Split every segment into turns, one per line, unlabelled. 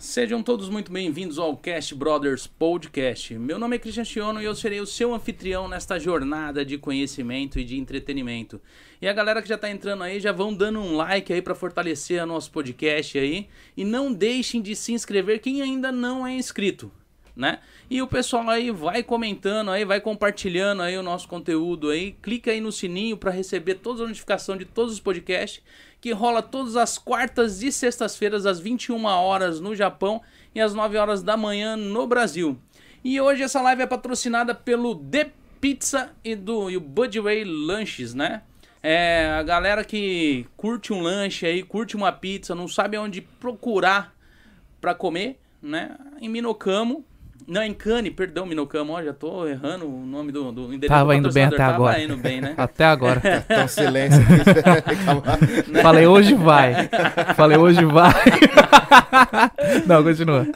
Sejam todos muito bem-vindos ao Cast Brothers Podcast. Meu nome é Cristian Chiono e eu serei o seu anfitrião nesta jornada de conhecimento e de entretenimento. E a galera que já tá entrando aí, já vão dando um like aí para fortalecer o nosso podcast aí. E não deixem de se inscrever quem ainda não é inscrito, né? E o pessoal aí vai comentando aí, vai compartilhando aí o nosso conteúdo aí. Clica aí no sininho para receber todas as notificações de todos os podcasts que rola todas as quartas e sextas-feiras às 21 horas no Japão e às 9 horas da manhã no Brasil. E hoje essa live é patrocinada pelo The Pizza e do e o Budway Lanches, né? É, a galera que curte um lanche aí, curte uma pizza, não sabe onde procurar para comer, né? Em Minocamo, não, em Cane, perdão, Minocamo, ó, já tô errando o nome do, do endereço
Tava
do
indo bem
patrocinador.
até agora.
Tava indo bem, né?
Até agora.
Então, silêncio aqui. Calma.
Né?
Falei hoje vai. Falei hoje vai. Não, continua.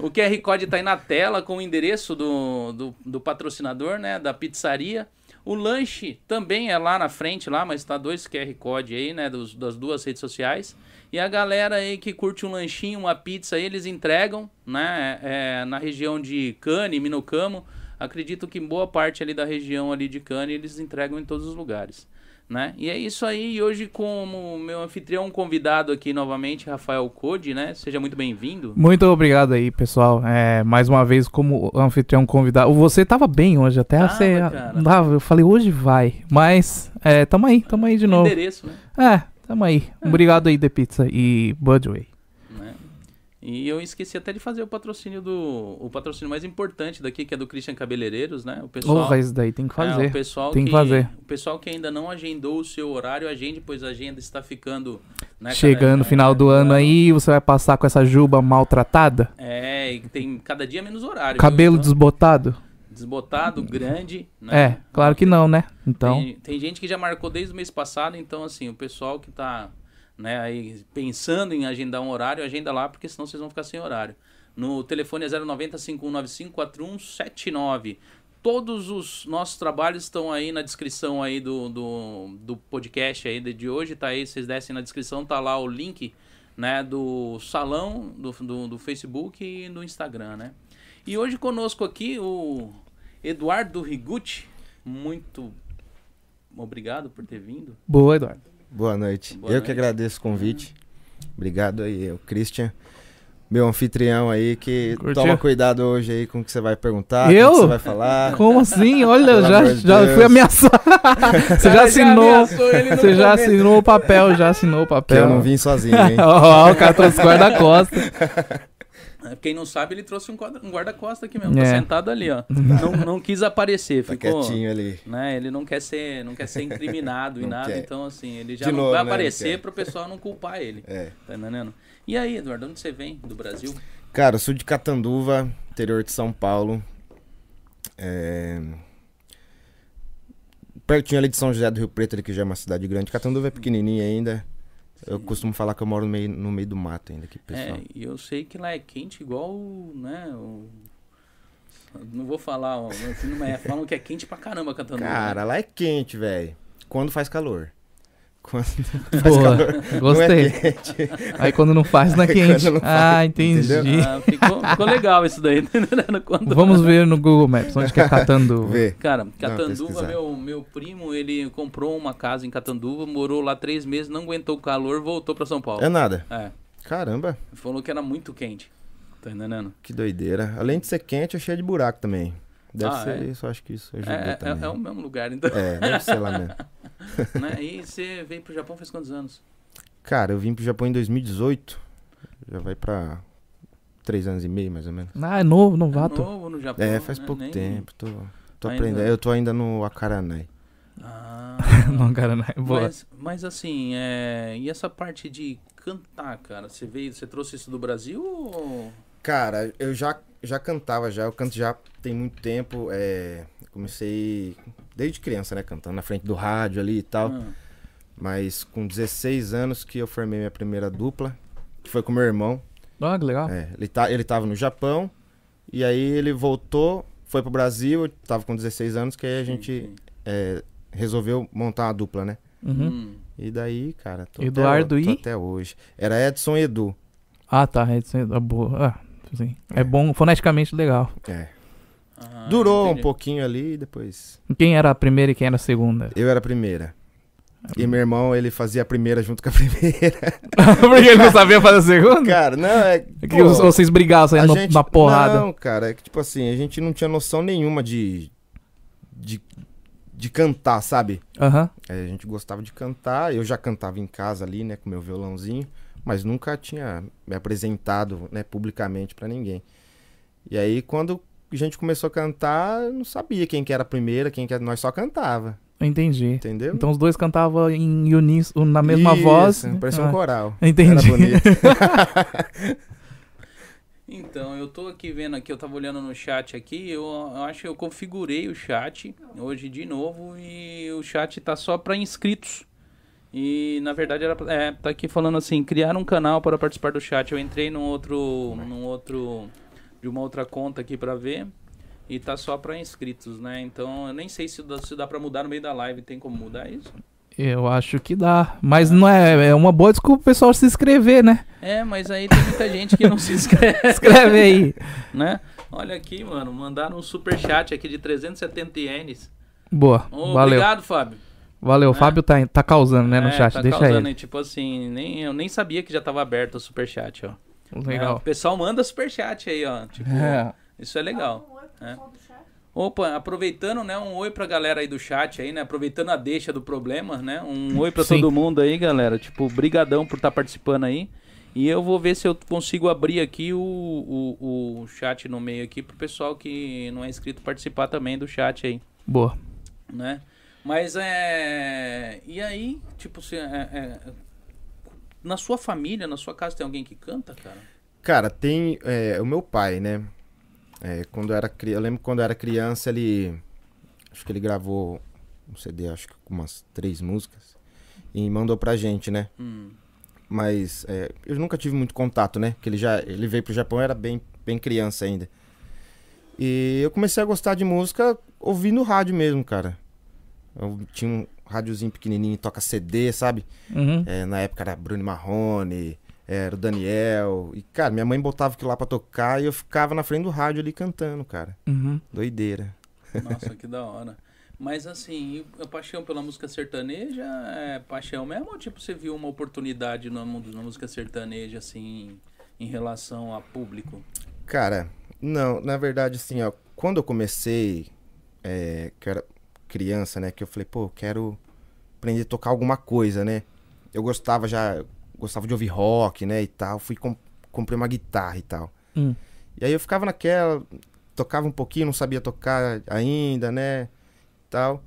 O QR Code tá aí na tela com o endereço do, do, do patrocinador, né? Da pizzaria. O lanche também é lá na frente, lá, mas tá dois QR Code aí, né? dos- das duas redes sociais. E a galera aí que curte um lanchinho, uma pizza, aí, eles entregam, né? é, na região de Cane, Minocamo. Acredito que em boa parte ali da região ali de Cane eles entregam em todos os lugares. Né? E é isso aí, e hoje como meu anfitrião convidado aqui novamente, Rafael Code, né? Seja muito bem-vindo.
Muito obrigado aí, pessoal. É, mais uma vez, como anfitrião convidado. Você tava bem hoje, até
Tava,
você.
cara.
Tava, eu falei hoje vai. Mas, é, tamo aí, tamo aí de novo.
Endereço, né?
É, tamo aí. Obrigado aí, The Pizza e Budway.
né? E eu esqueci até de fazer o patrocínio do. O patrocínio mais importante daqui, que é do Christian Cabeleireiros, né? O pessoal.
Porra, isso daí tem que
É, o
fazer.
pessoal
tem
que,
que fazer.
O pessoal que ainda não agendou o seu horário, agende, pois a agenda está ficando. né,
Chegando
cada-
no final do ano aí, você vai passar com essa juba maltratada?
É, e tem cada dia menos horário. viu?
Cabelo
Então,
desbotado?
desbotado, grande. Né?
É, claro que não, né? Então.
Tem, tem gente que já marcou desde o mês passado, então assim, o pessoal que tá né, aí pensando em agendar um horário, agenda lá, porque senão vocês vão ficar sem horário. No telefone é 090 5195 4179. Todos os nossos trabalhos estão aí na descrição aí do, do, do podcast aí de de hoje, tá aí, vocês descem na descrição, tá lá o link né, do salão, do, do, do Facebook e do Instagram, né? E hoje conosco aqui o Eduardo Rigucci, muito Obrigado por ter vindo.
Boa, Eduardo.
Boa noite.
Boa
eu
noite.
que agradeço o convite. Obrigado aí, eu, Christian. Meu anfitrião aí, que
Curtiu?
toma cuidado hoje aí com o que você vai perguntar,
Eu?
com o que você vai falar.
Como assim? Olha, eu
Pelo
já,
amor de
já
Deus.
fui ameaçado. Você Ah, já assinou. Você
assinou.
já assinou o papel, já assinou o
Que
papel.
eu não vim sozinho, hein?
Ó, ó, o cara trouxe guarda-costas.
É, Quem não sabe, ele trouxe um quadra- um guarda-costa aqui mesmo. Tá
É. Uhum.
sentado ali, ó. Não, não quis aparecer,
Tá
ficou.
quietinho ali.
Né? Ele não quer ser, não quer ser incriminado e
Não
nada,
quer.
então assim, ele já
De
não
novo,
vai
né,
aparecer
não quer.
pro pessoal não culpar ele.
É.
Tá entendendo? E aí, Eduardo, onde você vem? Do Brasil?
Cara, eu sou de Catanduva, interior de São Paulo. É... Pertinho ali de São José do Rio Preto, ali, que já é uma cidade grande. Catanduva é pequenininha ainda. Eu costumo falar que eu moro no meio, no meio do mato ainda aqui, pessoal.
É, e eu sei que lá é quente igual, né? o- Não vou falar, ó, mas não é. Falam que é quente pra caramba cantando. né?
Cara, lá é quente, velho. Quando faz calor. Quando
Boa,
Não
gostei.
é quente.
Aí quando não faz, não é quente.
Quando não
Ah,
faz,
entendi.
entendeu?
Ah, ficou, ficou legal isso daí, tá entendendo? Quando...
Vamos ver no Google Maps onde que é Catanduva.
Vê.
Cara,
uma
Catanduva,
pesquisada.
meu, meu primo, ele comprou uma casa em Catanduva, morou lá três meses, não aguentou o calor, voltou pra São Paulo.
É nada.
É,
Caramba,
falou que era muito quente. Tá entendendo?
que doideira. Além de ser quente, é cheio de buraco também. Deve
Ah,
ser
é?
isso, acho que isso
É,
ajuda
é,
também.
é o mesmo lugar, então.
É, deve ser lá mesmo.
né? E você veio pro Japão faz quantos anos?
Cara, eu vim pro Japão em 2018. Já vai pra três anos e meio, mais ou menos.
Ah, é novo, novato.
Novo no Japão.
É, faz
né?
pouco
Nem-
tempo. Tô, tô
Ainda-
aprendendo. Eu tô ainda no Akaranai.
Ah,
Não, cara, não é boa.
mas, mas assim, é... e essa parte de cantar, cara? Você veio, você trouxe isso do Brasil ou...
Cara, eu já, já cantava já, eu canto já tem muito tempo. É, comecei desde criança, né? Cantando na frente do rádio ali e tal.
Ah,
Mas com 16 anos que eu formei minha primeira dupla, que foi com meu irmão.
Ah, que legal.
É, ele, tá, ele tava no Japão, e aí ele voltou, foi pro Brasil, eu tava com 16 anos, que aí a
sim,
gente
sim.
é, resolveu montar uma dupla, né?
Uhum.
Hum.
E daí, cara, tô
Eduardo
até, ho-
e-
tô até hoje. Era Edson e Edu.
Ah, tá. reticência, ah, boa. Ah, sim. É bom, foneticamente legal.
É.
Ah,
Durou
entendi.
um pouquinho ali e depois.
Quem era a primeira e quem era a segunda?
Eu era a primeira. E meu irmão, ele fazia a primeira junto com a primeira.
Porque ele não sabia fazer a segunda?
Cara, não, é.
É que
pô,
os- vocês brigassem
a
aí no-
gente-
na porrada.
Não, cara, é que tipo assim, a gente não tinha noção nenhuma de. de, de cantar, sabe?
Aham.
É, a gente gostava de cantar, eu já cantava em casa ali, né, com meu violãozinho, mas nunca tinha me apresentado, né, publicamente pra ninguém. E aí quando a gente começou a cantar, eu não sabia quem que era a primeira, quem que era, nós só cantava,
Entendi.
entendeu?
Então os dois cantavam em uníssono, na mesma
Isso,
voz.
parecia um
Ah,
coral. Era
Entendi.
bonito.
Então, eu tô aqui vendo aqui, eu tava olhando no chat aqui, eu, eu acho que eu configurei o chat hoje de novo e o chat tá só pra inscritos. E na verdade era pra- é, tá aqui falando assim, criar um canal para participar do chat. Eu entrei num outro num outro de uma outra conta aqui pra ver e tá só pra inscritos, né? Então, eu nem sei se dá, se dá para mudar no meio da live, tem como mudar isso?
Eu acho que dá. Mas não é, é uma boa desculpa pro pessoal se inscrever, né?
É, mas aí tem muita gente que não se inscreve.
Escreve aí.
né? Olha aqui, mano, mandaram um super chat aqui de 370 ienes.
Boa.
Ô,
valeu.
Obrigado, Fábio.
Valeu. O
É.
Fábio tá, tá causando, né, no
É,
chat.
tá
Deixa
causando,
ele.
hein? Tipo assim, nem, eu nem sabia que já tava aberto o super chat, ó. É, o
Legal.
pessoal manda super chat aí, ó. Tipo,
É.
isso é legal. né? Opa, aproveitando, né, um oi pra galera aí do chat aí, né? Aproveitando a deixa do problema, né? Um oi pra
Sim.
todo mundo aí, galera. Tipo, brigadão por estar participando aí. E eu vou ver se eu consigo abrir aqui o, o, o chat no meio aqui pro pessoal que não é inscrito participar também do chat aí
Boa.
né? Mas é. E aí, tipo, se, é- é- na sua família, na sua casa, tem alguém que canta, cara?
Cara, tem é, o meu pai, né? É, quando eu era cri- eu lembro quando eu era criança, ele acho que ele gravou um CD, acho que com umas três músicas e mandou pra gente, né?
Hum.
Mas é, eu nunca tive muito contato, né? Que ele já ele veio pro Japão eu era bem bem criança ainda. E eu comecei a gostar de música ouvindo rádio mesmo, cara. Eu tinha um rádiozinho pequenininho, toca CD, sabe?
Uhum.
É, na época era Bruno Marrone, era o Daniel. E, cara, minha mãe botava aquilo lá pra tocar e eu ficava na frente do rádio ali cantando, cara.
Uhum.
Doideira.
Nossa, que da hora. Mas assim, e a paixão pela música sertaneja é paixão mesmo? Ou tipo, você viu uma oportunidade no mundo na música sertaneja, assim, em relação a público?
Cara, não, na verdade, assim, ó, quando eu comecei, é, que eu era criança, né, que eu falei, pô, eu quero aprender a tocar alguma coisa, né? Eu gostava já, eu gostava de ouvir rock, né, e tal. Fui, com- comprei uma guitarra e tal.
Hum.
E aí eu ficava naquela, tocava um pouquinho, não sabia tocar ainda, né? Tal.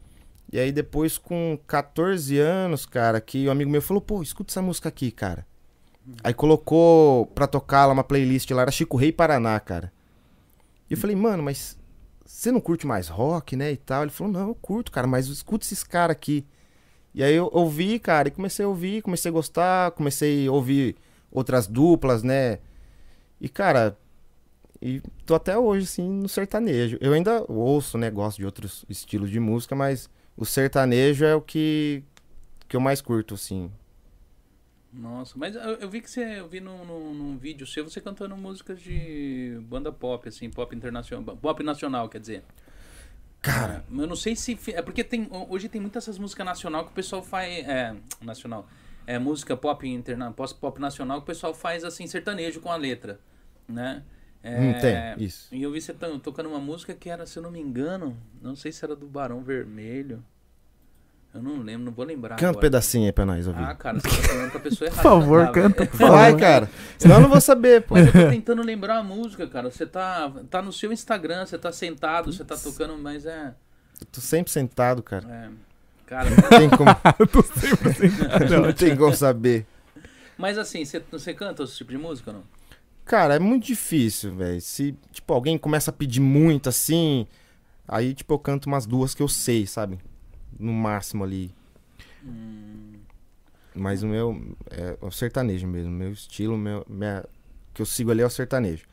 E aí depois, com 14 anos, cara, que um amigo meu falou, pô, escuta essa música aqui, cara. Aí colocou pra tocar lá uma playlist lá, era Chico Rei Paraná, cara. E eu falei, mano, mas você não curte mais rock, né? E tal. Ele falou, não, eu curto, cara, mas escuta esses caras aqui. E aí eu ouvi, cara, e comecei a ouvir, comecei a gostar, comecei a ouvir outras duplas, né? E, cara, e tô até hoje, assim, no sertanejo. Eu ainda ouço, né? Gosto de outros estilos de música, mas o sertanejo é o que, que eu mais curto, assim.
Nossa, mas eu, eu vi que você, eu vi num, num, num vídeo seu você cantando músicas de banda pop, assim, pop internacional, pop nacional, quer dizer.
Cara.
É, eu não sei se. fi- É porque tem, hoje tem muitas essas músicas nacional que o pessoal faz. É, nacional. É música pop interna, pós- pop nacional que o pessoal faz assim, sertanejo com a letra. Né? É,
Não Hum, tem, isso.
E eu vi você to- tocando uma música que era, se eu não me engano, não sei se era do Barão Vermelho. Eu não lembro, não vou lembrar.
Canta um
agora.
pedacinho aí pra nós ouvir.
Ah, cara, você tá falando pra pessoa errada.
Por favor,
tá?
canta. por
Vai,
favor.
cara. Senão eu não vou saber, pô.
Mas eu tô tentando lembrar a música, cara. Você tá, tá no seu Instagram, você tá sentado, você tá tocando, mas é.
Eu tô sempre sentado, cara.
é cara,
Não tem como,
Eu tô sempre assim.
não tem como saber.
mas assim, você, você canta esse tipo de música ou não?
Cara, é muito difícil, velho. Se, tipo, alguém começa a pedir muito assim, aí, tipo, eu canto umas duas que eu sei, sabe? No máximo ali. Mas o meu é o sertanejo mesmo. Meu estilo, meu, minha- que eu sigo ali é o sertanejo.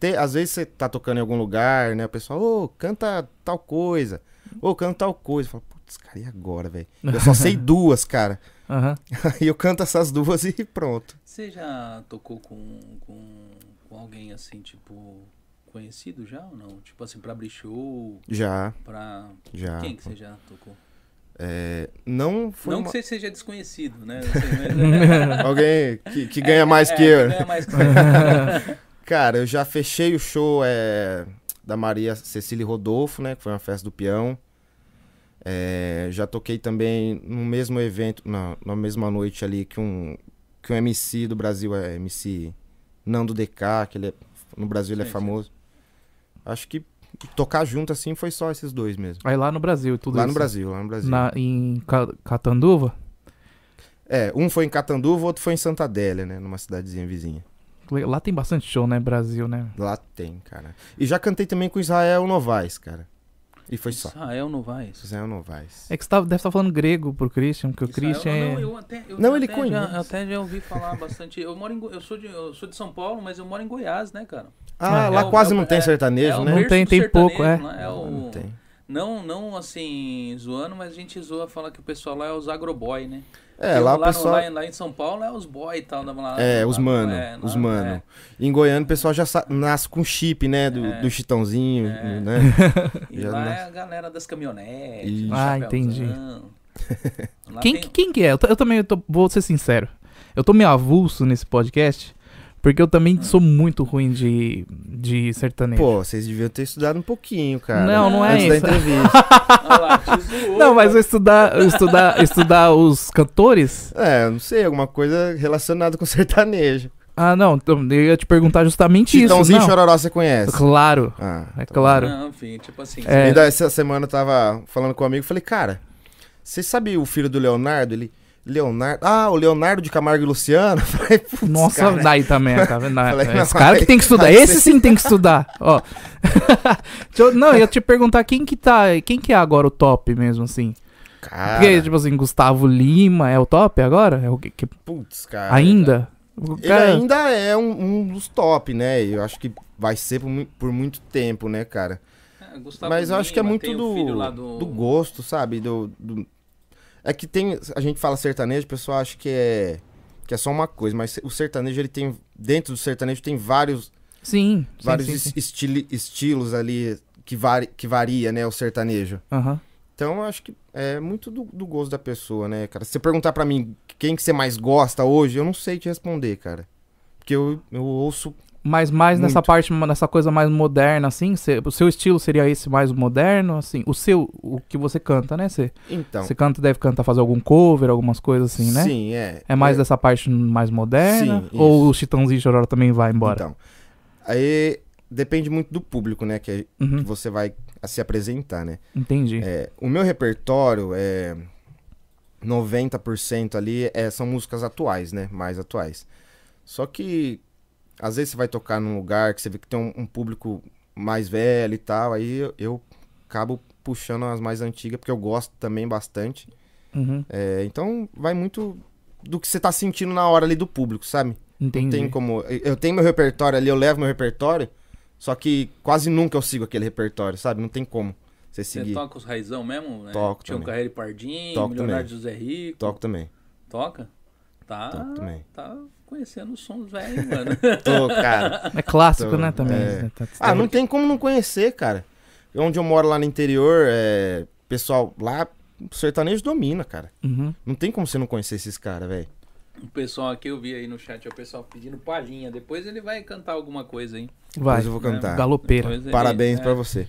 Tem- às vezes você tá tocando em algum lugar, né? O pessoal, ô, canta tal coisa. Ô, canta tal coisa. Fala, puta, putz, cara, e agora, velho? Eu só sei duas, cara.
Aham.
Aí eu canto essas duas e pronto.
Você já tocou com, com, com alguém assim, tipo, conhecido já ou não? Tipo assim, pra abrir show,
Já,
pra.
já.
Quem que você já tocou?
É, não Tá. foi
não
uma-
que você seja desconhecido, né? Eu sei, mas-
alguém que, que ganha mais
É,
que eu. né?
ganha mais que-
Cara, eu já fechei o show é, da Maria Cecília Rodolfo, né? Que foi uma festa do peão. É, já toquei também no mesmo evento, na, na mesma noite ali, que um, que um MC do Brasil, é MC Nando DK, que ele é- no Brasil ele é
Sim, sim.
famoso. Acho que tocar junto assim foi só esses dois mesmo.
Aí lá no Brasil, tudo
lá
isso.
no Brasil, lá no Brasil.
Na, em Ca- Catanduva?
É, um foi em Catanduva, outro foi em Santa Adélia, né? Numa cidadezinha vizinha.
Lá tem bastante show, né? Brasil, né?
Lá tem, cara. E já cantei também com Israel Novaes, cara. E foi só.
Israel Novaes.
Israel Novaes.
É que você tá- deve estar falando grego pro Christian, porque o
Israel-
Christian
Não,
é.
eu até, eu
Não, ele
até já,
conhece.
eu até já ouvi falar bastante. Eu moro em Go- eu sou de eu sou de São Paulo, mas eu moro em Goiás, né, cara?
Ah,
É
lá
o-
quase
é o-
não tem
é-
sertanejo,
o
né?
berço
Não tem,
do
tem
sertanejo,
pouco, é.
né? É o-
Não tem.
Não, não assim, zoando, mas a gente zoa, fala que o pessoal lá é os agroboy, né?
É,
Eu
lá o
no-
pessoal.
lá, em- lá em São Paulo é os boy e tal. né? Lá,
É,
lá-
os mano,
é,
os
lá-
mano.
é.
Em Goiânia o pessoal já sa- nasce com chip, né? Do, do chitãozinho,
É.
né?
E
Já
lá
nasce.
é a galera das caminhonetes.
Isso.
do
Ah,
chapéuzão.
entendi.
Lá
Quem,
tem-
quem que é? Eu, t- eu também tô- vou ser sincero. Eu tô meio avulso nesse podcast, porque eu também sou muito ruim de, de sertanejo.
Pô, vocês deviam ter estudado um pouquinho, cara.
Não, não é
antes da
isso.
entrevista.
tá
Olha lá, te zoou,
Não, mas eu
cara.
estudar, eu estudar, estudar os cantores?
é, não sei, alguma coisa relacionada com sertanejo.
Ah, não, então, eu ia te perguntar justamente isso.
Chitãozinho e
não.
Chororó você conhece?
Claro,
Ah,
é
tá bom.
claro.
Não, enfim, tipo assim.
É.
Ainda essa semana eu tava falando com um amigo, falei, cara, você sabe o filho do Leonardo? Ele, Leonardo, ah, o Leonardo de Camargo e Luciano? Eu Falei, putz,
Nossa,
cara.
daí também, tá vendo? Não,
Falei,
Esse
não,
cara
aí-
que tem que estudar,
aí
esse
você-
sim tem que estudar, ó. Deixa eu- não, eu ia te perguntar quem que tá, quem que é agora o top mesmo, assim?
Cara,
Porque, tipo assim, Gustavo Lima é o top agora? É o que, que-
putz, cara.
ainda? O
Ele
cara-
ainda é um, um dos top, né? E Eu acho que vai ser por, mui- por muito tempo, né, cara?
é, Gustavo
Mas eu acho que é
Lima,
muito
tem o
do,
filho lá
do... gosto, sabe? Do, do- É que tem. A gente fala sertanejo, o pessoal acha que é. Que é só uma coisa, mas o sertanejo, ele tem. Dentro do sertanejo tem vários,
Sim, sim,
vários
sim,
es-
sim.
estili- estilos ali que, vari, que varia, né? O sertanejo.
Aham.
Então eu acho que é muito do, do gosto da pessoa, né, cara? Se você perguntar pra mim quem que você mais gosta hoje, eu não sei te responder, cara. Porque eu, eu ouço.
Mas mais nessa
Muito.
parte, nessa coisa mais moderna, assim, cê- o seu estilo seria esse mais moderno, assim? O seu, o que você canta, né? Você
Então.
canta, deve cantar, fazer algum cover, algumas coisas assim, né?
Sim, é.
É mais
é,
dessa parte mais moderna?
Sim,
ou
isso.
o Chitãozinho e Chororó também vai embora?
Então. Aí depende muito do público, né? Que, é- que
Uhum,
você vai a se apresentar, né?
entendi.
É, o meu repertório é. 90% ali é, são músicas atuais, né? Mais atuais. Só que às vezes você vai tocar num lugar que você vê que tem um, um público mais velho e tal, aí eu, eu acabo puxando as mais antigas, porque eu gosto também bastante.
Uhum,
É, então vai muito do que você tá sentindo na hora ali do público, sabe? Não
entendi.
tem como. Eu tenho meu repertório ali, eu levo meu repertório, só que quase nunca eu sigo aquele repertório, sabe? Não tem como você
Você
seguir.
toca os raizão mesmo? Né?
Toco
Tinha um
também.
Carreiro e Pardinho,
Toco
Milionário José Rico.
Toco também.
Toca? Tá.
Toco também.
Tá conhecendo os sons velho, mano.
Tô, cara.
É clássico,
Tô,
né, também.
é.
né, tá-
Ah, não tem como não conhecer, cara. Onde eu moro lá no interior, é... pessoal, lá o sertanejo domina, cara.
Uhum.
Não tem como você não conhecer esses caras, velho.
o pessoal aqui, eu vi aí no chat, é o pessoal pedindo palhinha. Depois ele vai cantar alguma coisa, hein?
Vai,
Depois eu vou cantar.
galopeira.
Depois ele-
Parabéns
é,
pra você.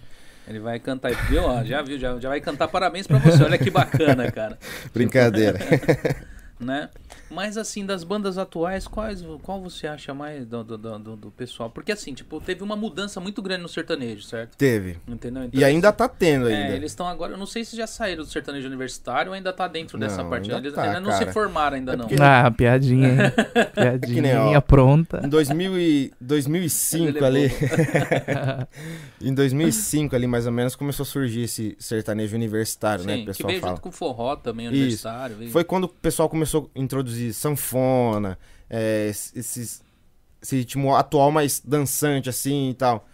Ele vai cantar, viu? Ó, já viu, já, já vai cantar parabéns pra você. Olha que bacana, cara.
Brincadeira.
né? Mas assim, das bandas atuais, quais, qual você acha mais do, do, do- do- do pessoal? Porque assim, tipo, teve uma mudança muito grande no sertanejo, certo?
Teve.
Entendeu? Então,
E ainda
assim,
tá tendo
é,
ainda.
eles estão agora, eu não sei se já saíram do sertanejo universitário ou ainda tá dentro dessa
Não,
parte.
ainda
eles
tá,
ainda não se
cara. É
formaram ainda não.
porque-
Ah, piadinha, hein?
É nem,
Piadinha
ó. um Em
pronta.
2000 e...
Ele
2005
é
ali. em 2005 ali mais ou menos começou a surgir esse sertanejo universitário, né,
Sim,
que o
que
pessoal
veio
fala.
junto com o forró também,
Isso.
universitário. veio-
Foi quando o pessoal começou a introduzir sanfona, é, esses, esse ritmo atual mais dançante, assim e tal.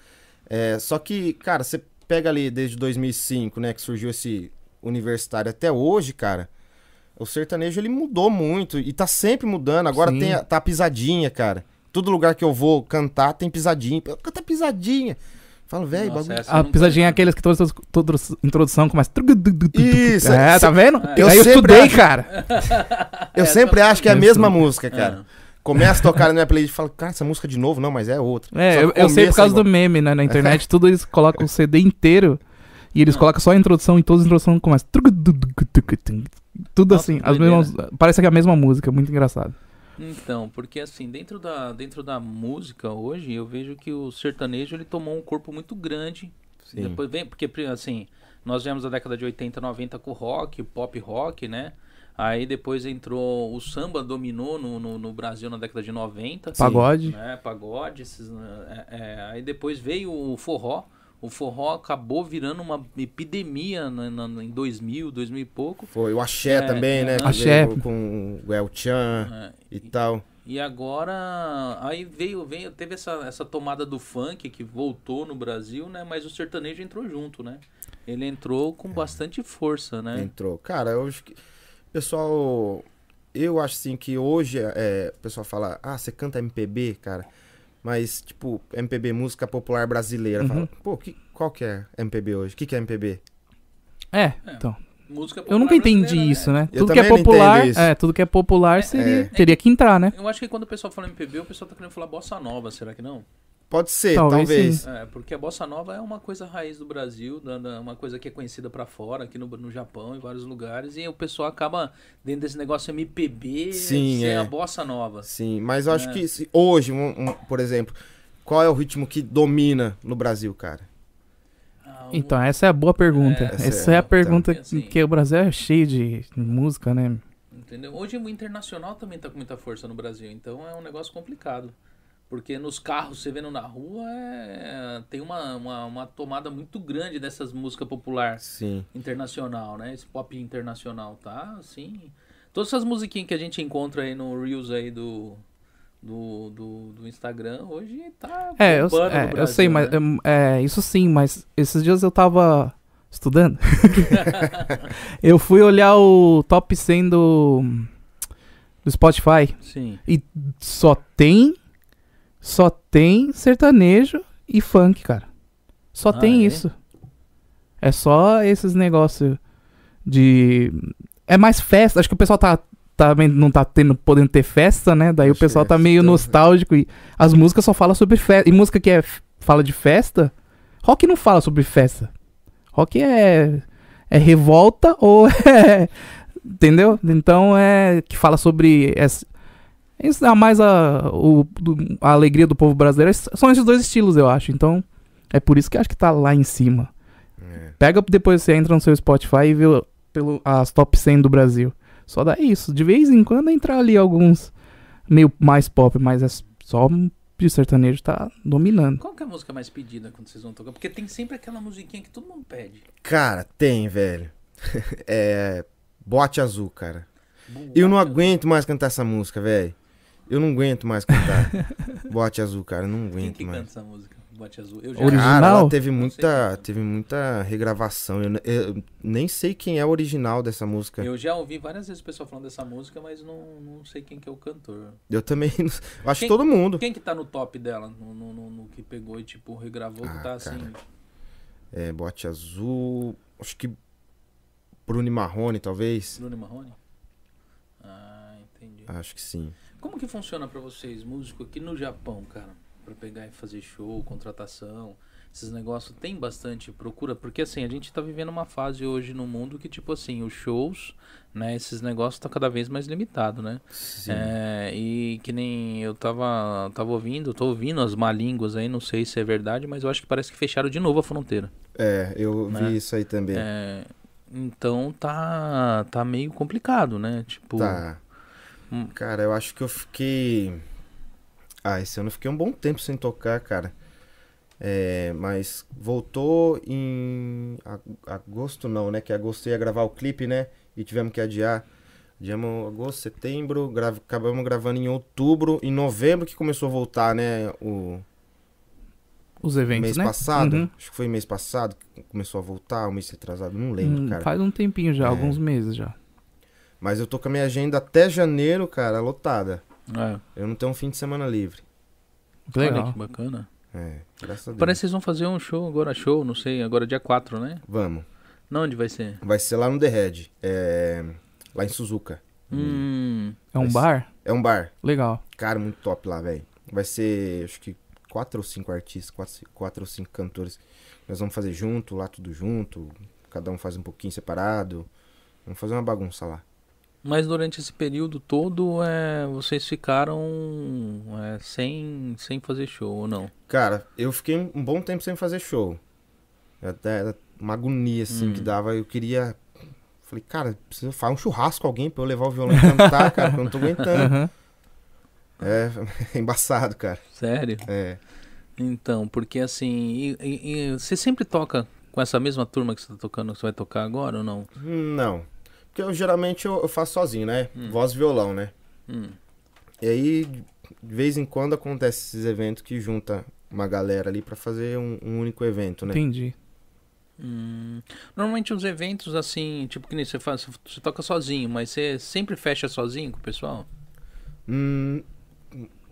É, só que, cara, você pega ali desde 2005, né, que surgiu esse universitário até hoje, cara, o sertanejo ele mudou muito e tá sempre mudando. Agora
Sim.
tem a, tá a pisadinha, cara. Todo lugar que eu vou cantar tem pisadinha. Eu canto a pisadinha. Falo, velho,
Nossa,
bagulho.
essa eu
A
não
pisadinha
conheço.
é aqueles que todas as todas as introdução começa.
Isso,
É, tá vendo?
eu
Aí eu
sempre
estudei,
acho-
cara.
Eu sempre acho que é a
Eu
mesma
sou-
música, cara. Começa a tocar na minha playlist e falo, cara, essa música de novo? Não, mas é outra. Só
É,
que
eu, eu sei
começa
por causa do
igual.
meme, né? Na internet, tudo eles colocam o CD inteiro e eles colocam só a introdução e todas as introduções começam. Tudo
Nossa,
assim,
que
as
doideira.
mesmas, parece que é a mesma música, muito engraçado.
Então, porque assim, dentro da, dentro da música hoje, eu vejo que o sertanejo ele tomou um corpo muito grande.
Sim.
Depois vem, porque pri- assim, nós viemos da década de 80, 90 com o rock, o pop rock, né? Aí depois entrou o samba, dominou no, no, no Brasil na década de 90.
Pagode.
Né? Pagode. Esses, né, é, é, aí depois veio o forró. O forró acabou virando uma epidemia né, na- na- em 2000, 2000 e pouco.
Foi o Axé
É,
também, né? que
Axé.
veio Com o El Chan
né?
e tal.
E agora, aí veio, veio teve essa, essa tomada do funk que voltou no Brasil, né? Mas o sertanejo entrou junto, né? Ele entrou
É.
com bastante força, né?
Entrou. Cara, eu acho que. Pessoal, eu acho assim que hoje é, o pessoal fala, ah, você canta MPB, cara. Mas, tipo, MPB, música popular brasileira.
Uhum.
Fala, pô, que, qual que é MPB hoje? O que, que é MPB?
É, então.
Música popular
Eu nunca entendi
brasileira, né?
isso, né?
é Eu
Tudo que é
também não entendo
popular,
isso.
é, tudo que é popular seria,
É.
teria que entrar, né?
Eu acho que quando o pessoal fala MPB, o pessoal tá querendo falar bossa nova, será que não?
Pode ser,
Talvez
talvez.
sim.
É, porque a bossa nova é uma coisa raiz do Brasil, da- da- uma coisa que é conhecida pra fora, aqui no, no Japão, em vários lugares, e o pessoal acaba dentro desse negócio MPB
Sim,
ser
é.
a bossa nova.
Sim, mas eu acho
É.
que se- hoje, um- um, por exemplo, qual é o ritmo que domina no Brasil, cara?
Ah, o-
Então, essa é a boa pergunta.
É,
essa,
essa
é
é,
a pergunta
então. Assim.
que o Brasil é cheio de música, né?
Entendeu? Hoje o internacional também tá com muita força no Brasil, então é um negócio complicado. Porque nos carros, você vendo na rua, é- tem uma, uma, uma tomada muito grande dessas músicas populares
Sim.
internacional, né? Esse pop internacional, tá? Assim. Todas essas musiquinhas que a gente encontra aí no Reels aí do, do, do, do Instagram, hoje tá.
É, eu,
bombando
é,
no
eu
Brasil,
sei, mas
né?
é, isso sim, mas esses dias eu tava estudando. eu fui olhar o top 100 do, do Spotify
Sim.
e só tem só tem sertanejo e funk, cara. Só
Ah,
tem
é?
isso. É só esses negócios de é mais festa, acho que o pessoal tá tá men- não tá tendo, podendo ter festa, né? Daí o
Acho
pessoal
que
tá
é,
meio
então, é.
nostálgico e as músicas só falam sobre festa. E música que é, f- fala de festa, rock não fala sobre festa. Rock é, é revolta ou é. Entendeu? Então é. Que fala sobre. essa- Isso é mais a, o, do- a alegria do povo brasileiro. Es- São esses dois estilos, eu acho. Então é por isso que eu acho que tá lá em cima.
É.
Pega depois você entra no seu Spotify e vê o- pelo, as top 100 do Brasil. Só dá isso. De vez em quando entrar ali alguns meio mais pop, mas é só de sertanejo tá dominando.
Qual que é a música mais pedida quando vocês vão tocar? Porque tem sempre aquela musiquinha que todo mundo pede.
Cara, tem, velho. é. Bote azul, cara. Eu não aguento mais cantar essa música, velho. Eu não aguento mais cantar. Bote azul, cara. Eu não
Quem
aguento
que
mais.
canta essa música? Bote Azul. Eu já
Original?
Cara, ela teve
Não sei quem
muita,
é.
teve muita regravação. Eu, ne- eu nem sei quem é o original dessa música. Eu,
Eu já ouvi várias vezes o pessoal falando dessa música, mas não, não sei quem que é o cantor.
também. não- Acho
Quem-
que todo mundo.
Quem que tá no top dela? No, no, no- no que pegou e, tipo, regravou, que
Ah,
tá
cara.
assim.
É, bote azul. Acho que. Bruno e Marrone, talvez.
Bruno e Marrone? Ah, entendi.
Acho que sim.
Como que funciona pra vocês, músico, aqui no Japão, cara? Pra pegar e fazer show, contratação, esses negócios, tem bastante procura? Porque assim, a gente tá vivendo uma fase hoje no mundo que, tipo assim, os shows, né, esses negócios tá cada vez mais limitado, né?
Sim.
É, e que nem eu tava, tava ouvindo, tô ouvindo as malínguas aí, não sei se é verdade, mas eu acho que parece que fecharam de novo a fronteira.
É, eu vi
Né?
isso aí também.
É, então tá, tá meio complicado, né? Tipo,
Tá.
Hum.
Cara, eu acho que eu fiquei. Ah, esse ano eu fiquei um bom tempo sem tocar, cara. É, mas voltou em ag- agosto não, né? Que agosto ia gravar o clipe, né? E tivemos que adiar. Adiamos agosto, setembro, grava- acabamos gravando em outubro, em novembro que começou a voltar, né? O
Os eventos,
mês
né?
passado,
Uhum.
acho que foi mês passado, começou a voltar, um mês atrasado, não lembro,
Hum,
cara.
Faz um tempinho já,
É.
alguns meses já.
Mas eu tô com a minha agenda até janeiro, cara, lotada.
É.
Eu não tenho um fim de semana livre.
Que legal.
Olha que bacana.
É, graças a Deus.
Parece que vocês vão fazer um show agora, show, não sei, agora dia 4, né?
Vamos.
Não, onde vai ser?
Vai ser lá no The Red. É... Lá em Suzuka.
Hum.
É um
Mas-
bar?
É um bar.
Legal.
Cara, muito top lá, velho. Vai ser, acho que, quatro ou cinco artistas, quatro, quatro ou cinco cantores. Nós vamos fazer junto, lá tudo junto. Cada um faz um pouquinho separado. Vamos fazer uma bagunça lá.
Mas durante esse período todo, é, vocês ficaram é, sem, sem fazer show ou não?
Cara, eu fiquei um bom tempo sem fazer show. Até era uma agonia, assim, que dava. Eu queria. Falei, cara, preciso fazer um churrasco com alguém pra eu levar o violão e cantar, cara, que eu não tô aguentando.
Aham.
É, é embaçado, cara.
Sério?
É.
Então, porque assim, e- e- e você sempre toca com essa mesma turma que você tá tocando, que você vai tocar agora ou não?
Não. Porque eu geralmente eu, eu faço sozinho, né? Voz e violão, né?
Hum.
E aí, de vez em quando acontece esses eventos que junta uma galera ali pra fazer um, um único evento, né?
Entendi.
Hum. Normalmente os eventos assim, tipo que nem você faz, você toca sozinho, mas você sempre fecha sozinho com o pessoal?
Hum,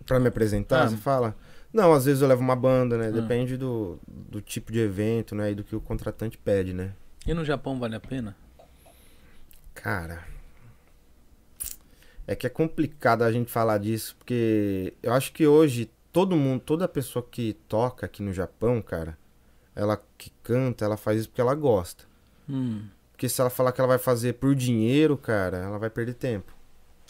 pra me apresentar,
Ah.
você fala? Não, às vezes eu levo uma banda, né? Depende do, do tipo de evento, né? E do que o contratante pede, né?
E no Japão vale a pena?
Cara. É que é complicado a gente falar disso, porque eu acho que hoje todo mundo, toda pessoa que toca aqui no Japão, cara, ela que canta, ela faz isso porque ela gosta.
Hum.
Porque se ela falar que ela vai fazer por dinheiro, cara, ela vai perder tempo.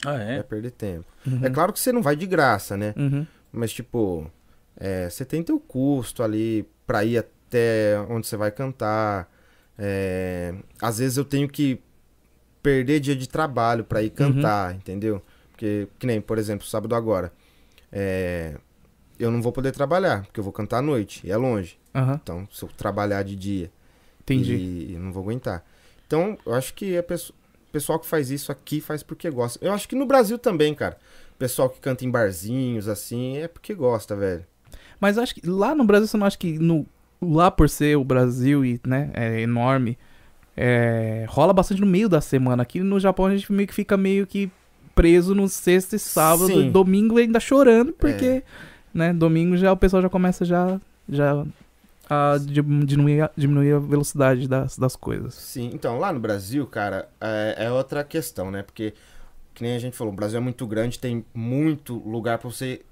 Ah, é? Uhum.
Vai perder tempo. É claro que você não vai de graça, né?
Uhum.
Mas, tipo, é, você tem teu custo ali pra ir até onde você vai cantar. É, às vezes eu tenho que perder dia de trabalho pra ir cantar, entendeu? Porque, que nem, por exemplo, sábado agora. é, eu não vou poder trabalhar, porque eu vou cantar à noite, e é longe.
Aham.
Então, se eu trabalhar de dia,
Entendi.
e, e não vou aguentar. Então, eu acho que a pesso- o pessoal que faz isso aqui faz porque gosta. Eu acho que no Brasil também, cara. O pessoal que canta em barzinhos, assim, é porque gosta, velho.
Mas acho que lá no Brasil, você não acha que no, lá por ser o Brasil e, né, é enorme, é, rola bastante no meio da semana. Aqui no Japão a gente meio que fica meio que preso no sexta e sábado,
Sim. É.
e domingo ainda chorando, porque, né, domingo já o pessoal já começa já, já a di- diminuir, a- diminuir a velocidade das, das coisas.
Sim, então, lá no Brasil, cara, é, é outra questão, né? Porque, que nem a gente falou, o Brasil é muito grande, tem muito lugar pra você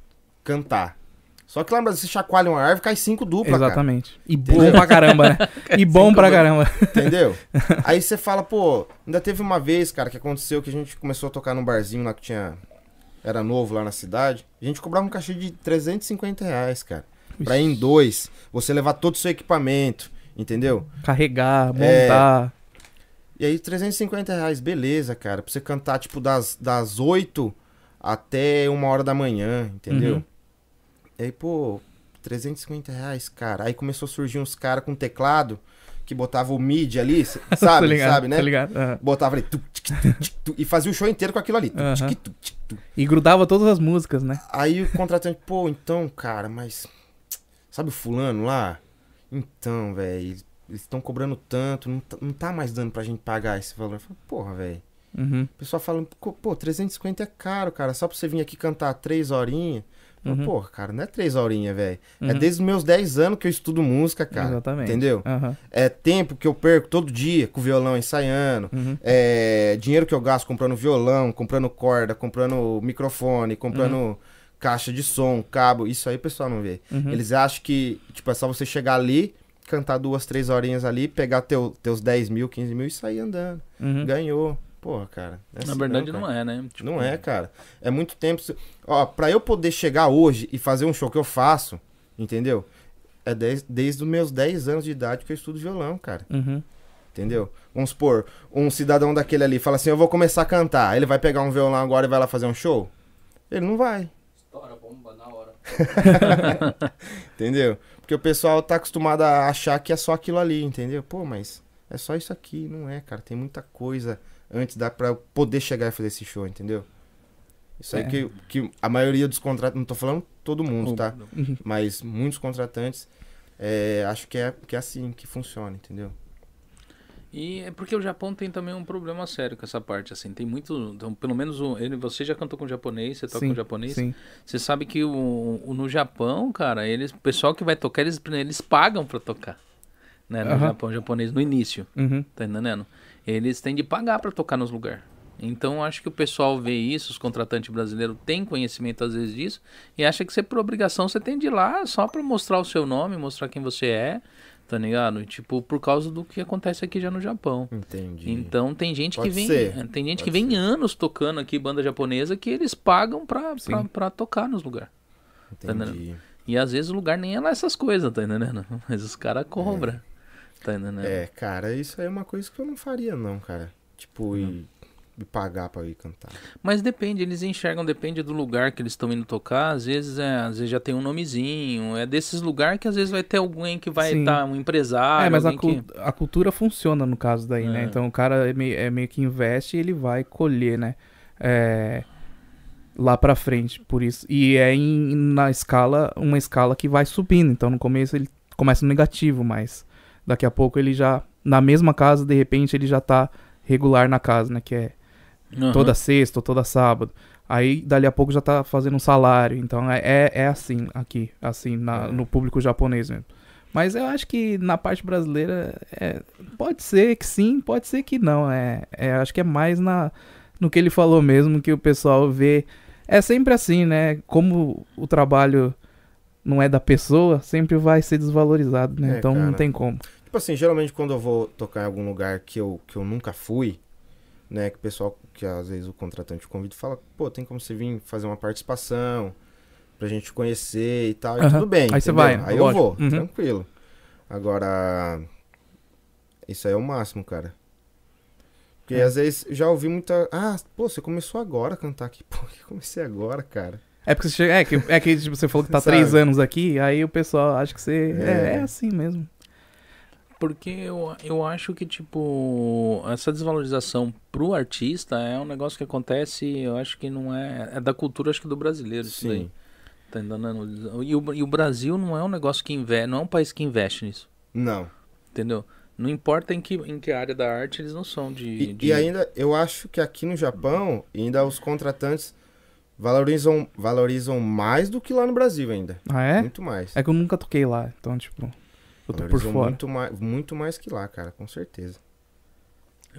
cantar. Só que lá no Brasil, você chacoalha uma árvore, cai cinco dupla, cara.
Exatamente. E bom
Entendeu?
pra caramba, né? E bom pra caramba.
Entendeu? Aí você fala, pô, ainda teve uma vez, cara, que aconteceu que a gente começou a tocar num barzinho lá que tinha. Era novo lá na cidade. A gente cobrava um cachê de 350 reais, cara. Pra ir em dois, você levar todo o seu equipamento, entendeu?
Carregar,
É.
montar.
E aí, 350 reais, beleza, cara. Pra você cantar, tipo, das, das 8 até uma hora da manhã, entendeu?
Uhum.
E aí, pô, 350 reais, cara. Aí começou a surgir uns caras com teclado que botava o MIDI ali, s-
Tá
sabe?
ligado,
sabe, né?
Tá ligado? Aham.
Botava ali. tu, tic, tu, tic, tu, e fazia o show inteiro com aquilo ali. tu,
Aham.
tic, tu, tic, tu.
E grudava todas as músicas, né?
Aí o contratante, pô, então, cara, mas. Sabe o fulano lá? Então, velho, eles estão cobrando tanto, não tá, não tá mais dando pra gente pagar esse valor. Eu falo, porra, velho.
Uhum.
O pessoal falando, pô, pô, 350 é caro, cara. Só pra você vir aqui cantar três horinhas. Eu falo, Porra, cara, não é três horinhas, velho. É
Uhum.
desde os meus 10 anos que eu estudo música, cara.
Exatamente.
Entendeu?
Aham.
É tempo que eu perco todo dia com o violão ensaiando.
Uhum.
É, dinheiro que eu gasto comprando violão, comprando corda, comprando microfone, comprando caixa de som, cabo. Isso aí o pessoal não vê.
Uhum.
Eles acham que, tipo, é só você chegar ali, cantar duas, três horinhas ali, pegar teu, teus 10 mil, 15 mil e sair andando.
Uhum.
Ganhou. Porra, cara. é
Na
assim
verdade
cara.
não é, né? Tipo,
Não é, cara. É muito tempo. se- Ó, pra eu poder chegar hoje e fazer um show que eu faço, entendeu? É dez- desde os meus 10 anos de idade que eu estudo violão, cara.
Uhum.
Entendeu? Vamos supor, um cidadão daquele ali fala assim: Eu vou começar a cantar. Ele vai pegar um violão agora e vai lá fazer um show? Ele não vai.
Estoura bomba na hora.
Entendeu? Porque o pessoal tá acostumado a achar que é só aquilo ali, entendeu? Pô, mas é só isso aqui, não é, cara. Tem muita coisa antes da pra eu poder chegar e fazer esse show, entendeu? Isso aí
É.
que, que a maioria dos contratos, não tô falando todo mundo, tá?
Uhum.
Mas muitos contratantes É, acho que é, que é assim que funciona, entendeu?
E é porque o Japão tem também um problema sério com essa parte, assim. Tem muito. Então, pelo menos um- ele- você já cantou com japonês, você toca
Sim,
com japonês.
sim.
Você sabe que o, o- no Japão, cara, eles, o pessoal que vai tocar, eles, eles pagam pra tocar. Né? No
Aham.
Japão, japonês, no início.
Uhum.
Tá entendendo? Eles têm de pagar pra tocar nos lugares. Então acho que o pessoal vê isso, os contratantes brasileiros têm conhecimento às vezes disso e acha que você por obrigação você tem de ir lá só pra mostrar o seu nome, mostrar quem você é, tá ligado? E, Tipo, por causa do que acontece aqui já no Japão.
Entendi.
Então tem gente
Pode
que vem,
ser.
tem gente
Pode
que vem
ser.
anos tocando aqui banda japonesa que eles pagam pra, pra,
Sim.
pra tocar nos lugares.
Entendi.
E às vezes o lugar nem é lá essas coisas, tá entendendo? Mas os caras cobram. Tá entendendo?
É, cara, isso aí é uma coisa que eu não faria, não, cara. Tipo, e me pagar pra eu ir cantar.
Mas depende, eles enxergam, depende do lugar que eles estão indo tocar. Às vezes, é, às vezes já tem um nomezinho. É desses lugares que às vezes vai ter alguém que vai
Sim.
estar, um empresário.
é, mas a,
alguém que-
cul- a cultura funciona no caso daí, né?
É.
Então o cara é meio, é meio que investe e ele vai colher, né? É, lá pra frente, por isso. E é em, na escala, uma escala que vai subindo. Então no começo ele começa no negativo, mas daqui a pouco ele já, na mesma casa, de repente ele já tá regular na casa, né? Que é
Aham.
toda sexta ou toda sábado. Aí, dali a pouco, já tá fazendo um salário. Então, é, é, é assim aqui, assim, na-
É.
no público japonês mesmo. Mas eu acho que na parte brasileira, é, pode ser que sim, pode ser que não. É, é, acho que é mais na, no que ele falou mesmo, que o pessoal vê. É sempre assim, né? Como o trabalho não é da pessoa, sempre vai ser desvalorizado, né?
É,
então, não
cara.
tem como.
Tipo assim, geralmente quando eu vou tocar em algum lugar que eu, que eu nunca fui, né? Que o pessoal, que às vezes o contratante convida, fala, pô, tem como você vir fazer uma participação pra gente conhecer e tal. E
Aham.
tudo bem.
Aí você
entendeu?
vai,
Aí
lógico.
eu vou,
Uhum.
tranquilo. Agora, isso aí é o máximo, cara. Porque
É.
às vezes já ouvi muita. Ah, pô, você começou agora a cantar aqui. Pô, que comecei agora, cara.
É porque você chega, é que, é que tipo, você falou que tá
Sabe?
três anos aqui, aí o pessoal acha que você. É,
É.
é assim mesmo.
Porque eu, eu acho que, tipo, essa desvalorização pro artista é um negócio que acontece, eu acho que não é. É da cultura, acho que do brasileiro, isso daí. Tá entendendo? E o, e o Brasil não é um negócio que investe, não é um país que investe nisso.
Não.
Entendeu? Não importa em que, em que área da arte eles não são de.
E,
de-
e ainda, eu acho que aqui no Japão, ainda os contratantes valorizam, valorizam mais do que lá no Brasil ainda.
Ah, é?
Muito mais.
É que eu nunca toquei lá, então, tipo, eu tô por
Valorizam
fora.
Muito mais, muito mais que lá, cara, com certeza.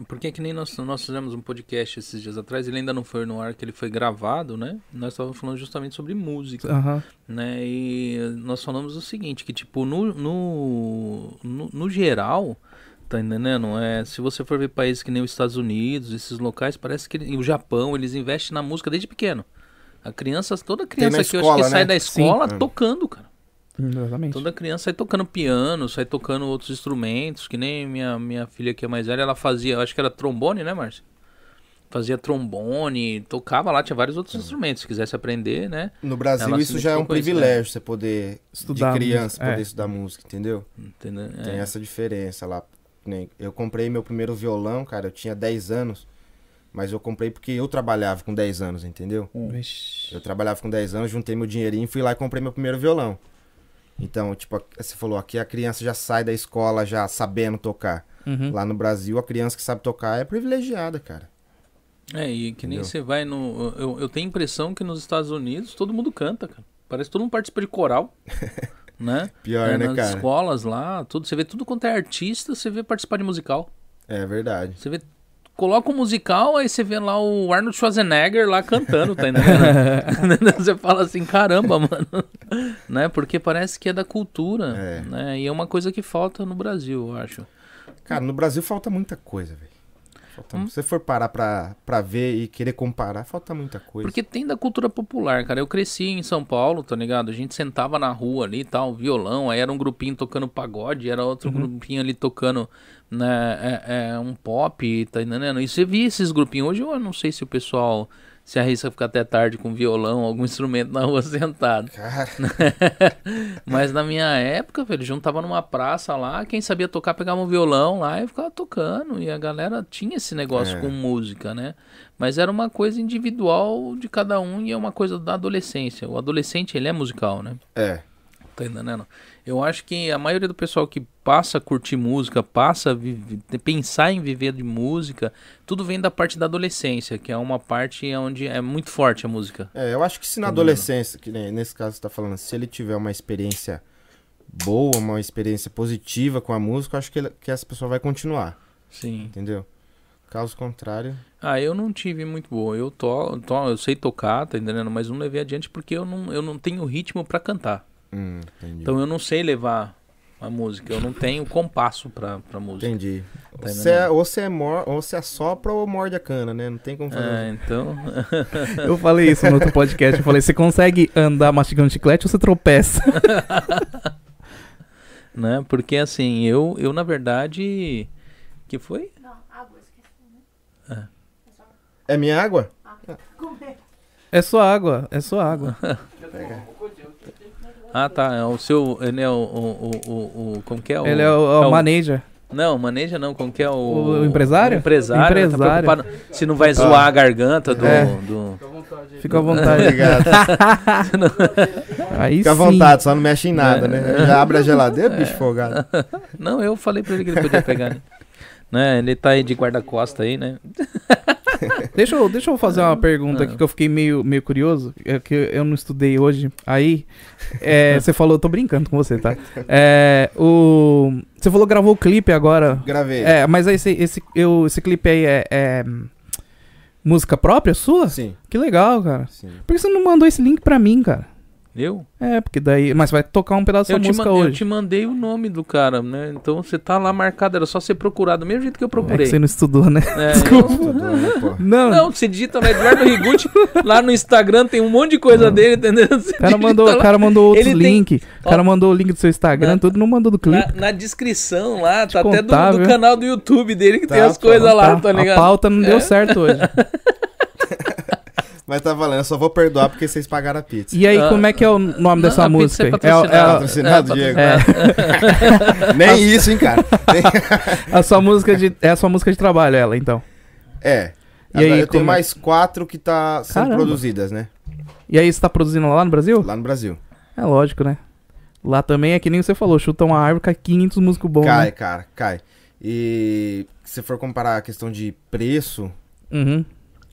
Porque é que nem nós, nós fizemos um podcast esses dias atrás, ele ainda não foi no ar, que ele foi gravado, né? Nós estávamos falando justamente sobre música.
Aham,
né? E nós falamos o seguinte, que tipo, no, no, no, no geral, tá entendendo? É, se você for ver países que nem os Estados Unidos, esses locais, parece que e o Japão, eles investem na música desde pequeno. A criança, toda criança que eu acho
escola,
que sai
né?
da escola
Sim.
tocando, cara.
Hum,
exatamente.
Toda criança sai tocando piano, sai tocando outros instrumentos, que nem minha, minha filha que é mais velha, ela fazia, eu acho que era trombone, né, Márcio? Fazia trombone, tocava lá, tinha vários outros
Uhum.
instrumentos, se quisesse aprender, né?
No Brasil,
Ela
isso já é um
significa coisa,
privilégio, você poder,
né? Estudar
de criança,
música,
poder
é.
estudar música, entendeu?
Entendeu?
Tem
É.
essa diferença lá. Nem- Eu comprei meu primeiro violão, cara, eu tinha 10 anos, mas eu comprei porque eu trabalhava com 10 anos, entendeu?
Vixe.
Eu trabalhava com 10 anos, juntei meu dinheirinho, fui lá e comprei meu primeiro violão. Então, tipo, a- você falou, aqui a criança já sai da escola já sabendo tocar.
Uhum.
Lá no Brasil, a criança que sabe tocar é privilegiada, cara.
É, e que nem
Entendeu?
você vai no. Eu, eu tenho a impressão que nos Estados Unidos todo mundo canta, cara. Parece que todo mundo participa de coral. né?
Pior,
É,
né,
nas
cara?
escolas lá, tudo. Você vê tudo quanto é artista, você vê participar de musical.
É verdade.
Você vê. Coloca um musical, aí você vê lá o Arnold Schwarzenegger lá cantando, tá entendendo? você fala assim, caramba, mano. né? Porque parece que é da cultura.
É.
Né? E é uma coisa que falta no Brasil, eu acho.
Cara, no Brasil falta muita coisa, velho. Falta- Se você for parar pra, pra ver e querer comparar, falta muita coisa.
Porque tem da cultura popular, cara. Eu cresci em São Paulo, tá ligado? A gente sentava na rua ali e tal, violão, aí era um grupinho tocando pagode, era outro grupinho ali tocando né, é- é, um pop, tá entendendo? E você via esses grupinhos. Hoje eu não sei se o pessoal se arrisca a ficar até tarde com violão, algum instrumento na rua sentado.
Cara,
Mas na minha época, velho, juntava numa praça lá, quem sabia tocar pegava um violão lá e ficava tocando. E a galera tinha esse negócio
É.
com música, né? Mas era uma coisa individual de cada um e é uma coisa da adolescência. O adolescente, ele é musical, né?
é.
Tá entendendo? Eu acho que a maioria do pessoal que passa a curtir música, passa a vive- pensar em viver de música, tudo vem da parte da adolescência, que é uma parte onde é muito forte a música.
É, eu acho que se na
Entendeu?
adolescência, que nem nesse caso você tá falando, se ele tiver uma experiência boa, uma experiência positiva com a música, eu acho que, ele- que essa pessoa vai continuar,
Sim.
entendeu? Caso contrário.
Ah, eu não tive muito boa. Eu to, to- eu sei tocar, tá entendendo? Mas não levei adiante porque eu não, eu não tenho ritmo pra cantar.
Hum, entendi.
Então eu não sei levar a música, eu não tenho compasso pra, pra música.
entendi.
Tá
Você é-
entendendo?
ou você é mor, ou você assopra ou morde a cana, né? Não tem como fazer.
É, então.
Eu falei isso no outro podcast. Eu falei: você consegue andar mastigando chiclete ou você tropeça?
né? Porque assim, eu, eu na verdade. que foi?
É minha água?
É só água, é só água.
Ah, tá. É o seu. Ele é o. o, o, o- o- como que é o.
Ele é o, é o manager.
Não, maneja não. Como que é o.
O empresário?
o empresário. tá
Empresário. Tá.
preocupado se não vai zoar a garganta do.
É.
do...
Fica à vontade.
Obrigado.
Tá Aí
Fica à
sim. É.
vontade, só não mexe em nada,
É,
né? Já abre a geladeira, bicho folgado.
Não, eu falei pra ele que ele podia pegar, né? Né, Ele tá aí de guarda-costa aí, né?
Deixa eu, deixa eu fazer uma pergunta aqui que eu fiquei meio, meio curioso, é que eu não estudei hoje. Aí, é, você falou, tô brincando com você, tá? É, o, você falou que gravou o clipe agora.
Gravei.
É, mas aí esse, esse, eu, esse clipe aí é, é música própria sua?
Sim,
Que legal, cara.
sim.
Por que você não mandou esse link pra mim, cara?
Eu?
É, porque daí. Mas vai tocar um pedaço da
Eu
sua
te,
música
man- eu
hoje.
te mandei o nome do cara, né? Então você tá lá marcado, era só você procurar do mesmo jeito que eu
É que
procurei.
você não estudou, né?
É,
Desculpa.
eu-
Tudo, né, pô?
Não,
Não, você digita lá Eduardo Rigucci, lá no Instagram tem um monte de coisa dele, entendeu? Você
Ah. o cara
digita
mandou,
lá.
o cara mandou outro
Ele tem-
link. O cara mandou o link do seu Instagram,
Não.
tudo não mandou do clipe.
Na, na descrição lá, tá até do-
contar,
do,
viu?
canal do YouTube dele que
Tá,
tem as
pô,
coisas lá,
Tá,
tá
A
ligado?
pauta não deu certo hoje.
Mas tá valendo, eu só vou perdoar porque vocês pagaram a pizza.
E aí,
Ah,
como é que é o nome
Não,
dessa
a pizza
música?
é
aí?
patrocinada.
Patrocinado, Diego.
é,
Nem isso, hein, cara.
é a sua música de, é a sua música de trabalho, ela, então.
É.
E
Agora
aí,
eu tenho
como é?
mais quatro que tá sendo
Caramba.
produzidas, né?
E aí, você tá produzindo lá no Brasil?
Lá no Brasil.
É lógico, né? Lá também é que nem você falou, chuta uma árvore, cai 500 músicos bons,
cai,
né?
cara, cai. E se for comparar a questão de preço,
Uhum,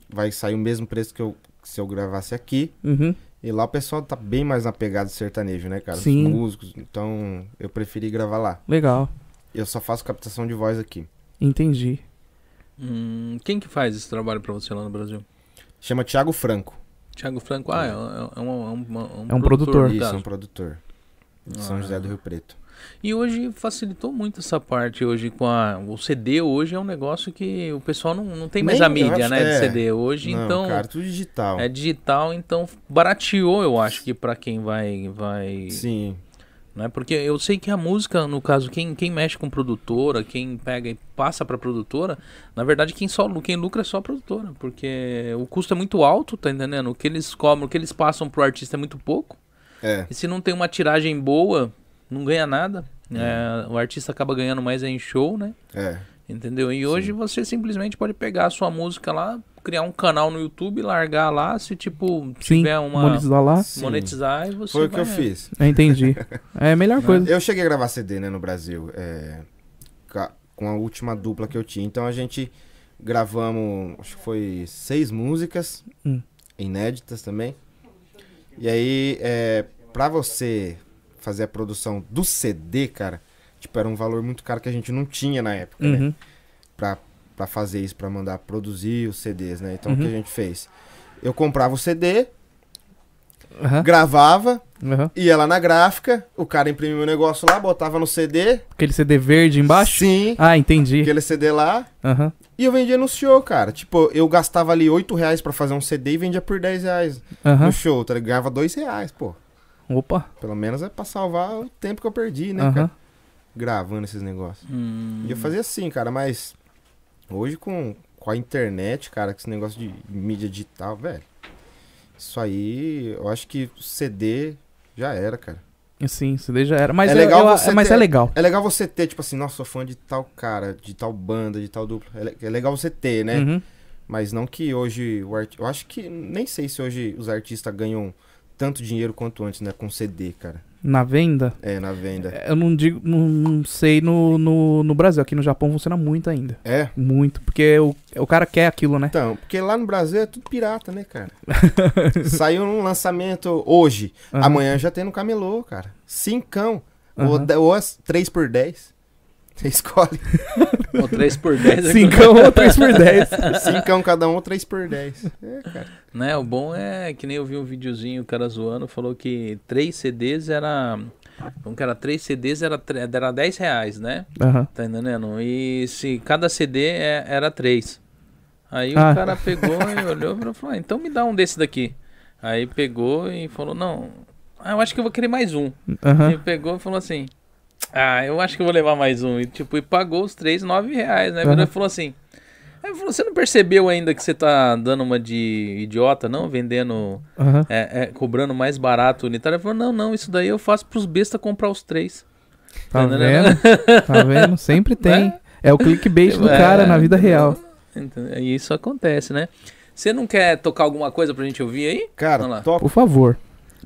vai sair o mesmo preço que eu, que se eu gravasse aqui.
uhum.
E lá o pessoal tá bem mais na pegada do sertanejo, né, cara?
Sim.
Os músicos. Então eu preferi gravar lá.
Legal.
Eu só faço captação de voz aqui.
Entendi.
Hum, quem que faz esse trabalho pra você lá no Brasil?
Chama Thiago Franco.
Tiago Franco, ah, é, é- é um, é um-
É um produtor.
no
Isso, é
caso.
um produtor. De
Ah.
São José do Rio Preto.
E hoje facilitou muito essa parte hoje com a o CD hoje é um negócio que o pessoal não, não tem mais
Nem-
a mídia,
acho-
né, de
é.
CD hoje,
Não,
então
cara, tudo digital.
é digital, então barateou, eu acho que pra quem vai vai
Sim.
né? Porque eu sei que a música, no caso, quem, quem mexe com produtora, quem pega e passa pra produtora, na verdade quem só lu- quem lucra é só a produtora, porque o custo é muito alto, tá entendendo? O que eles cobram, o que eles passam pro artista é muito pouco.
É.
E se não tem uma tiragem boa, não ganha nada. É, o artista acaba ganhando mais em show, né?
É.
Entendeu? E hoje você simplesmente pode pegar a sua música lá, criar um canal no YouTube, largar lá, se tipo
Sim,
tiver uma
monetizar lá.
Sim.
monetizar e você
Foi o que
vai-
eu fiz.
É, Entendi. É a melhor coisa.
Eu cheguei a gravar CD, né, no Brasil. é, ca- com a última dupla que eu tinha. Então a gente gravamos, acho que foi seis músicas,
Hum.
inéditas também. E aí, é, pra você fazer a produção do CD, cara, tipo, era um valor muito caro que a gente não tinha na época, né?
Uhum.
pra, pra fazer isso, pra mandar produzir os CDs, né? Então o
Uhum.
que a gente fez? Eu comprava o CD,
aham,
gravava,
aham.
ia lá na gráfica, o cara imprimia o negócio lá, botava no CD.
Aquele CD verde embaixo?
Sim,
Ah, entendi.
aquele CD lá.
Aham.
E eu vendia no show, cara. Tipo, eu gastava ali 8 reais pra fazer um CD e vendia por 10 reais
Aham.
no show, tá ligado? Ganhava 2 reais, pô.
Opa.
Pelo menos é pra salvar o tempo que eu perdi, né,
Aham.
cara? Gravando esses negócios.
Hum,
E eu fazia assim, cara, mas hoje com, com a internet, cara, com esse negócio de mídia digital, velho. Isso aí, eu acho que o CD já era, cara.
Sim, CD já era. Mas
É
é,
legal
legal eu,
você
mas
ter-
é legal.
É legal você ter, tipo assim, nossa, sou fã de tal cara, de tal banda, de tal dupla. É, le- é legal você ter, né?
Uhum.
Mas não que hoje o arti... Eu acho que nem sei se hoje os artistas ganham tanto dinheiro quanto antes, né? Com CD, cara.
na venda,
É, na venda.
eu não digo, não, não sei no, no, no Brasil. Aqui no Japão funciona muito ainda.
É.
Muito, porque o, o cara quer aquilo, né?
Então, porque lá no Brasil é tudo pirata, né, cara? Saiu um lançamento hoje.
Aham.
Amanhã já tem no camelô, cara. Cincão. Ou,
Aham.
de- ou as 3 por 10. Você escolhe.
Pô, 3x10
Cincão ou 3 por 10.
Cincão cada um, 3 por 10. É, cara.
Né, o bom é que nem eu vi um videozinho, o cara zoando, falou que três CDs era. Como que era? Três CDs era, tre- era 10 reais, né?
Aham.
Tá entendendo? E se cada CD é- era três. Aí
Ah.
o cara pegou e olhou e falou: ah, então me dá um desse daqui. Aí pegou e falou: não, ah, eu acho que eu vou querer mais um.
Aham.
E pegou e falou assim: Ah, eu acho que eu vou levar mais um. E tipo, e pagou os três, nove reais, né?
Aham.
Ele falou assim. Aí ele falou, você não percebeu ainda que você tá dando uma de idiota, não? Vendendo,
Aham.
é, é, cobrando mais barato o unitário. Ele falou, não, não, isso daí eu faço pros besta comprar os três.
Tá
Entendeu?
vendo? Tá vendo? Sempre tem. É o clickbait do
Né? É.
cara na vida real.
Entendeu? E isso acontece, né? Você não quer tocar alguma coisa pra gente ouvir aí?
Cara,
Olha lá.
toca.
Por favor.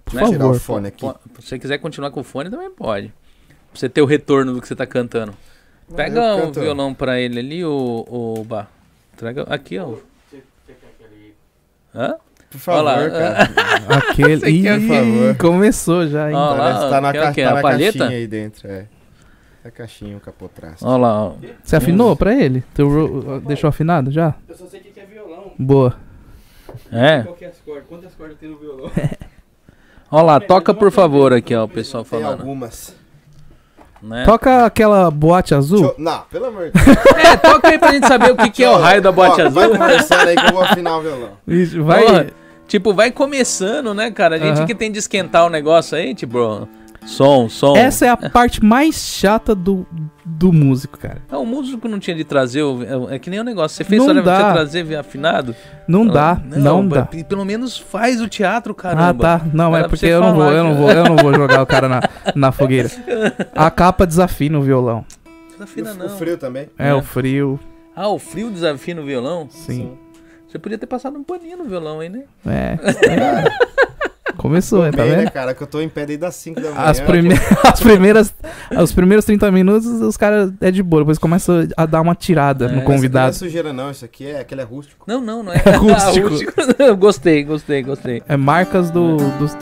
Por
Né?
Vou tirar o
favor.
fone aqui.
Po- Se você quiser continuar com o fone, também pode. Pra você ter o retorno do que você tá cantando. Pega
eu
um
canto.
violão pra ele ali, o, o Bah. Traga aqui, ó. Hã?
Por
Olha
favor,
lá.
cara.
Aquele.
é
Você quer,
Ih,
por favor.
começou já, hein?
Ó.
Parece
lá,
que tá na,
quer
ca...
o quê?
tá
A
na
palheta?
caixinha aí dentro. É. A caixinha, o capotraço.
Olha lá, ó.
Você afinou pra ele? Teu ro- deixou afinado já?
Eu só sei o que que é violão.
Boa.
É.
Qual que é as cordas? Quantas cordas tem no violão?
Olha lá, toca por favor aqui, ó, o pessoal
Tem
falando.
algumas.
Né?
Toca aquela boate azul.
Deixa eu- Não, pelo amor de Deus.
É, toca aí pra gente saber o que, que é o raio da boate
Ó,
azul.
Vai conversando aí que eu vou afinar o violão.
Ixi, vai.
Porra, tipo, vai começando, né, cara? A gente
Aham.
que tem de esquentar o negócio aí, tipo. ó, Som, som.
Essa é a parte mais chata do, do músico, cara.
Ah, o músico não tinha de trazer, o- é é que nem o negócio. Você fez
Não
hora pra
dá.
você trazer vi- afinado?
Não dá,
Ela-
não,
pe-
dá.
pe- Pelo menos faz o teatro,
Ah,
caramba.
tá. Não,
Era
é
pra
porque
você
eu não
falar,
vou, eu não
cara.
vou, eu não vou jogar o cara na, na fogueira. A capa desafina o violão.
E
Desafina
o,
não.
o frio também.
É,
É.
o frio,
Ah, o frio desafina o violão?
sim.
Você podia ter passado um paninho no violão aí, né?
É,
Cara,
começou, é, tá
meio, né,
vendo?
cara? Que eu tô em pé desde as 5 da manhã.
As, prime... as primeiras, os primeiros 30 minutos os caras é de boa, depois começa a dar uma tirada
É,
no
Não é
convidado.
sujeira, não. Isso aqui é aquele é rústico.
Não, não, não é.
rústico.
rústico. gostei, gostei, gostei.
É marcas do, dos.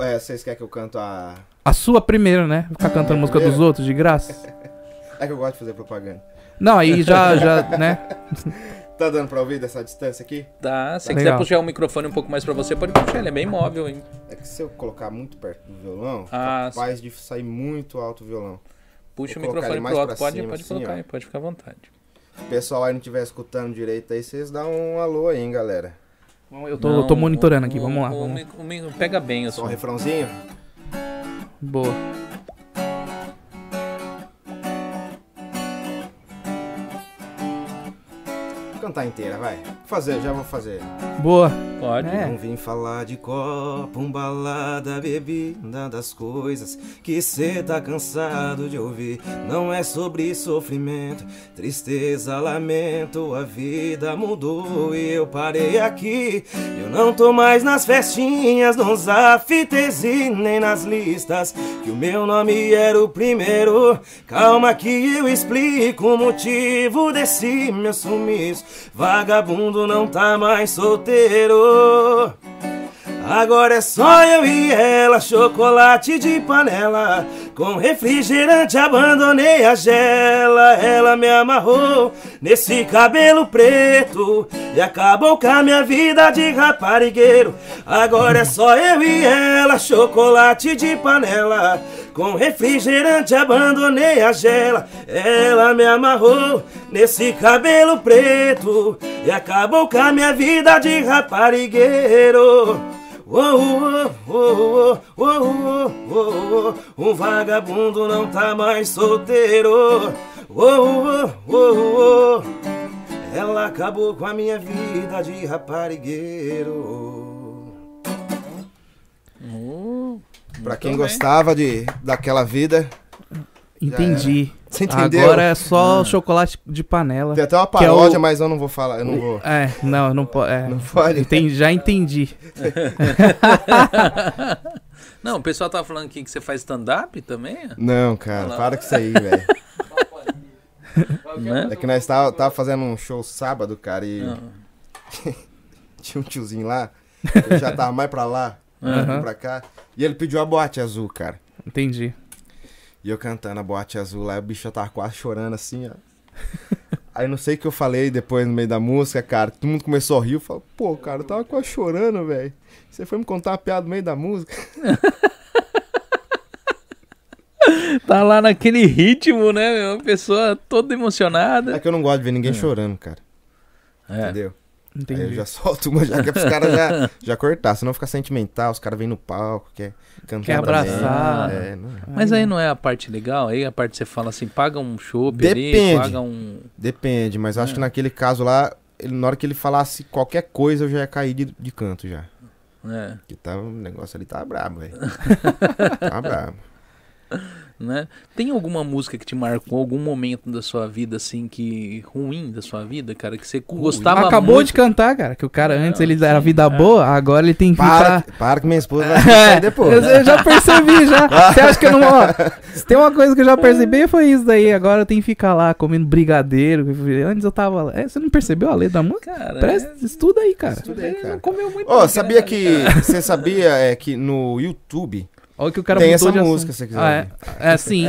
É, vocês querem que eu canto a.
A sua primeira, né? Ficar cantando música dos outros de graça.
É que eu gosto de fazer propaganda.
Não, aí já, já, né?
Tá dando pra ouvir dessa distância aqui?
Tá, se quiser
Legal.
puxar o microfone um pouco mais pra você, pode puxar, ele é bem móvel, hein?
É que se eu colocar muito perto do violão,
Ah,
é capaz de sair muito alto o violão.
Puxa
Vou
o
colocar
microfone
ele mais
pro alto,
pra
pode,
cima,
pode
assim,
colocar
ó.
aí, pode ficar à vontade.
Se o pessoal aí não estiver escutando direito aí, vocês dão um alô aí, hein, galera.
Eu tô, eu tô
Não, um,
monitorando aqui,
o-
vamos lá.
o
Vamos.
mi- o mi- pega bem assim. o
Só um
som.
refrãozinho?
Boa.
Vou cantar inteira, vai. Vou fazer, já vou fazer.
Boa.
Pode.
É.
Não vim falar de copo, um balada, bebida, das coisas que cê tá cansado de ouvir. Não é sobre sofrimento, tristeza, lamento. A vida mudou e eu parei aqui. Eu não tô mais nas festinhas, nos aftes e nem nas listas. Que o meu nome era o primeiro. Calma que eu explico o motivo desse meu sumiço. Vagabundo não tá mais solteiro. Agora é só eu e ela, chocolate de panela. Com refrigerante abandonei a gela. Ela me amarrou nesse cabelo preto e acabou com a minha vida de raparigueiro. Agora é só eu e ela, chocolate de panela. Com refrigerante abandonei a gela. Ela me amarrou nesse cabelo preto e acabou com a minha vida de raparigueiro. Oh, oh, oh, oh, oh, oh, oh, um vagabundo não tá mais solteiro. Oh, oh, oh, oh, ela acabou com a minha vida de raparigueiro.
Uh,
Pra
muito
quem
bem.
gostava de, daquela vida,
Entendi.
você entendeu?
Agora é só chocolate de panela.
Tem até uma
é o-
paródia, mas eu não vou falar, eu não vou.
É, não, não pode. É.
Não pode?
Entendi, já entendi.
Não, o pessoal tá falando aqui que você faz stand-up também? né?
Não, cara,
Olha lá.
para com isso aí, velho.
Né?
É que nós tava, tava fazendo um show sábado, cara, e
Ah,
tinha um tiozinho lá, eu já tava mais pra lá, né,
Aham.
pra cá, e ele pediu a boate azul, cara.
Entendi.
E eu cantando a boate azul lá, o bicho já tava quase chorando assim, ó. Aí não sei o que eu falei depois no meio da música, cara. Todo mundo começou a rir. Eu falo, pô, cara, eu tava quase chorando, velho. Você foi me contar uma piada no meio da música?
Tá lá naquele ritmo, né? meu? A pessoa toda
É
emocionada.
que eu não gosto de ver ninguém chorando, cara.
É.
Entendeu?
Entendi.
Aí eu já solto uma já que é pros caras já, já cortar. Senão fica sentimental, os caras vêm no palco, quer cantar.
Quer abraçar.
também. É, não é.
Mas aí não é a parte legal? Aí a parte que você fala assim, paga um show,
Depende.
paga um.
Depende, mas
É.
acho que naquele caso lá, ele- na hora que ele falasse qualquer coisa, eu já ia cair de, de canto já.
É.
Que tava, o negócio ali tava brabo, velho. tava brabo.
né? Tem alguma música que te marcou algum momento da sua vida assim que ruim da sua vida, cara, que você gostava
Acabou
muito?
de cantar, cara. Que o cara antes ele
sim,
era vida
é.
boa, agora ele tem que
Para,
ficar.
para que minha esposa
É.
vai sair
Eu,
depois.
eu já percebi, já. Você acha que eu não. Ó, se tem uma coisa que eu já percebi, foi isso daí. Agora eu tenho que ficar lá comendo brigadeiro. Antes eu tava. lá. É, você não percebeu a lei da música?
Cara,
Presta, estuda aí, cara.
É. Estuda aí,
é,
cara.
não comeu muito.
Ô,
não,
sabia
cara.
que. Você sabia é, que no YouTube
Olha que o cara
tem
mudou
essa
de assunto.
música, se você quiser.
Ah,
ouvir.
é. é sim.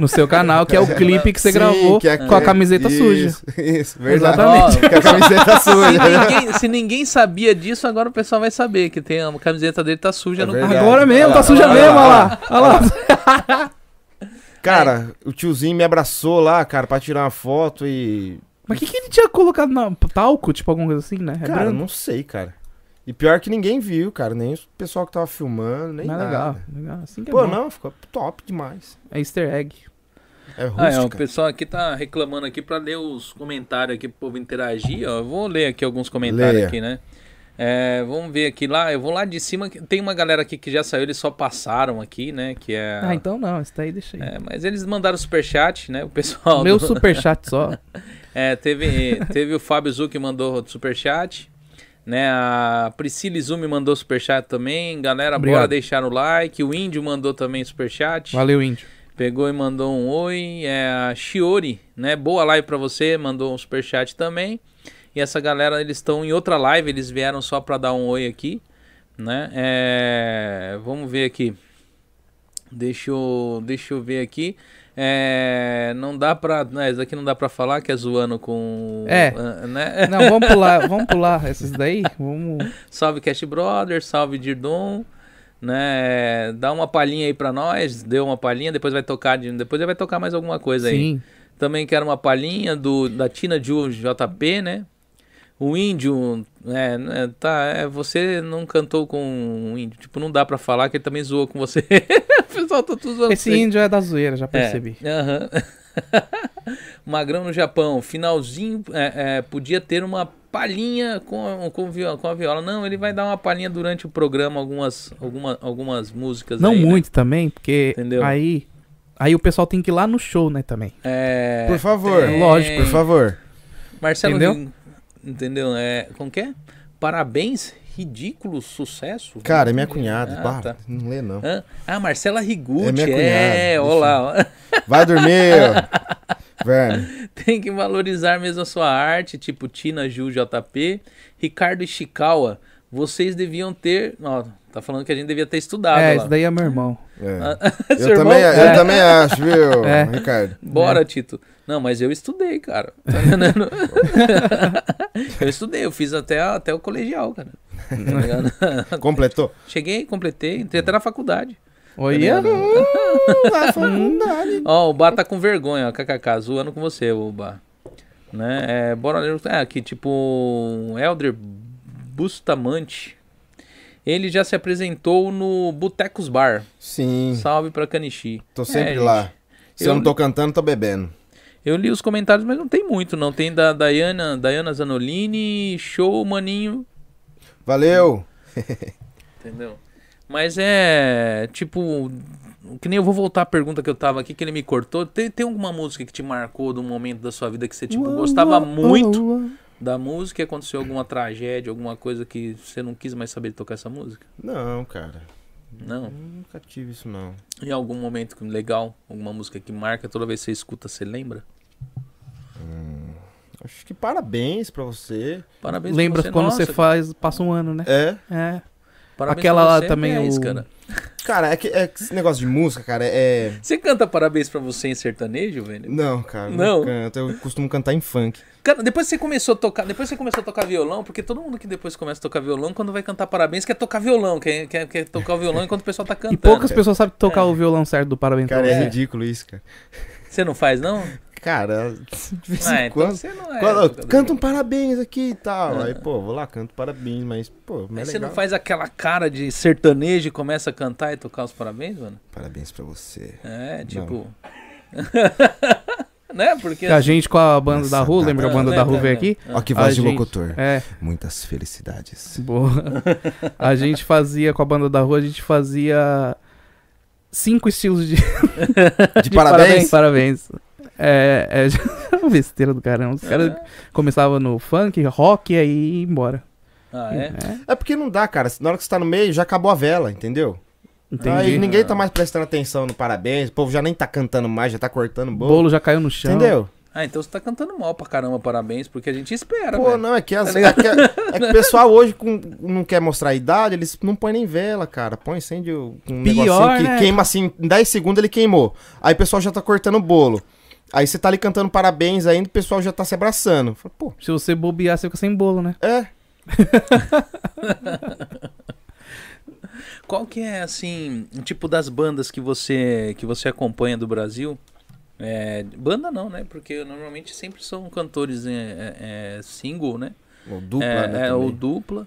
No seu canal, que é o clipe que você
Sim,
gravou
que é-
com a camiseta
isso,
suja.
Isso, verdade.
Exatamente.
Com a camiseta
Se
suja.
ninguém, se ninguém sabia disso, agora o pessoal vai saber que tem a camiseta dele tá suja
É
no
verdade.
Agora mesmo,
Olha
tá
lá,
suja
olha
mesmo, olha lá.
lá,
Olha lá.
Cara, o tiozinho me abraçou lá, cara, pra tirar uma foto e.
Mas o que, que ele tinha colocado na talco, tipo alguma coisa assim, né? É
Cara,
branco?
não sei, cara. E pior que ninguém viu, cara. Nem o pessoal que tava filmando, nem
Mas
nada.
é legal, legal. Assim que é
Ah. Pô,
bom.
não, ficou top demais.
É easter egg.
É rústico.
Ah, é, o pessoal aqui tá reclamando aqui pra ler os comentários aqui pro povo interagir, ó. Eu vou ler aqui alguns comentários
Leia.
aqui, né? É, vamos ver aqui lá, eu vou lá de cima, que- tem uma galera aqui que já saiu, eles só passaram aqui, né, que é...
Ah, então não, isso daí deixa aí.
É, mas eles mandaram superchat, né? O pessoal.
Meu
do-
superchat só.
É, teve, teve o Fábio Zu que mandou superchat. Né, a Priscila Izumi mandou superchat também. Galera,
Obrigado.
bora deixar o like. O Índio mandou também superchat.
Valeu, índio.
Pegou e mandou um oi. É, a Shiori, né? Boa live pra você. Mandou um superchat também. E essa galera, eles estão em outra live. Eles vieram só pra dar um oi aqui. Né? É, vamos ver aqui. Deixa eu, deixa eu ver aqui. É, não dá pra. Né, isso daqui não dá pra falar que é zoando com.
É.
ah, Né?
Não, vamos pular, vamos pular esses daí. Vamos.
Salve Cast Brother, salve Dirdon, né? Dá uma palhinha aí pra nós, deu uma palhinha, depois vai tocar, de- depois ele vai tocar mais alguma coisa aí. Então,
Sim.
Também quero uma palhinha do da Tina Ju JP, né? O índio, é, né, tá, é, você não cantou com o índio, tipo, não dá pra falar que ele também zoou com você. o pessoal tá tudo zoando.
Esse
você.
índio é da zoeira, já
É,
percebi.
aham. Magrão no Japão, finalzinho, é, é, podia ter uma palhinha com, com, vi- com a viola. Não, ele vai dar uma palhinha durante o programa, algumas, alguma, algumas músicas.
Não
aí, né?
muito também, porque
Entendeu?
aí. Aí o pessoal tem que ir lá no show, né, também.
É,
Por favor.
tem-
Lógico,
Por favor.
Marcelo
Entendeu?
Rin- Entendeu? É, como que é? Parabéns, ridículo sucesso.
Cara, é minha cunhada.
Ah,
Bah,
tá.
Não lê, não.
Hã? Ah, Marcela
É minha
Rigucci.
cunhada,
É,
deixa
olá.
Vai dormir, ó. Verme.
Tem que valorizar mesmo a sua arte, tipo Tina Ju JP, Ricardo Ishikawa. Vocês deviam ter. Ó, tá falando que a gente devia ter estudado.
é,
Ah, lá.
isso daí é meu irmão.
É.
Ah, Seu
Eu,
irmão?
também, eu
É.
também acho, viu,
É.
Ricardo?
Bora, Tito. Não, mas eu estudei, cara. Tá entendendo? eu estudei, eu fiz até, a- até o colegial, cara. Tá ligado?
Completou?
Cheguei, completei, entrei até na faculdade.
Olha. Hum,
Ó, o Bar tá com vergonha, ó, kkk, zoando com você, o Bar. Né? É, bora ler. o- É, aqui, tipo, um Elder Bustamante. Ele já se apresentou no Botecos Bar.
Sim.
Salve pra Canichi.
Tô sempre
É, gente.
lá. Se eu...
eu-
não tô cantando, tô bebendo.
Eu li os comentários, mas não tem muito, não. Tem da Dayana, Dayana Zanolini, show, maninho.
Valeu!
Entendeu? Mas é, tipo, que nem eu vou voltar à pergunta que eu tava aqui, que ele me cortou. Tem, tem alguma música que te marcou de um momento da sua vida que você, tipo, gostava muito? da música? Aconteceu alguma tragédia, alguma coisa que você não quis mais saber de tocar essa música?
Não, cara.
Não.
Nunca tive isso, não.
Em algum momento que- legal, alguma música que marca, toda vez que você escuta, você lembra?
Hum, Acho que parabéns pra você.
Parabéns pra
Lembra
você,
quando
nossa,
você faz, passa um ano, né?
É.
É.
Parabéns
Aquela
pra
lá
você é
também,
10,
o-
cara.
Cara, é que, é que esse negócio de música, cara, é.
Você canta parabéns pra você em sertanejo, velho?
Não, cara.
Não.
Não. Canto, eu costumo cantar em funk.
Cara, depois que você começou a tocar, depois que você começou a tocar violão, porque todo mundo que depois começa a tocar violão, quando vai cantar parabéns, quer tocar violão, quer, quer, quer tocar o violão enquanto o pessoal tá
E
cantando.
poucas pessoas sabem tocar
É.
o violão certo do Parabéns pra
Cara, é
você.
ridículo isso, cara. É.
Você não faz, não?
Cara, de vez em
Ah, então
quando.
você não é.
Quando,
jogador de
canta um parabéns aqui e tal.
Ah.
Aí, pô, vou lá, canto parabéns, mas, pô,
Aí
mas é
você
legal.
não faz aquela cara de sertanejo e começa a cantar e tocar os parabéns, mano?
Parabéns pra você.
É, tipo. né? Porque.
A gente com a banda da
Nossa,
rua,
tá.
lembra a
Ah,
banda
lembra,
da
né?
rua veio aqui?
lembra.
Ó, que
A
voz de
gente-
locutor.
É.
Muitas felicidades.
Boa. A gente fazia com a banda da rua, a gente fazia cinco estilos de,
De
de
parabéns.
Parabéns. É, é besteira do caramba. Os caras começavam no funk, rock e aí ia embora.
Ah, é?
É porque não dá, cara. Na hora que você tá no meio, já acabou a vela, entendeu?
Entendi.
Aí
É.
ninguém tá mais prestando atenção no parabéns. O povo já nem tá cantando mais, já tá cortando
O
bolo.
bolo já caiu no chão.
Entendeu?
Ah, então você tá cantando mal pra caramba, parabéns, porque a gente espera,
Pô,
velho.
não, é que,
Tá
as, é que, é que o pessoal hoje com, não quer mostrar a idade, eles não põem nem vela, cara. Põe incêndio com um
Pior,
negocinho que
né?
queima assim, em 10 segundos ele queimou. Aí o pessoal já tá cortando o bolo. Aí você tá ali cantando parabéns ainda, o pessoal já tá se abraçando. Fala, Pô,
Se você bobear, você fica sem bolo, né?
é.
Qual que é, assim, um tipo das bandas que você que você acompanha do Brasil? É, banda não, né? Porque normalmente sempre são cantores é, é, é, single, né?
Ou dupla,
é,
né?
é,
também.
ou dupla.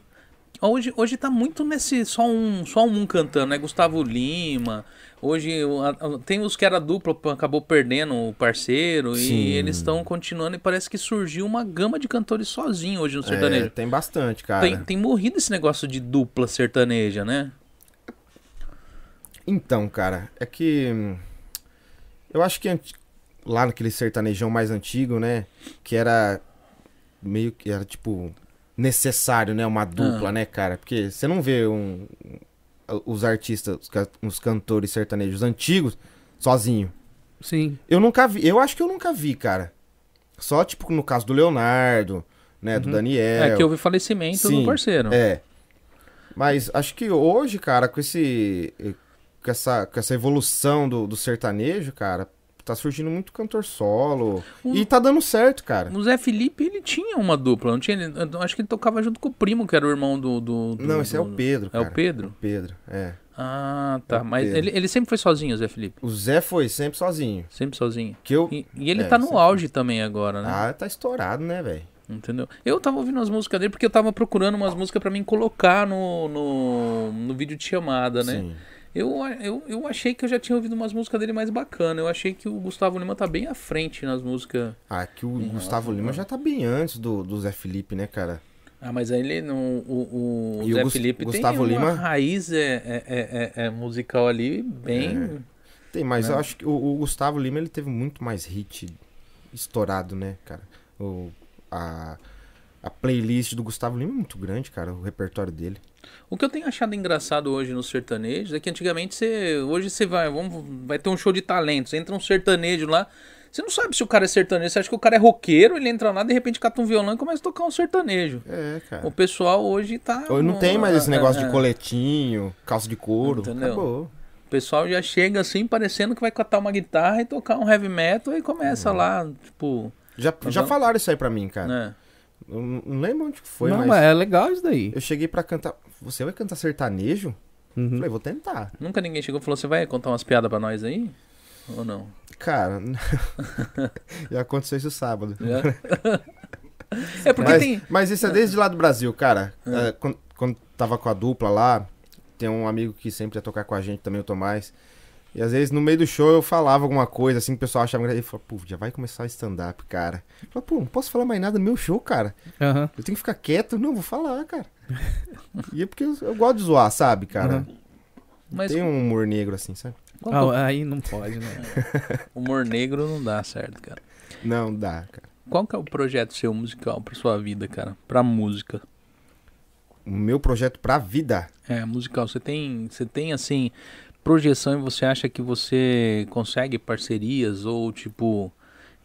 Hoje, hoje tá muito nesse só um, só um cantando, né? Gustavo Lima. Hoje o- a- a- tem os que era dupla, p- acabou perdendo o parceiro
Sim.
e eles estão continuando e parece que surgiu uma gama de cantores sozinho hoje no
É,
sertanejo.
tem bastante, cara.
tem, tem morrido esse negócio de dupla sertaneja, né?
Então, cara, é que. hum, Eu acho que anti- lá naquele sertanejão mais antigo, né? Que era meio que era tipo necessário, né? Uma dupla,
Ah.
né, cara? Porque você não vê um, os artistas, os ca- os cantores sertanejos antigos sozinho.
Sim.
Eu nunca vi, eu acho que eu nunca vi, cara. Só tipo no caso do Leonardo, né? Do Daniel.
É, que houve falecimento do
Sim,
parceiro.
É. Mas acho que hoje, cara, com esse. Com essa, com essa evolução do, do sertanejo, cara, tá surgindo muito cantor solo.
Um-
E tá dando certo, cara.
O Zé Felipe, ele tinha uma dupla, não tinha? Ele- eu acho que ele tocava junto com o primo, que era o irmão do... do- do-
Não, esse é
do-
o Pedro,
É
cara.
o Pedro?
Pedro, é.
Ah, tá.
É o
Mas
Pedro.
ele, ele sempre foi sozinho, o Zé Felipe.
O Zé foi sempre sozinho.
Sempre sozinho.
Que eu.
E, e ele
É,
tá no
sempre.
auge também agora, né?
Ah, tá estourado, né, velho?
Entendeu? Eu tava ouvindo as músicas dele porque eu tava procurando umas músicas pra mim colocar no, no, no vídeo de chamada, né?
Sim.
Eu, eu, eu achei que eu já tinha ouvido umas músicas dele mais bacana. Eu achei que o Gustavo Lima tá bem à frente nas músicas.
Ah, que o Gustavo
né?
Lima já tá bem antes do, do Zé Felipe, né, cara?
Ah, mas aí ele não. O, o
E o
Zé
Gus-
Felipe
Gustavo
tem uma
Lima?
raiz é, é- é, é, é musical ali
É.
bem.
Tem, mas
Né?
eu acho que o, o Gustavo Lima ele teve muito mais hit estourado, né, cara? O, a, a playlist do Gustavo Lima é muito grande, cara, o repertório dele.
O que eu tenho achado engraçado hoje nos sertanejos é que antigamente você. Hoje você vai. Vamos, vai ter um show de talentos. Entra um sertanejo lá. Você não sabe se o cara é sertanejo. Você acha que o cara é roqueiro, ele entra lá, de repente cata um violão e começa a tocar um sertanejo.
É,
O
cara.
pessoal hoje tá.
Ou não tem mais esse negócio
É,
de coletinho, calça de couro.
Entendeu?
Acabou.
O pessoal já chega assim, parecendo que vai catar uma guitarra e tocar um heavy metal e começa
Uhum.
lá, tipo.
Já, já
vendo?
falaram isso aí pra mim, cara.
Né?
Eu n- não lembro onde que foi,
Não,
mas.
mas é legal isso daí.
Eu cheguei pra cantar. Você vai cantar sertanejo?
Uhum.
Falei, vou tentar.
Nunca ninguém chegou e falou: Você vai contar umas piadas pra nós aí? Ou não?
Cara, já aconteceu isso sábado.
Já? é porque
mas,
tem.
mas isso é desde lá do Brasil, cara. É, quando, quando tava com a dupla lá, tem um amigo que sempre ia tocar com a gente também, o Tomás. E às vezes no meio do show eu falava alguma coisa, assim, que o pessoal achava engraçado. Ele falou, pô, já vai começar o stand-up, cara. Eu falei, pô, não posso falar mais nada no meu show, cara.
Aham.
Eu tenho que ficar quieto. Não, vou falar, cara. e é porque eu, eu gosto de zoar, sabe, cara?
Uhum. Mas
Tem um humor negro, assim, sabe?
qual que é o
Ah, aí não pode, né?
Humor negro não dá certo, cara.
Não dá, cara.
Qual que é o projeto seu musical pra sua vida, cara? Pra música.
o meu projeto pra vida.
É, musical. Você tem, você tem assim, projeção e você acha que você consegue parcerias ou, tipo,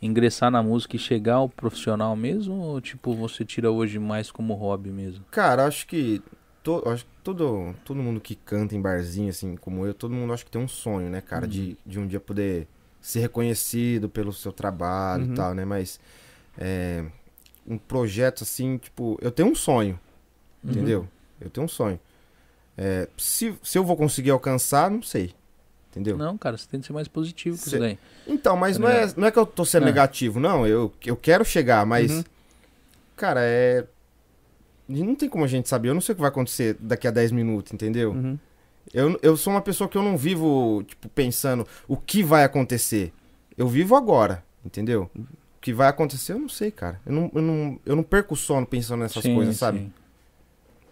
ingressar na música e chegar ao profissional mesmo? Ou, tipo, você tira hoje mais como hobby mesmo?
Cara, acho que, to, acho que todo, todo mundo que canta em barzinho, assim, como eu, todo mundo acho que tem um sonho, né, cara? De, de um dia poder ser reconhecido pelo seu trabalho e tal, né? Mas é, um projeto assim, tipo, eu tenho um sonho, entendeu? Eu tenho um sonho. É, se, se eu vou conseguir alcançar, não sei. Entendeu?
Não, cara, você tem que ser mais positivo com
Cê-
isso daí.
Então, mas não é, não é que eu tô sendo
Tá É.
negativo, não. Eu, eu quero chegar, mas.
Uhum.
Cara, é. Não tem como a gente saber. Eu não sei o que vai acontecer daqui a 10 minutos, entendeu?
Hum.
Uhum.
Eu, eu sou uma pessoa que eu não vivo, tipo, pensando o que vai acontecer. Eu vivo agora, entendeu? O que vai acontecer, eu não sei, cara. Eu não, eu não, eu não perco o sono pensando nessas
Sim,
coisas,
sim.
sabe?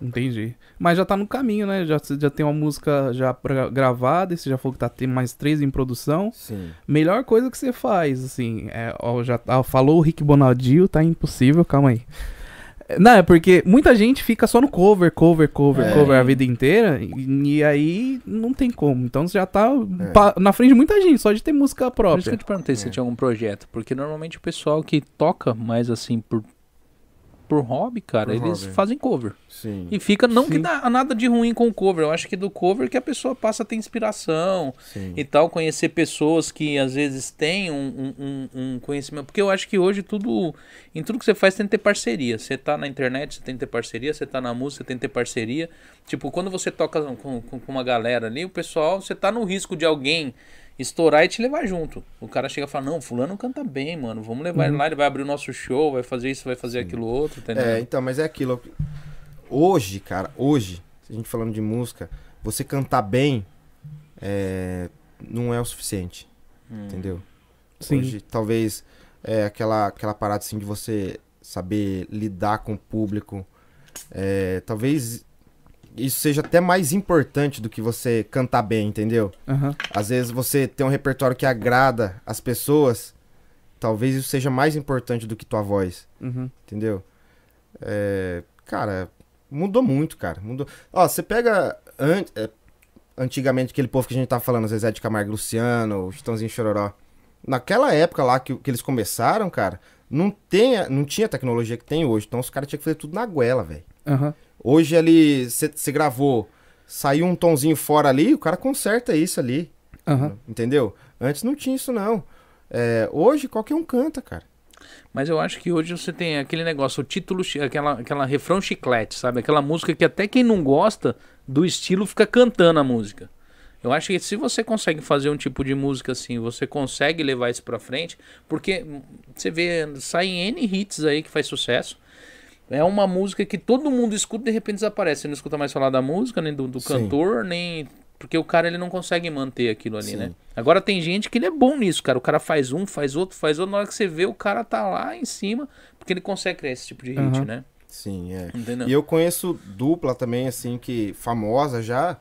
Entendi. Mas já tá no caminho, né? Já, já tem uma música já pra- gravada, e você já falou que tá tem mais três em produção.
Sim.
Melhor coisa que você faz, assim, é, ó, já ó, falou o Rick Bonaldinho, tá impossível, calma aí. É, Não, é porque muita gente fica só no cover, cover, cover,
É.
cover a vida inteira, e, e aí não tem como. Então você já tá
É.
pa- na frente de muita gente, só de ter
Por
música
isso que eu
própria.
te perguntei se você tinha algum projeto, porque normalmente o pessoal que toca mais assim por por hobby, cara,
Por
eles
hobby.
fazem cover.
Sim.
E fica não que
Sim.
dá nada de ruim com o cover, eu acho que do cover que a pessoa passa a ter inspiração,
Sim.
e tal, conhecer pessoas que às vezes têm um, um- um- um conhecimento. Porque eu acho que hoje tudo. Em tudo que você faz tem que ter parceria. Você tá na internet, você tem que ter parceria, você tá na música, você tem que ter parceria. Tipo, quando você toca com, com- com uma galera ali, o pessoal, você tá no risco de alguém estourar e te levar junto. O cara chega e fala, não, fulano canta bem, mano. Vamos levar ele lá, ele vai abrir o nosso show, vai fazer isso, vai fazer aquilo outro, entendeu?
É, então, mas é aquilo. Hoje, cara, hoje, se a gente falando de música, você cantar bem é, não é o suficiente.
Hum.
Entendeu?
Sim.
Hoje, talvez é, aquela, aquela parada assim de você saber lidar com o público. é, talvez isso seja até mais importante do que você cantar bem, entendeu?
Aham.
Às vezes você tem um repertório que agrada as pessoas, talvez isso seja mais importante do que tua voz.
uhum.
Entendeu? É, cara, mudou muito, cara. Mudou. Ó, você pega an- é, antigamente aquele povo que a gente tava falando, Zezé de Camargo e Luciano, o Chitãozinho e Chororó. Naquela época lá que, que eles começaram, cara, não, tem, a- não tinha a tecnologia que tem hoje. Então os caras tinham que fazer tudo na goela, velho.
aham.
Hoje ali, você gravou, saiu um tomzinho fora ali, o cara conserta isso ali.
aham.
Entendeu? Antes não tinha isso, não. É, hoje qualquer um canta, cara.
Mas eu acho que hoje você tem aquele negócio, o título, chi- aquela, aquela refrão chiclete, sabe? Aquela música que até quem não gosta do estilo fica cantando a música. Eu acho que se você consegue fazer um tipo de música assim, você consegue levar isso pra frente, porque hum, você vê, saem N hits aí que faz sucesso. É uma música que todo mundo escuta e de repente desaparece. Você não escuta mais falar da música, nem do, do
Sim.
cantor, nem. Porque o cara ele não consegue manter aquilo ali,
Sim.
né? Agora tem gente que ele é bom nisso, cara. O cara faz um, faz outro, faz outro. Na hora que você vê, o cara tá lá em cima, porque ele consegue criar esse tipo de hit,
Aham.
né?
Sim, é.
Entendeu?
E eu conheço dupla também, assim, que famosa já,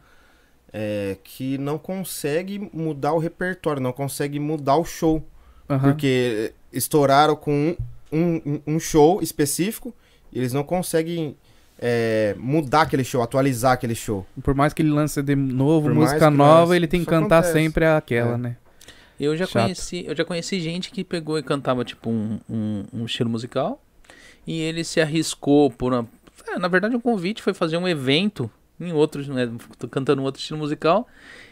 é, que não consegue mudar o repertório, não consegue mudar o show.
aham.
Porque estouraram com um, um, um show específico e eles não conseguem é, mudar aquele show, atualizar aquele show.
Por mais que ele lance de novo,
Por mais
música
que
nova,
lance,
ele tem que
isso
cantar
acontece.
sempre aquela,
É.
né?
Eu já
Chato.
conheci, eu já conheci gente que pegou e cantava tipo um, um, um estilo musical e ele se arriscou por uma, é, na verdade um convite foi fazer um evento em outros, né, cantando outro estilo musical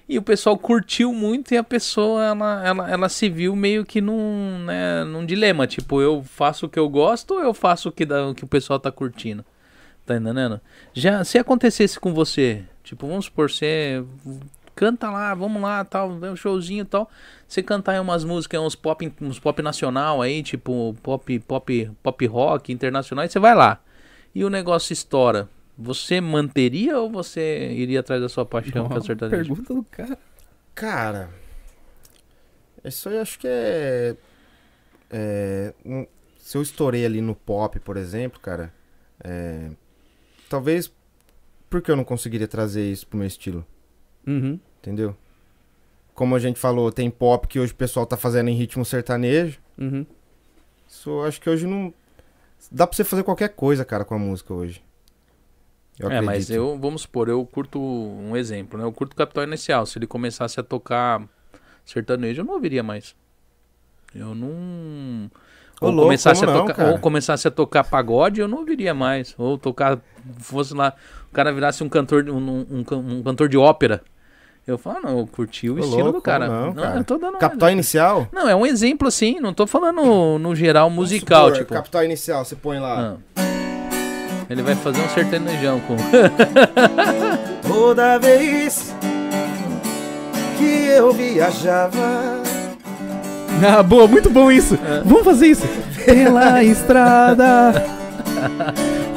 e o pessoal curtiu muito e a pessoa ela, ela, ela se viu meio que num, né, num dilema, tipo, eu faço o que eu gosto ou eu faço o que dá, o que o pessoal tá curtindo. Tá entendendo? Já se acontecesse com você, tipo, vamos supor, você canta lá, vamos lá, tal, dá um showzinho e tal. Você cantar aí umas músicas, uns pop, uns pop nacional aí, tipo pop, pop, pop rock internacional, e você vai lá. E o negócio estoura. Você manteria ou você iria atrás da sua paixão, que é o sertanejo?
Pergunta do cara.
Cara, isso aí eu acho que é. é, um- se eu estourei ali no pop, por exemplo, cara, é, talvez. Por que eu não conseguiria trazer isso pro meu estilo?
Uhum.
Entendeu? Como a gente falou, tem pop que hoje o pessoal tá fazendo em ritmo sertanejo.
Uhum.
Isso eu acho que hoje não. Dá pra você fazer qualquer coisa, cara, com a música hoje. Eu
é, mas
acredito.
eu, vamos supor, eu curto um exemplo, né? Eu curto Capital Inicial. Se ele começasse a tocar sertanejo, eu não ouviria mais. Eu não.
Ô,
Ou,
louco,
começasse a
como não,
tocar,
cara?
ou começasse a tocar pagode, eu não ouviria mais. Ou tocar, fosse lá, o cara virasse um cantor, de- um, um- um can- um cantor de ópera. Eu falo, "Ah, não, eu curti o
Ô,
estilo
louco,
do cara.
como não, cara?
eu tô dando uma-
Capital Inicial?
Não, é um exemplo assim, não tô falando no geral musical,
Vamos supor,
tipo.
Capital Inicial, você põe lá.
Ah. Ele vai fazer um sertanejão com.
Toda vez que eu viajava.
Ah, boa, muito bom isso.
É.
Vamos fazer isso. Pela estrada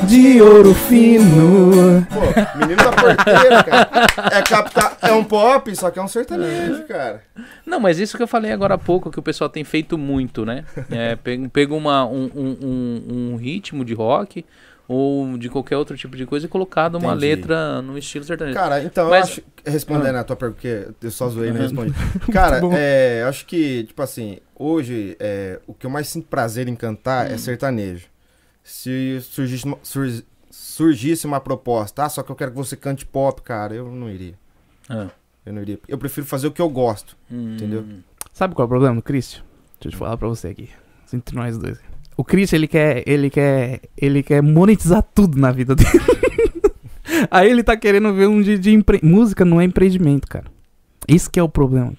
de ouro fino.
Pô, menino da porteira, cara. É, capta... é um pop, só que é um sertanejo, cara.
Não, mas isso que eu falei agora há pouco, que o pessoal tem feito muito, né? É, pega pega uma, um, um- um- um ritmo de rock ou de qualquer outro tipo de coisa e colocado uma
Entendi.
letra no estilo sertanejo.
Cara, então
Mas-
eu acho. Respondendo a tua pergunta, porque eu só zoei, não respondi. Cara,
bom.
é, eu acho que, tipo assim, hoje é, o que eu mais sinto prazer em cantar é sertanejo. Se surgisse uma, surg- surgisse uma proposta, ah, só que eu quero que você cante pop, cara, eu não iria.
Ah.
Eu não iria. Eu prefiro fazer o que eu gosto.
Hum.
entendeu?
Sabe qual é o problema do Christian? Deixa eu te falar pra você aqui. Entre nós dois. O Christian, ele quer. Ele quer. Ele quer monetizar tudo na vida dele. Aí ele tá querendo ver um dia de empre... Música não é empreendimento, cara. Isso que é o problema.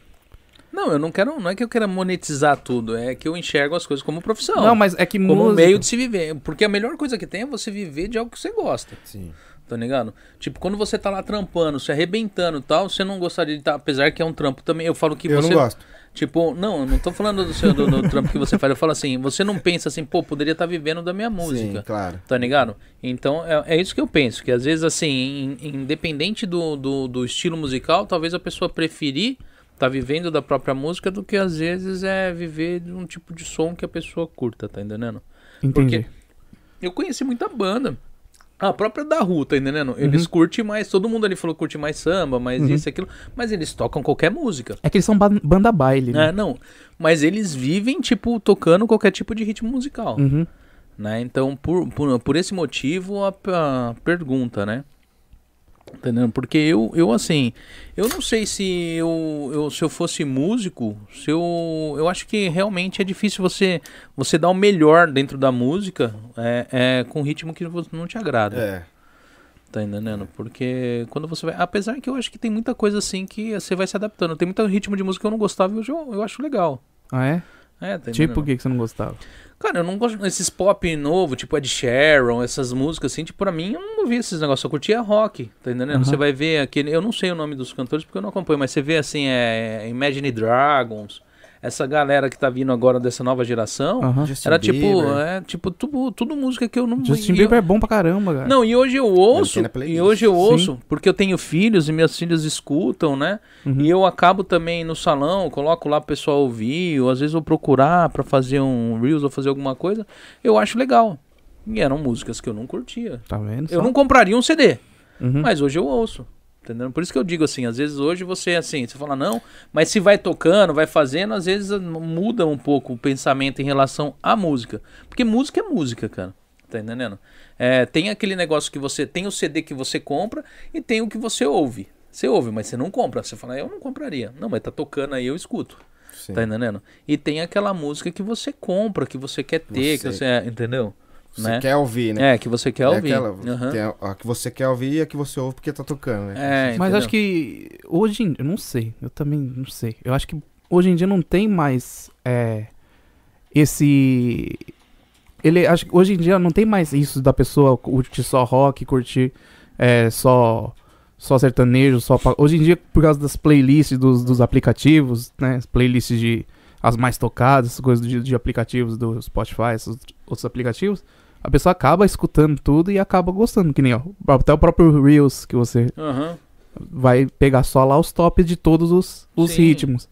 Não, eu não quero. Não é que eu queira monetizar tudo, é que eu enxergo as coisas como profissão.
Não, mas é que
como um
música-
meio de se viver. Porque a melhor coisa que tem é você viver de algo que você gosta.
Sim.
Tá ligado? Tipo, quando você tá lá trampando, se arrebentando e tal, você não gostaria de estar. apesar que é um trampo também. Eu falo que
eu
você.
não gosto.
Tipo, não, eu não tô falando do, seu, do, do trampo que você faz. Eu falo assim, você não pensa assim, pô, poderia estar vivendo da minha música.
Sim, claro.
Tá ligado? Então é, é isso que eu penso. Que às vezes, assim, in- independente do, do, do estilo musical, talvez a pessoa preferir tá vivendo da própria música do que às vezes é viver de um tipo de som que a pessoa curta, tá entendendo?
Entendi.
Eu conheci muita banda. Ah, A própria da rua, tá entendendo? Eles curtem mais, todo mundo ali falou que curte mais samba, mais isso e aquilo, mas eles tocam qualquer música.
É que eles são ba- banda baile, né?
É, não. Mas eles vivem, tipo, tocando qualquer tipo de ritmo musical.
Uhum.
Né? Então, por, por, por esse motivo, a, a pergunta, né? Entendendo? Porque eu, eu assim, eu não sei se eu, eu se eu fosse músico, se eu, eu acho que realmente é difícil você você dar o melhor dentro da música é, é, com ritmo que vo- não te agrada.
É.
Tá entendendo? Porque quando você vai. Apesar que eu acho que tem muita coisa assim que você vai se adaptando. Tem muito ritmo de música que eu não gostava e hoje eu, eu acho legal.
Ah, é?
É, tá
Tipo o
entendendo?
que que você não gostava?
Cara, eu não gosto desses pop novo, tipo Ed Sheeran, essas músicas assim, tipo, pra mim eu não ouvi esses negócios, eu curtia rock, tá entendendo?
Aham.
Você vai ver aquele. Eu não sei o nome dos cantores porque eu não acompanho, mas você vê assim, é Imagine Dragons, essa galera que tá vindo agora dessa nova geração.
Aham.
Justin
Era tipo,
Bieber.
é, tipo, tudo, tudo música que eu não e
Justin
eu-
Bieber é bom pra caramba, cara.
não, e hoje eu ouço,
tem na playlist.
e hoje eu
Sim.
ouço, porque eu tenho filhos e meus filhos escutam, né?
Uhum.
E eu acabo também no salão, coloco lá pro pessoal ouvir, ou às vezes eu procurar pra fazer um Reels ou fazer alguma coisa, eu acho legal. E eram músicas que eu não curtia.
Tá vendo?
Eu
só?
não compraria um CD,
Uhum.
mas hoje eu ouço. Entendeu? Por isso que eu digo assim, às vezes hoje você assim, você fala não, mas se vai tocando, vai fazendo, às vezes ah, muda um pouco o pensamento em relação à música. Porque música é música, cara. Tá entendendo? É, tem aquele negócio que você. Tem o CD que você compra e tem o que você ouve. Você ouve, mas você não compra. Você fala, eu não compraria. Não, mas tá tocando aí, eu escuto.
Sim.
Tá entendendo? E tem aquela música que você compra, que você quer ter, que
Você-
você. é, entendeu?
Você
né?
quer ouvir, né?
É, que você quer ouvir.
aquela-
Aham.
tem a, a que você quer ouvir e a que você ouve porque tá tocando, né?
É,
Mas
entendeu?
acho que hoje em eu não sei, eu também não sei. Eu acho que hoje em dia não tem mais é, esse ele acho que hoje em dia não tem mais isso da pessoa curtir só rock, curtir é, só só sertanejo, só pa- hoje em dia por causa das playlists dos, dos aplicativos, né, as playlists de as mais tocadas, essas coisas de, de aplicativos do Spotify, esses outros aplicativos, a pessoa acaba escutando tudo e acaba gostando, que nem ó, até o próprio Reels que você
Aham.
vai pegar só lá os tops de todos os, os
Sim.
ritmos.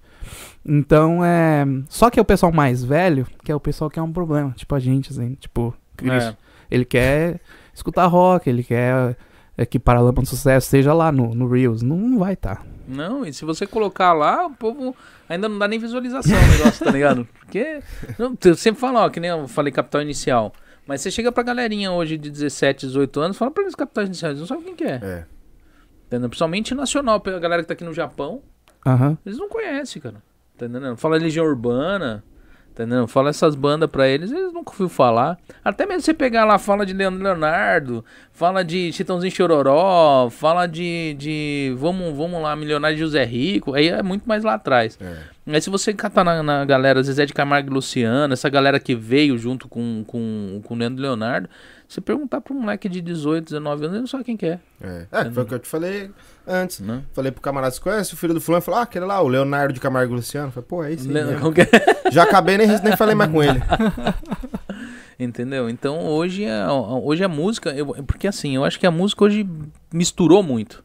Então é. Só que é o pessoal mais velho, que é o pessoal que é um problema. Tipo a gente, assim. Tipo, Chris,
É.
ele quer escutar rock, ele quer é, que Paralama do Sucesso seja lá no, no Reels. Não, não vai tá.
Não, e se você colocar lá, o povo ainda não dá nem visualização o negócio, tá ligado? Porque. Não, eu sempre falo, ó, que nem eu falei capital inicial. Mas você chega pra galerinha hoje de 17, 18 anos, fala pra eles capitais iniciais, não sabe quem que é.
É.
Entendeu? Principalmente nacional, a galera que tá aqui no Japão,
Aham.
eles não conhecem, cara. Tá entendendo? Fala Legião Urbana, tá entendendo? Fala essas bandas pra eles, eles nunca ouviram falar. Até mesmo você pegar lá, fala de Leandro Leonardo, fala de Chitãozinho Chororó, fala de, de vamos, vamos lá, Milionário José Rico, aí é muito mais lá atrás. Aí se você catar na, na galera Zezé de Camargo e Luciano, essa galera que veio junto com, com, com o Leandro Leonardo, você perguntar pra um moleque de 18, 19 anos, ele não sabe quem que é,
É, É, foi o que eu te falei antes.
né?
Falei pro camarada, você conhece o filho do fulano? Falou, ah, aquele lá, o Leonardo de Camargo Luciano. Falei, pô, é isso aí.
Le-
mesmo.
como que é?
Já acabei, nem, nem falei mais com ele.
Entendeu? Então hoje a, hoje a música, eu- porque assim, eu acho que a música hoje misturou muito.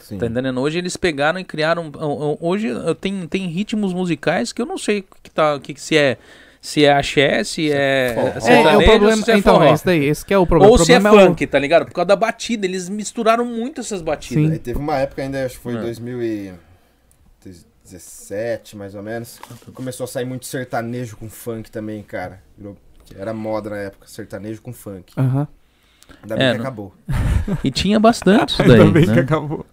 Sim.
Tá entendendo? Hoje eles pegaram e criaram. o- o- Hoje eu- tem, tem ritmos musicais que eu não sei o que tá, o que, que se é. Se é axé, se é.
forró.
sertanejo,
É, é o
se
problema.
é
então,
forró.
é isso daí. Esse que é o problema.
Ou
o
se é
problema o-
funk, tá ligado? Por causa da batida, eles misturaram muito essas batidas.
Sim.
Aí teve uma época ainda, acho que foi
É.
2017, mais ou menos. que Começou a sair muito sertanejo com funk também, cara. Virou- Era moda na época, sertanejo com funk.
Aham.
Ainda bem
É,
que
não-
acabou.
E tinha bastante isso daí. né?
acabou.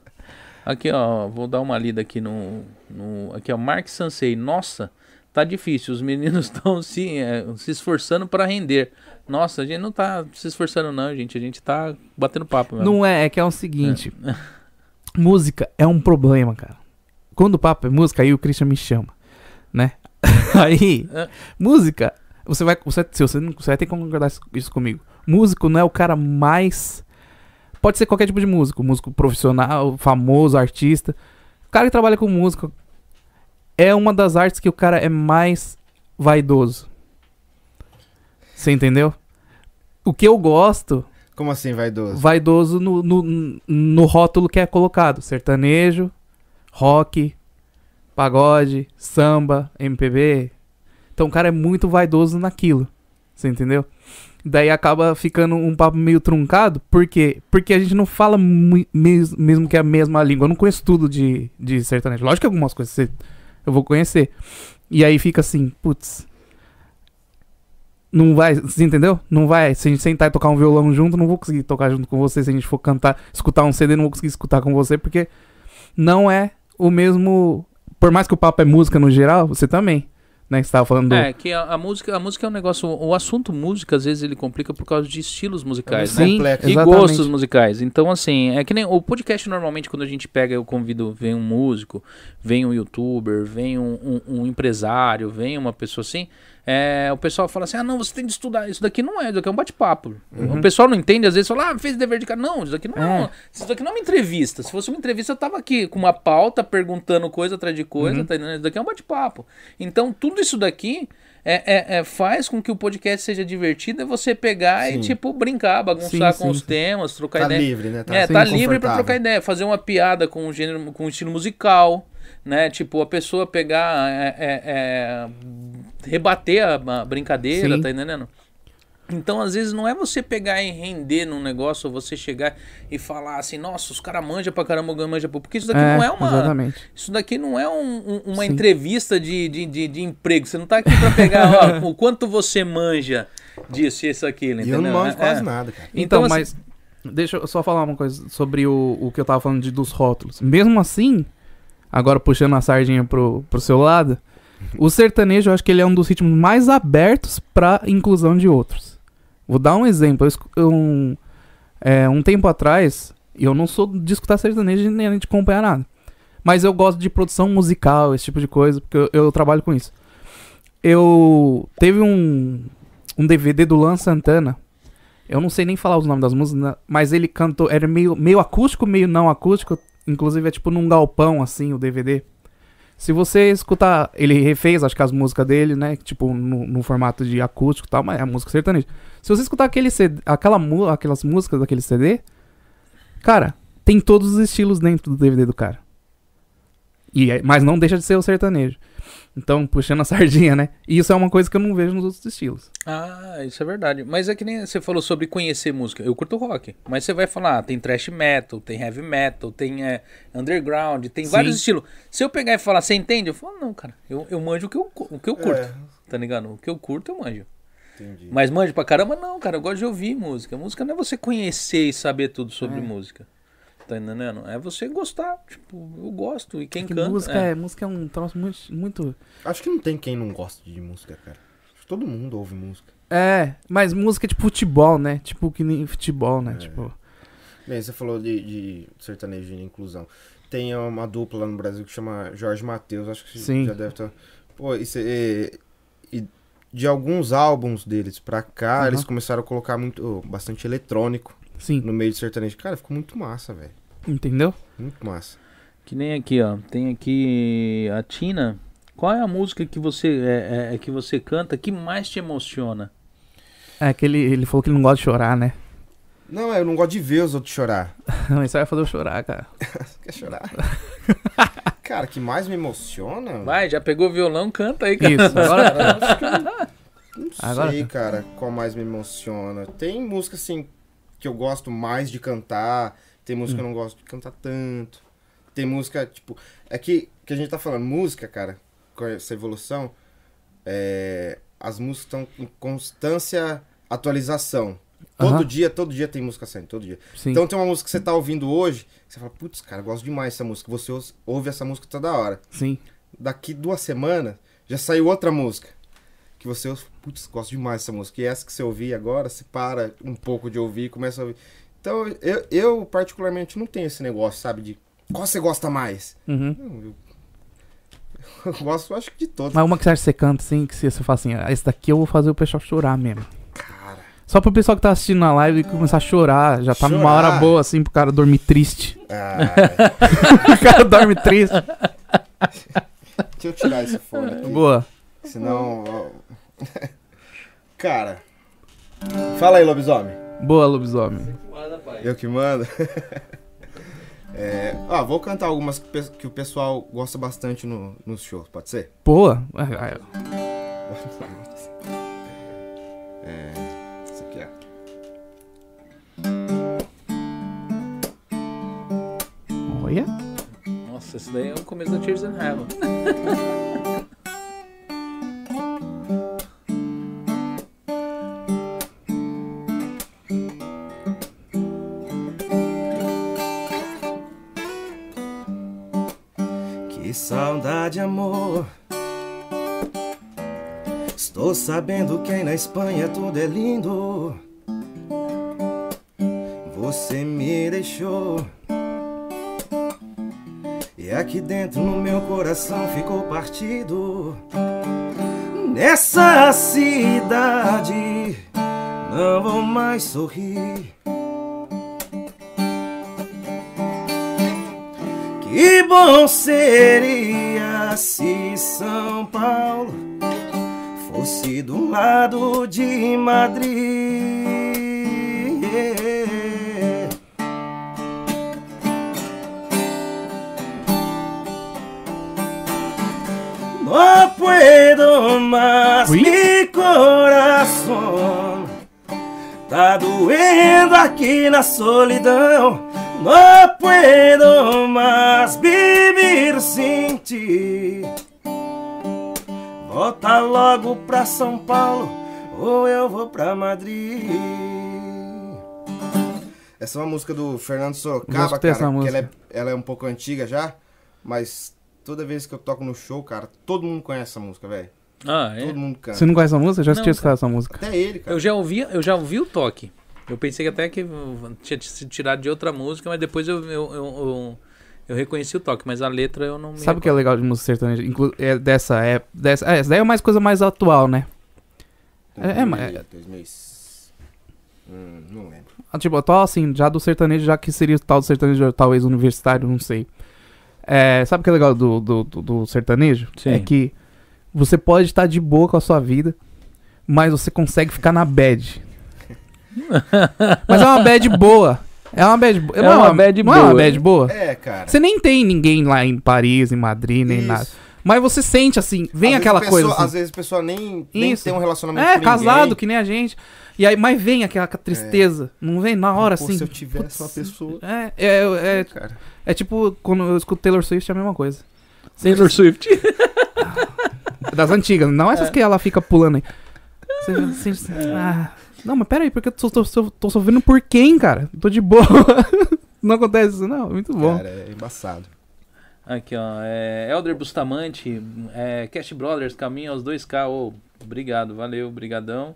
Aqui, ó, vou dar uma lida aqui no. no aqui, ó, Mark Sansei. Nossa, tá difícil. Os meninos estão se, é, se esforçando pra render. Nossa, a gente não tá se esforçando, não, gente. A gente tá batendo papo mesmo.
Não é, é que é o seguinte. Música é um problema, cara. Quando o papo é música, aí o Christian me chama, né? aí,
É.
música, você vai, você, se você, não- você vai ter que concordar isso- isso comigo. Músico não é o cara mais... Pode ser qualquer tipo de músico, músico profissional, famoso, artista. O cara que trabalha com música é uma das artes que o cara é mais vaidoso. Você entendeu? O que eu gosto
Como assim, vaidoso?
vaidoso no, no, no rótulo que é colocado. Sertanejo, rock, pagode, samba, MPB. Então o cara é muito vaidoso naquilo. Você entendeu? Daí acaba ficando um papo meio truncado. Por quê? Porque a gente não fala mui- mes- mesmo que é a mesma língua. Eu não conheço tudo de, de sertanejo. Lógico que algumas coisas você- eu vou conhecer. E aí fica assim, putz. Não vai, você entendeu? Não vai. Se a gente sentar e tocar um violão junto, não vou conseguir tocar junto com você. Se a gente for cantar, escutar um CD, não vou conseguir escutar com você, porque não é o mesmo. Por mais que o papo é música no geral, você também. Né? Você tava falando do.
É, que a, a música, a música é um negócio. O assunto música, às vezes, ele complica por causa de estilos musicais, né?
Sim,
complexo.
E
exatamente.
gostos musicais. Então, assim, é que nem o podcast normalmente, quando a gente pega, eu convido, vem um músico, vem um youtuber, vem um, um- um empresário, vem uma pessoa assim. é, o pessoal fala assim: ah, não, você tem de estudar. Isso daqui não é, isso daqui é um bate-papo. O pessoal não entende, às vezes fala, ah, fez dever de casa. Não, isso daqui não é.
Uhum. É.
uma- isso daqui não é uma entrevista. Se fosse uma entrevista, eu tava aqui com uma pauta, perguntando coisa atrás de
Uhum.
coisa, tá entendendo? Isso daqui é um bate-papo. Então, tudo isso daqui. é- é- é, faz com que o podcast seja divertido, é você pegar e,
Sim.
tipo, brincar, bagunçar
Sim,
com
sim,
os
sim.
temas, trocar
Tá
ideia.
livre, né? Tá,
é,
assim,
tá livre pra
confortável.
trocar ideia, fazer uma piada com o gênero, com o estilo musical, né? Tipo, a pessoa pegar, é, é, é, rebater a, a brincadeira,
Sim.
tá entendendo? Então, às vezes, não é você pegar e render num negócio, ou você chegar e falar assim, nossa, os caras manjam pra caramba, alguém manja pouco. Porque isso daqui não é uma.
Exatamente.
Isso daqui não é um- um- uma
Sim.
entrevista de, de, de, de emprego. Você não tá aqui pra pegar ó, o quanto você manja disso e isso aqui,
E eu
entendeu?
não manjo
É,
quase
é.
nada, cara.
Então,
Então, assim-
mas. Deixa eu só falar uma coisa sobre o, o que eu tava falando de, dos rótulos. Mesmo assim, agora puxando a sardinha pro, pro seu lado, o sertanejo eu acho que ele é um dos ritmos mais abertos pra inclusão de outros. Vou dar um exemplo. Eu, escu- eu, um, é, um tempo atrás, e eu não sou de escutar sertanejo nem de acompanhar nada. Mas eu gosto de produção musical, esse tipo de coisa, porque eu, eu trabalho com isso. Eu. Teve um, um DVD do Lan Santana. Eu não sei nem falar os nomes das músicas, né? mas ele cantou. Era meio, meio acústico, meio não acústico. Inclusive é tipo num galpão, assim, o DVD. Se você escutar. Ele refez, acho que as músicas dele, né? Tipo, no, no formato de acústico e tal, mas é música sertaneja. Se você escutar aquele CD, aquela, mu- aquelas músicas daquele CD. Cara, tem todos os estilos dentro do DVD do cara. E é- mas não deixa de ser o sertanejo. Então, puxando a sardinha, né? E isso é uma coisa que eu não vejo nos outros estilos.
Ah, isso é verdade. Mas é que nem você falou sobre conhecer música. Eu curto rock, mas você vai falar, ah, tem thrash metal, tem heavy metal, tem é, underground, tem
Sim.
vários estilos. Se eu pegar e falar,
É.
você entende? Eu falo, não, cara, eu, eu manjo o que eu, cu- o que eu curto, tá ligado? O que eu curto eu manjo.
Entendi.
Mas mande pra caramba, não, cara. Eu gosto de ouvir música. Música não é você conhecer e saber tudo
É.
sobre música. Tá entendendo? É você gostar. Tipo, eu gosto. E quem
Que
canta.
música, é. música é um troço muito, muito.
Acho que não tem quem não gosta de música, cara. Acho que todo mundo ouve música.
É, mas música é tipo futebol, né? Tipo que nem futebol, né?
É.
Tipo.
Bem, você falou de, de sertanejo e inclusão. Tem uma dupla lá no Brasil que chama Jorge Matheus, acho que
Sim.
já deve estar. Pô, e, cê- e- e de alguns álbuns deles pra cá,
Uhum.
eles começaram a colocar muito, bastante eletrônico
Sim,
no meio de sertanejo. Cara, ficou muito massa, velho.
entendeu?
Muito massa.
Que nem aqui, ó. Tem aqui a Tina. Qual é a música que você é, é- é que você canta que mais te emociona?
É que ele, ele falou que ele não gosta de chorar, né?
Não, eu não gosto de ver os outros chorar.
Não, isso aí vai fazer eu chorar, cara.
Quer chorar? cara, que mais me emociona?
Vai, já pegou o violão, canta aí, cara.
Isso, agora.
Cara, eu acho que eu não
Agora-
sei, cara, qual mais me emociona. Tem música, assim, que eu gosto mais de cantar. Tem música
Hum.
que eu não gosto de cantar tanto. Tem música, tipo. É que, que a gente tá falando, música, cara, com essa evolução, é, as músicas estão em constância atualização. Todo
Aham.
dia, todo dia tem música saindo, todo dia.
Sim.
Então tem uma música que você tá ouvindo hoje, que você fala, putz, cara, eu gosto demais dessa música. Você ouve- ouve essa música toda hora
Sim.
daqui duas semanas já saiu outra música. Que você, putz, gosto demais dessa música. E essa que você ouvir agora, você para um pouco de ouvir e começa a ouvir. Então, eu, eu particularmente não tenho esse negócio, sabe? De qual você gosta mais?
Uhum.
Não, eu, eu gosto, acho que de todos.
Mas uma que você acha que você canta, assim, que você, você fala assim, "Ah, esse daqui eu vou fazer o pessoal chorar mesmo.
Cara,
Só pro pessoal que tá assistindo na live começar a chorar. Já tá numa
Chorar.
hora boa, assim, pro cara dormir triste.
ah,
o cara dorme triste.
deixa eu tirar esse fone aqui.
Boa.
Senão. ó. Cara. Fala aí, lobisomem.
Boa, lobisomem.
Manda, pai.
Eu que mando. É, ah, vou cantar algumas que, pe- que o pessoal gosta bastante no, nos shows, pode ser?
Boa. Ah, ah,
É, isso aqui é.
Olha.
Nossa, isso daí é o começo da Tears in Heaven.
Que saudade, amor. Estou sabendo que aí na Espanha tudo é lindo. Você me deixou. E aqui dentro no meu coração ficou partido. Nessa cidade não vou mais sorrir. Que bom seria se São Paulo fosse do lado de Madrid. No puedo más,
Ui.
mi corazón Tá doendo aqui na solidão. Não puedo mais viver sem ti. Volta logo pra São Paulo ou eu vou pra Madrid. Essa é uma música do Fernando
Eu
Sorocaba,
escutei
cara.
essa
que ela
música.
é, ela é um pouco antiga já, mas toda vez que eu toco no show, cara, todo mundo conhece essa música, velho.
Ah, é.
Todo mundo canta.
Você não conhece essa música? Eu já
Não,
assisti escutar essa música.
Até ele, cara.
Eu já ouvi, eu já ouvi o toque. Eu pensei que até que uh, tinha se tirado de outra música, mas depois eu, eu, eu, eu- eu reconheci o toque, mas a letra eu não me
Sabe o que é legal de música sertaneja? Inclu é dessa é Dessa, é, essa daí é mais coisa mais atual, né? É, é, mas-
2000 Hum, não lembro.
Ah, Tipo, atual assim, já do sertanejo, já que seria o tal do sertanejo, talvez universitário, não sei. É, sabe o que é legal do, do, do- do sertanejo?
Sim.
É que você pode estar de boa com a sua vida, mas você consegue ficar na bad. mas é uma bad boa. É uma bad boa.
É
não
uma bad
não é uma
boa.
bad boa.
É, cara.
Você nem tem ninguém lá em Paris, em Madrid, nem
Isso.
nada. Mas você sente assim, vem
Às vezes
aquela
a pessoa-
coisa. assim.
Às vezes a pessoa nem, nem
Isso.
tem um relacionamento
É,
com
casado,
ninguém.
que nem a gente. E aí, mas vem aquela tristeza. Não vem na hora,
Pô,
assim.
Se eu tivesse uma pessoa.
É, é, é,
Cara.
é tipo, quando eu escuto Taylor Swift é a mesma coisa.
Taylor Swift.
Das antigas, não essas que ela fica pulando aí. Você- você- você- ah. Não, mas peraí, porque eu tô, tô, tô, tô sofrendo por quem, cara? Tô de boa. Não acontece isso, não. Muito bom.
Cara, é embaçado.
Aqui, ó. É, Elder Bustamante, é, Cash Brothers, caminho aos 2K. Ô, obrigado, valeu, brigadão.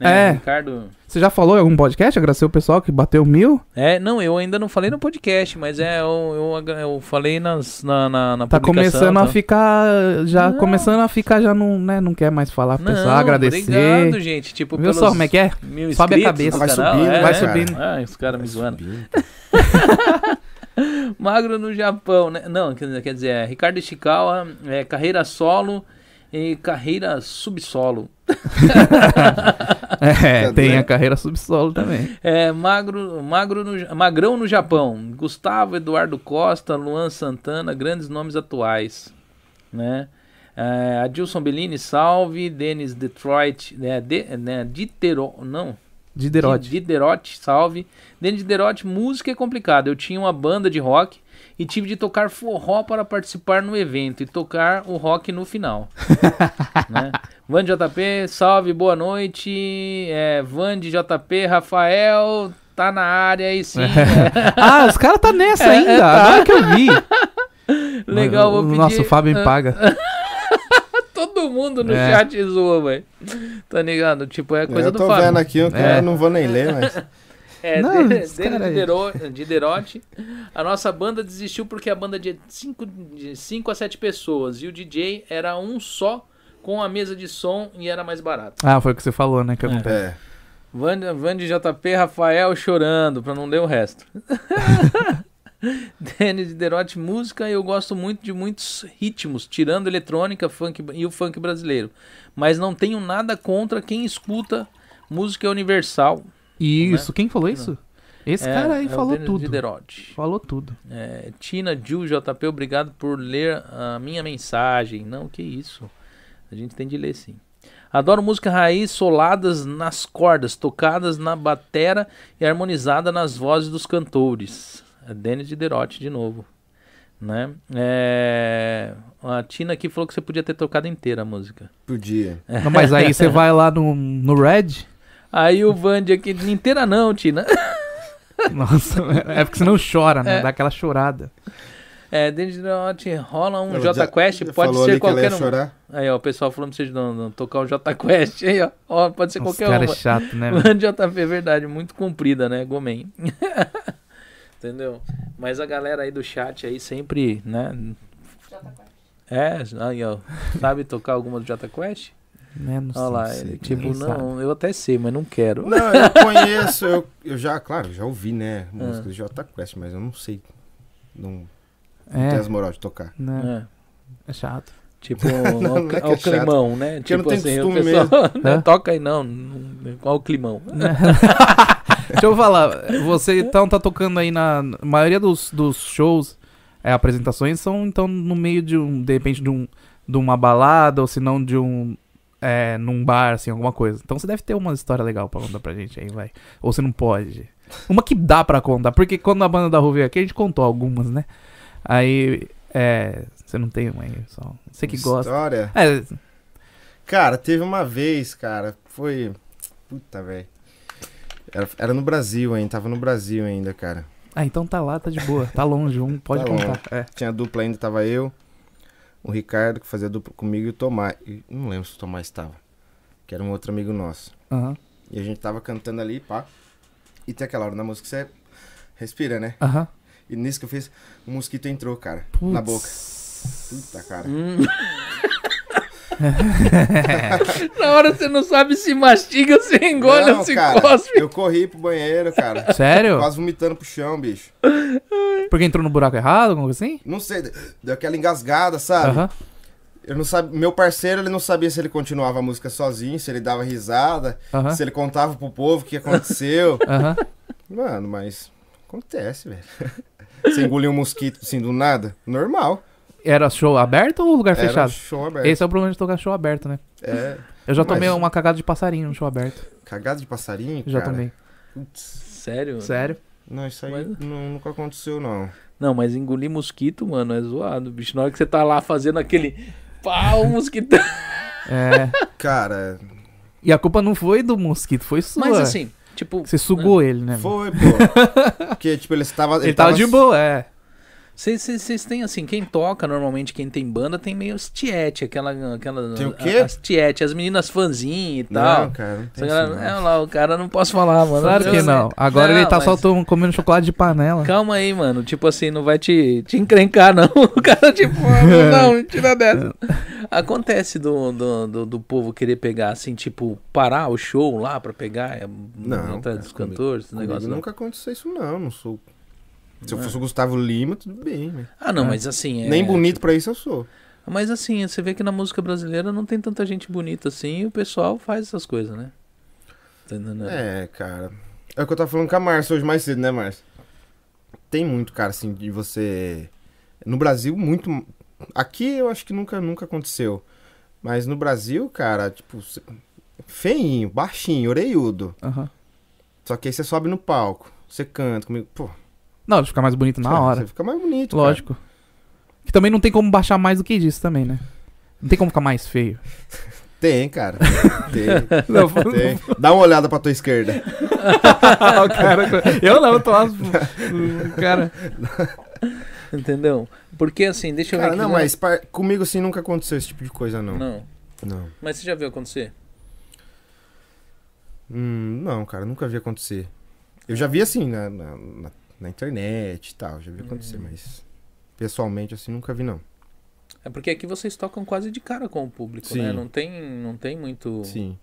Né,
É.
Ricardo.
Você já falou em algum podcast? Agradeceu o pessoal que bateu mil?
É, não, eu ainda não falei no podcast, mas é, eu, eu, eu falei nas, na, na, na
Tá
publicação,
começando a
tá?
ficar. Já
Não.
começando a ficar, já não, né, não quer mais falar pro
Não,
pessoal, agradecer.
Obrigado, gente. Tipo,
Viu só como é que é?
Mil
Sobe a
inscritos
cabeça.
no
Vai
canal,
subindo,
é,
vai
né?
subindo.
Ah, os caras me zoando.
Subindo.
Magro no Japão, né? Não, quer quer dizer, é Ricardo Ishikawa, é, carreira solo e carreira subsolo.
É,
Cadê?
tem a carreira subsolo também.
É, magro, magro no, Ja- magrão no Japão. Gustavo Eduardo Costa, Luan Santana, grandes nomes atuais, né? É, Adilson Bellini, salve. Denis Detroit, né? De, né? Ditero, não,
Diderot.
De Diderot, salve. Dentro de Diderot, música é complicada. Eu tinha uma banda de rock e tive de tocar forró para participar no evento e tocar o rock no final. né? Van de JP, salve, boa noite. É, Van de JP, Rafael, tá na área aí sim. É,
Ah, os caras tá nessa ainda. Agora que eu vi.
Legal, vou pedir.
Nossa, o Fábio
Ah,
paga.
Todo mundo no
É.
chat zoa, velho. Tá ligado? Tipo, é coisa
eu
do
tô
Fábio.
vendo aqui, eu
É.
cara não vou nem ler, mas.
É,
Não,
de-
os
Denis
cara aí.
Didero- Diderotti. A nossa banda desistiu porque a banda de 5 de cinco a 7 pessoas e o DJ era um só com a mesa de som e era mais barato.
Ah, foi o que você falou, né? Que acontece.
É.
Van, Van de JP, Rafael chorando, pra não ler o resto. Denis Diderotti, música, eu gosto muito de muitos ritmos, tirando eletrônica funk, e o funk brasileiro. Mas não tenho nada contra quem escuta música universal.
Isso, quem falou isso? Esse
É,
cara aí
é o
falou
Denis
tudo.
Diderotti.
Falou tudo.
É, Tina Ju JP, obrigado por ler a minha mensagem. Não, que isso. A gente tem de ler sim. Adoro música raiz soladas nas cordas, tocadas na batera e harmonizada nas vozes dos cantores. É Denis Diderot de novo. Né? É, A Tina aqui falou que você podia ter tocado inteira a música.
Podia.
É.
Não, mas aí você vai lá no, no Red.
Aí o Vandy aqui, inteira não, Tina.
Nossa, é porque você não chora, né? Dá aquela chorada.
É, Denis Diderot rola um
Ela
J
já-
Quest,
já
pode
falou
ser
ali que é ela
qualquer
ia
um.
chorar.
Aí, ó, o pessoal falando pra vocês não, não tocar o J Quest. Aí, ó, ó pode ser
Os
qualquer um.
caras é chato, né? velho?
Mano, JP, é verdade, muito comprida, né? Gomen. Entendeu? Mas a galera aí do chat aí sempre, né? É, aí, ó, sabe tocar alguma do J Quest?
Né, não sei,
Olha lá,
não sei,
ele, tipo,
é
ninguém sabe.
não, eu até sei, mas não quero.
Não, eu conheço, eu, eu já, claro, já ouvi, né?
Ah.
Música do Jota Quest, mas eu não sei. Não, não tenho as
É,
moral de tocar.
né?
É,
É chato.
Tipo, ao,
não é que é
ao
chato.
climão, né?
Porque eu não
Tipo assim,
tenho
o
costume
pessoal, né,
Hã?
toca aí não, não- ao climão.
Deixa eu falar, você então tá tocando aí na. na maioria dos, dos shows, é, apresentações são então no meio de um. De repente de um. De uma balada, ou se não de um. É, num bar, assim, alguma coisa. Então você deve ter uma história legal pra contar pra gente aí, vai. Ou você não pode. Uma que dá pra contar, porque quando a banda da Rua veio aqui, a gente contou algumas, né? Aí. É. Você não tem uma aí, só. Você que gosta.
História.
É,
Cara, teve uma vez, cara, foi. Puta, velho. Era, era no Brasil ainda, tava no Brasil ainda, cara.
ah, então tá lá, tá de boa. Tá longe, um pode
Tá longe.
contar. É.
Tinha dupla ainda, tava eu, o Ricardo, que fazia dupla comigo, e o Tomás. E Não lembro se o Tomás estava, que era um outro amigo nosso.
Aham.
E a gente tava cantando ali, pá. E tem aquela hora na música que você respira, né?
Aham.
E nisso que eu fiz, o mosquito entrou, cara, na boca.
Putz.
Puta, cara.
Hum. Na hora você não sabe se mastiga, se engole ou
Não,
se
cara,
cospe.
Eu corri pro banheiro, cara.
Sério?
Quase vomitando pro chão, bicho.
Porque entrou no buraco errado, alguma coisa assim?
Não sei, deu aquela engasgada, sabe?
Aham.
Eu não sabia, meu parceiro, ele não sabia se ele continuava a música sozinho, se ele dava risada,
Aham.
se ele contava pro povo o que aconteceu.
Aham.
Mano, mas acontece, velho. Você engoliu um mosquito assim do nada? Normal.
Era show aberto ou lugar
Era um
fechado?
show aberto.
Esse é o problema de tocar show aberto, né?
É,
Eu já
Mas-
tomei uma cagada de passarinho no show aberto.
cagada de passarinho,
Já
cara.
tomei.
Putz,
Sério?
Sério?
não, isso aí
Mas-
não- nunca aconteceu, não.
Não, mas engolir mosquito, mano, é zoado, bicho. Na hora que você tá lá fazendo aquele pau, mosquito.
É.
Cara,
E a culpa não foi do mosquito, foi sua.
Mas assim, tipo,
Você sugou ele, né? mano?
Foi, pô. Porque, tipo, ele estava.
Ele tava de boa, é.
vocês- vocês vocês têm assim, quem toca normalmente, quem tem banda, tem meio as tiete, aquela. aquela
Tem o
a-
quê?
As tiete, as meninas fãzinhas e tal.
Não, cara, não tem
Essa galera-
isso, não.
é, olha lá, o cara não posso falar, mano.
Claro
Eu
que
sei.
não. Agora ele tá
mas-
só tom- comendo chocolate de panela.
Calma aí, mano. Tipo assim, não vai te, te encrencar, não. O cara, tipo, ah, não, tira dessa. Acontece do, do, do, do povo querer pegar, assim, tipo, parar o show lá pra pegar é,
Não,
atrás
cara,
dos cantores, esse
Comigo
um negócio. né? não.
nunca aconteceu isso, não. Não sou. Se eu fosse o Gustavo Lima, tudo bem, né?
Ah, não, mas assim. é-
Nem bonito pra isso eu sou.
Mas assim, você vê que na música brasileira não tem tanta gente bonita assim e o pessoal faz essas coisas, né? Tá entendendo?
É, cara. É o que eu tava falando com a Márcia hoje mais cedo, né, Márcia? Tem muito, cara, assim, de você. No Brasil, muito. Aqui eu acho que nunca, nunca aconteceu. Mas no Brasil, cara, tipo. cê- Feinho, baixinho, orelhudo.
Aham.
Só que aí você sobe no palco, você canta comigo. Pô,
Não, ele fica mais bonito na
cara,
hora.
Você fica mais bonito. cara.
Lógico. Que também não tem como baixar mais do que isso também, né? Não tem como ficar mais feio.
Tem, cara. Tem,
Não,
tem. Dá uma olhada pra tua esquerda.
o cara, eu não, eu tô lá. o Cara.
Entendeu? Porque assim, deixa eu
Cara,
ver. aqui,
não,
né?
mas par- comigo assim nunca aconteceu esse tipo de coisa, não.
Não.
Não.
Mas você já viu acontecer?
Hum, não, cara, nunca vi acontecer. Eu já vi assim na, na, na- na internet e tal, já vi acontecer, mas pessoalmente assim nunca vi, não.
É porque aqui vocês tocam quase de cara com o público,
Sim.
né? Não tem, não tem muito.
Sim.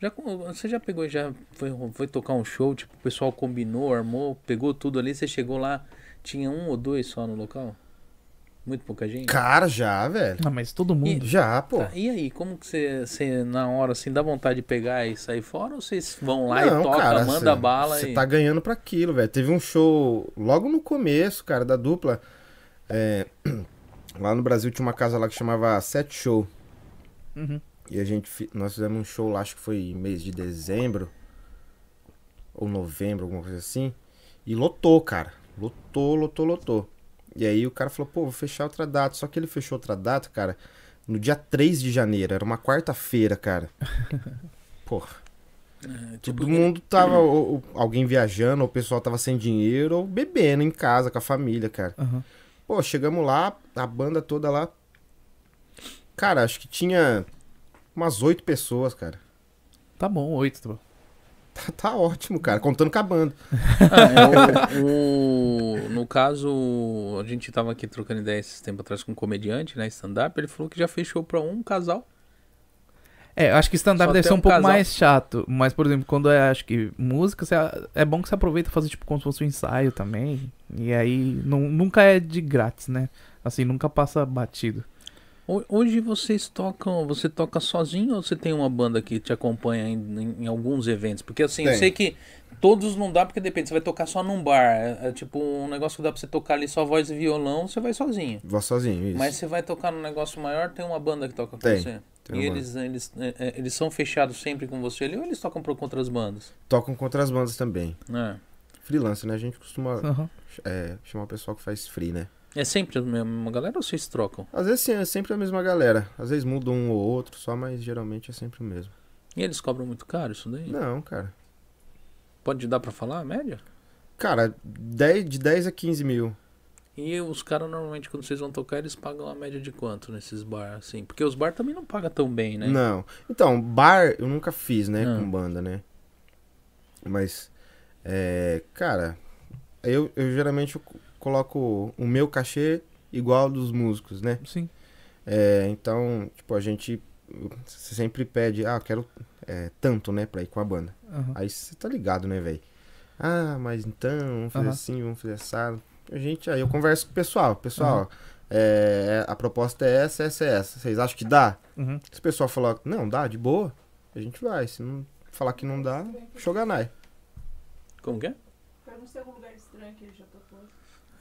Já, com- você já pegou, e já foi, foi tocar um show, tipo, o pessoal combinou, armou, pegou tudo ali, você chegou lá, tinha um ou dois só no local? Muito pouca gente?
Cara, já, velho.
Não, mas todo mundo.
Já, pô.
Tá, e aí, como que você, você, na hora, assim, dá vontade de pegar e sair fora? Ou vocês vão lá e toca, manda
cê-
bala
cê
e...
tá ganhando pra aquilo, velho. Teve um show logo no começo, cara, da dupla. É, lá no Brasil tinha uma casa lá que chamava Set Show.
Uhum.
E a gente, fi- nós fizemos um show lá, acho que foi mês de dezembro. Ou novembro, alguma coisa assim. E lotou, cara. Lotou, lotou, lotou. E aí o cara falou, pô, vou fechar outra data. Só que ele fechou outra data, cara, no dia 3 de janeiro. Era uma quarta-feira, cara. Porra. Todo mundo tava, ou- ou alguém viajando, ou o pessoal tava sem dinheiro, ou bebendo em casa com a família, cara.
Aham.
Pô, chegamos lá, a banda toda lá. Cara, acho que tinha umas oito pessoas, cara.
Tá bom, oito. tá bom.
Tá, tá ótimo, cara. Contando com a banda.
Ah, é, o- o- no caso, a gente tava aqui trocando ideia esses tempo atrás com um comediante, né, stand-up, ele falou que já fechou pra um casal.
É, eu acho que stand-up
Só
deve
tem
ser um,
um
pouco
casal.
mais chato. Mas, por exemplo, quando é, acho que música, você- é bom que você aproveita e fazer tipo como se fosse um ensaio também. E aí não, nunca é de grátis, né? Assim, nunca passa batido.
Ho- Hoje vocês tocam, você toca sozinho ou você tem uma banda que te acompanha em, em- em alguns eventos? Porque assim, eu
Tem.
sei que todos não dá, porque depende, você vai tocar só num bar, é, é tipo um negócio que dá pra você tocar ali só voz e violão, você vai sozinho.
Vou sozinho, isso.
Mas você vai tocar num negócio maior, tem uma banda que toca com
Tem,
você.
tem
e
uma
eles, eles, é, é, eles são fechados sempre com você ali ou eles tocam pro- com outras bandas?
Tocam contra as bandas também.
É,
Freelance, né? A gente costuma
Aham.
é, chamar o pessoal que faz free, né?
é sempre a mesma galera ou vocês trocam?
Às vezes sim, é sempre a mesma galera. Às vezes muda um ou outro só, mas geralmente é sempre o mesmo.
E eles cobram muito caro isso daí?
Não, cara.
Pode dar pra falar, a média?
Cara, 10, de 10 a 15 mil.
E os caras normalmente quando vocês vão tocar, eles pagam a média de quanto nesses bar, assim? Porque os bar também não pagam tão bem, né?
Não. Então, bar eu nunca fiz, né?
Não.
Com banda, né? Mas, é, cara, eu, eu geralmente eu co- coloco o meu cachê igual ao dos músicos, né?
Sim.
É, então, tipo, a gente eu- você sempre pede, ah, eu quero é, tanto, né, pra ir com a banda.
Aham.
Aí você tá ligado, né, velho? Ah, mas então, vamos fazer
Aham.
assim, vamos fazer assado. A gente, aí eu converso com o pessoal. Pessoal, é, a proposta é essa, essa, essa. Vocês acham que dá?
Uhum.
Se o pessoal falar, não, dá, de boa, a gente vai. Se não falar que não dá, shoganai.
Como que é?
Pergunta se tem algum lugar estranho que ele já tocou.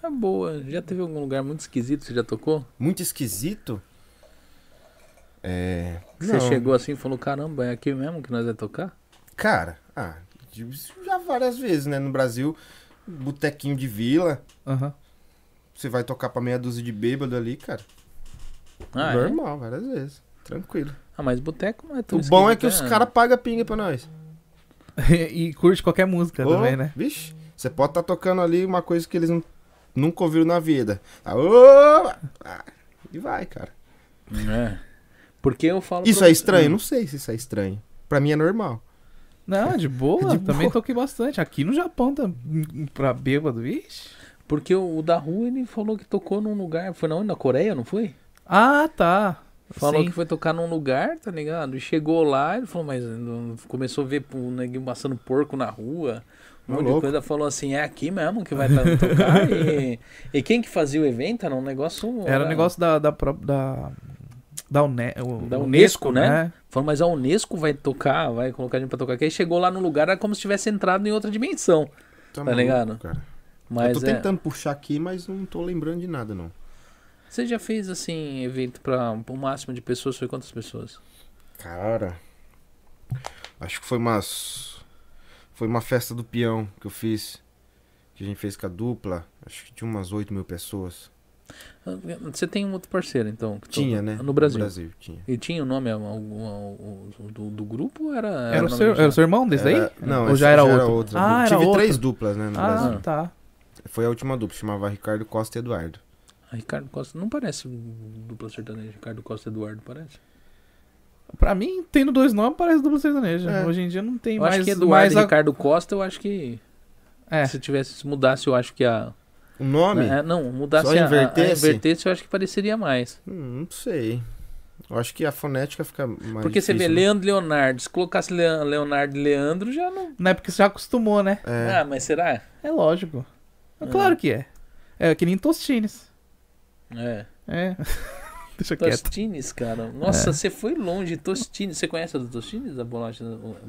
É boa. Já teve algum lugar muito esquisito, que você já tocou?
Muito esquisito. É.
Que
não.
Você chegou assim e falou, caramba, é aqui mesmo que nós vai tocar?
Cara, ah, isso já várias vezes, né? No Brasil, botequinho de vila,
Aham.
você vai tocar pra meia dúzia de bêbado ali, cara.
Ah, é?
normal, várias vezes. Tranquilo.
Ah, mas boteco não é tão
o bom é que os
esquisito, né?
caras pagam pinga pra nós.
e curte qualquer
Tá
música
Ô,
também, né?
Vixe, você pode estar tocando ali uma coisa que eles nu- nunca ouviram na vida. Ah, ô, ah, e vai, cara.
É. Porque eu falo.
Isso
pra- né?
é estranho? Não sei se isso é estranho. Pra mim é normal.
Não, é de boa.
De
também
boa.
toquei bastante. Aqui no Japão, tá, pra bêbado, vixe.
Porque o, o da rua ele falou que tocou num lugar. Foi na onde? Na Coreia, não foi?
Ah, tá.
Falou
Sim.
que foi tocar num lugar, tá ligado? E chegou lá, ele falou, mas eh, não- começou a ver o neguinho passando porco na rua. Um
Ô,
monte de
louco.
coisa falou assim, é aqui mesmo que vai tá- tocar. e, e quem que fazia o evento? Era um negócio.
Era um negócio da, da, pró- da, da, Une- o-
Da
Unesco,
Unesco, né? Falou, mas a Unesco vai tocar, vai colocar a gente pra tocar aqui. Aí chegou lá no lugar, era como se tivesse entrado em outra dimensão.
Tá,
ligado?
Cara.
Mas
eu tô
é,
tentando puxar aqui, mas não tô lembrando de nada, não.
você já fez assim, evento pra o máximo de pessoas? Foi quantas pessoas?
Cara. Acho que foi umas. Foi uma festa do peão que eu fiz. Que a gente fez com a dupla. Acho que tinha umas 8 mil pessoas.
Você tem um outro parceiro, então? que
Tinha,
toca-
né?
No Brasil.
No Brasil, tinha.
E tinha o nome algum, algum- o- do, do grupo ou era.
Era, o
É, nome
seu,
original?
era o seu irmão desse
Era-
aí?
Não,
Ou
essa
já era outro?
outra.
Ah, era
Tive
outra.
três duplas, né? No Brasil.
Ah, tá.
Foi a última dupla, chamava Ricardo Costa e Eduardo.
Ah, Ricardo Costa. Não parece um dupla sertaneja. Ricardo Costa e Eduardo, parece.
Pra mim, tendo dois nomes, parece dupla sertaneja.
É.
Hoje em dia não tem
Eu
mais.
acho que Eduardo
mais
e
a-
Ricardo Costa, eu acho que.
É.
Se tivesse, se mudasse, eu acho que a.
O nome?
É, não, mudasse
Só
a- a- A,
invertesse?
invertesse, eu acho que pareceria mais.
Hum, não sei. Eu acho que a fonética fica mais.
Porque você vê
difícil, né?
Leandro e Leonardo. Se colocasse Lea- Leonardo e Leandro, já não.
Não é porque você já acostumou, né?
É.
Ah, mas será?
É lógico. É Claro que é. É que nem Tostines.
É.
É. Deixa quieto. É.
Tostines, cara. Nossa, você foi longe. Tostines. Você conhece a do Tostines, a bolacha?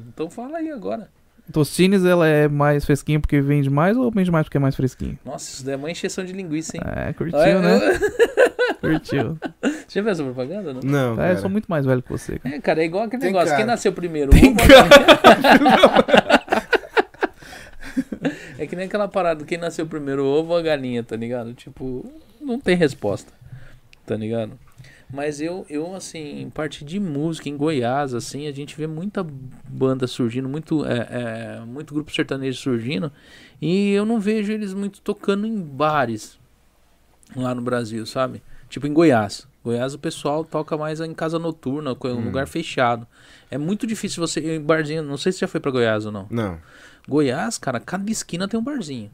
Então fala aí agora.
Tostines, ela é mais fresquinha porque vende mais ou vende mais porque é mais fresquinho?
Nossa, isso daí é uma encheção de linguiça, hein?
É, curtiu,
Olha, eu-
né?
É.
Curtiu.
Você já viu essa propaganda? Não?
Não.
Tá, eu
cara.
sou muito mais velho que você. cara.
É, cara, é igual aquele
Tem
negócio. Quem
cara.
nasceu primeiro? um
Tem
ovo ou a galinha? é que nem aquela parada, quem nasceu primeiro, o ovo ou a galinha, tá ligado? Tipo, não tem resposta, tá ligado? Mas eu, eu assim, em parte de música, em Goiás, assim, a gente vê muita banda surgindo, muito, é, é, muito grupo sertanejo surgindo, e eu não vejo eles muito tocando em bares lá no Brasil, sabe? Tipo em Goiás. Goiás o pessoal toca mais em casa noturna, com- em um lugar fechado. É muito difícil você ir em barzinho, não sei se já foi pra Goiás ou não.
Não.
Goiás, cara, cada esquina tem um barzinho.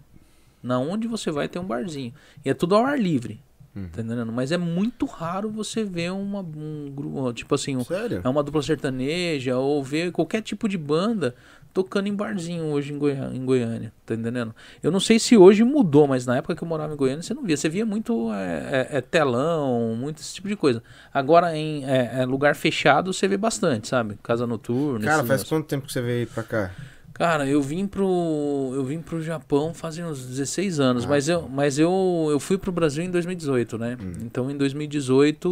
Na onde você vai tem um barzinho. E é tudo ao ar livre.
Hum.
Tá entendendo? Mas é muito raro você ver uma, um grupo, tipo assim, um-
Sério?
é uma dupla sertaneja ou ver qualquer tipo de banda tocando em barzinho hoje em, Goiá- em Goiânia, tá entendendo? Eu não sei se hoje mudou, mas na época que eu morava em Goiânia você não via, você via muito é, é, é, telão, muito esse tipo de coisa. Agora em é, é, lugar fechado você vê bastante, sabe? Casa noturna.
Cara,
esses
faz
negócios.
quanto tempo que você veio pra cá?
Cara, eu vim pro eu vim pro Japão fazem uns 16 anos,
Ah.
mas eu mas eu eu fui pro Brasil em 2018, né? Então em 2018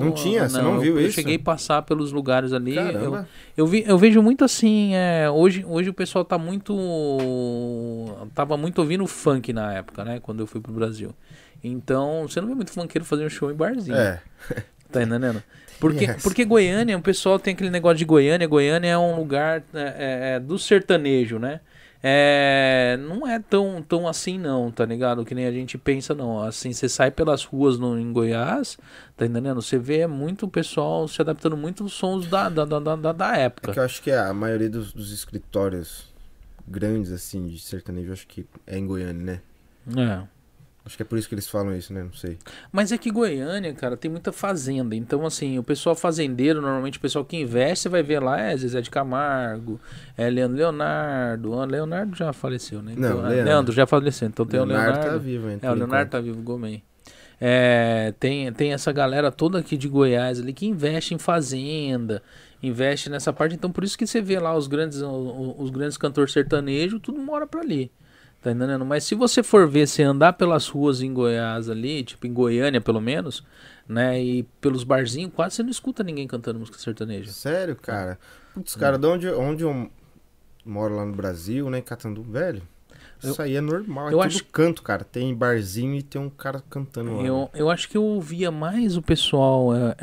Hum. Não tinha? Você não
eu-
viu
eu
isso?
cheguei a passar pelos lugares ali, eu,
Caramba.
eu, vi, eu vejo muito assim, é, hoje, hoje o pessoal tá muito. Tava muito ouvindo funk na época, né? Quando eu fui pro Brasil. Então, você não vê muito funkeiro fazendo show em barzinho.
É.
Tá entendendo? Porque,
essa.
porque Goiânia, o pessoal tem aquele negócio de Goiânia. Goiânia é um lugar é, é, é, do sertanejo, né? É, não é tão, tão assim, não, tá ligado? Que nem a gente pensa, não. Assim, você sai pelas ruas no, em Goiás, tá entendendo? Você vê muito o pessoal se adaptando muito aos sons da, da, da, da- da, da
É
época.
que eu acho que a maioria dos, dos escritórios grandes, assim, de sertanejo, eu acho que é em Goiânia, né?
É.
Acho que é por isso que eles falam isso, né? Não sei.
Mas é que Goiânia, cara, tem muita fazenda. Então, assim, o pessoal fazendeiro, normalmente o pessoal que investe, você vai ver lá, é Zezé de Camargo, é Leandro Leonardo. Ah, Leonardo já faleceu, né?
Não,
Então, ah,
Leandro.
Leandro já faleceu, então tem o Leonardo.
tá vivo, hein?
É, o Leonardo tá vivo, Gomem. É, tem, tem essa galera toda aqui de Goiás ali que investe em fazenda, investe nessa parte. Então, por isso que você vê lá os grandes, o- o- os, grandes cantores sertanejos, tudo mora pra ali. Tá entendendo? Mas se você for ver, se andar pelas ruas em Goiás ali, tipo em Goiânia pelo menos, né? E pelos barzinhos, quase você não escuta ninguém cantando música sertaneja.
Sério,
Hum.
cara? Putz, cara, de onde, onde eu moro lá no Brasil, né? em Catandu, velho. Isso aí é normal. É
eu
eu
acho-
acho canto, cara. Tem barzinho e tem um cara cantando lá.
Eu,
né?
eu acho que eu ouvia mais o pessoal é,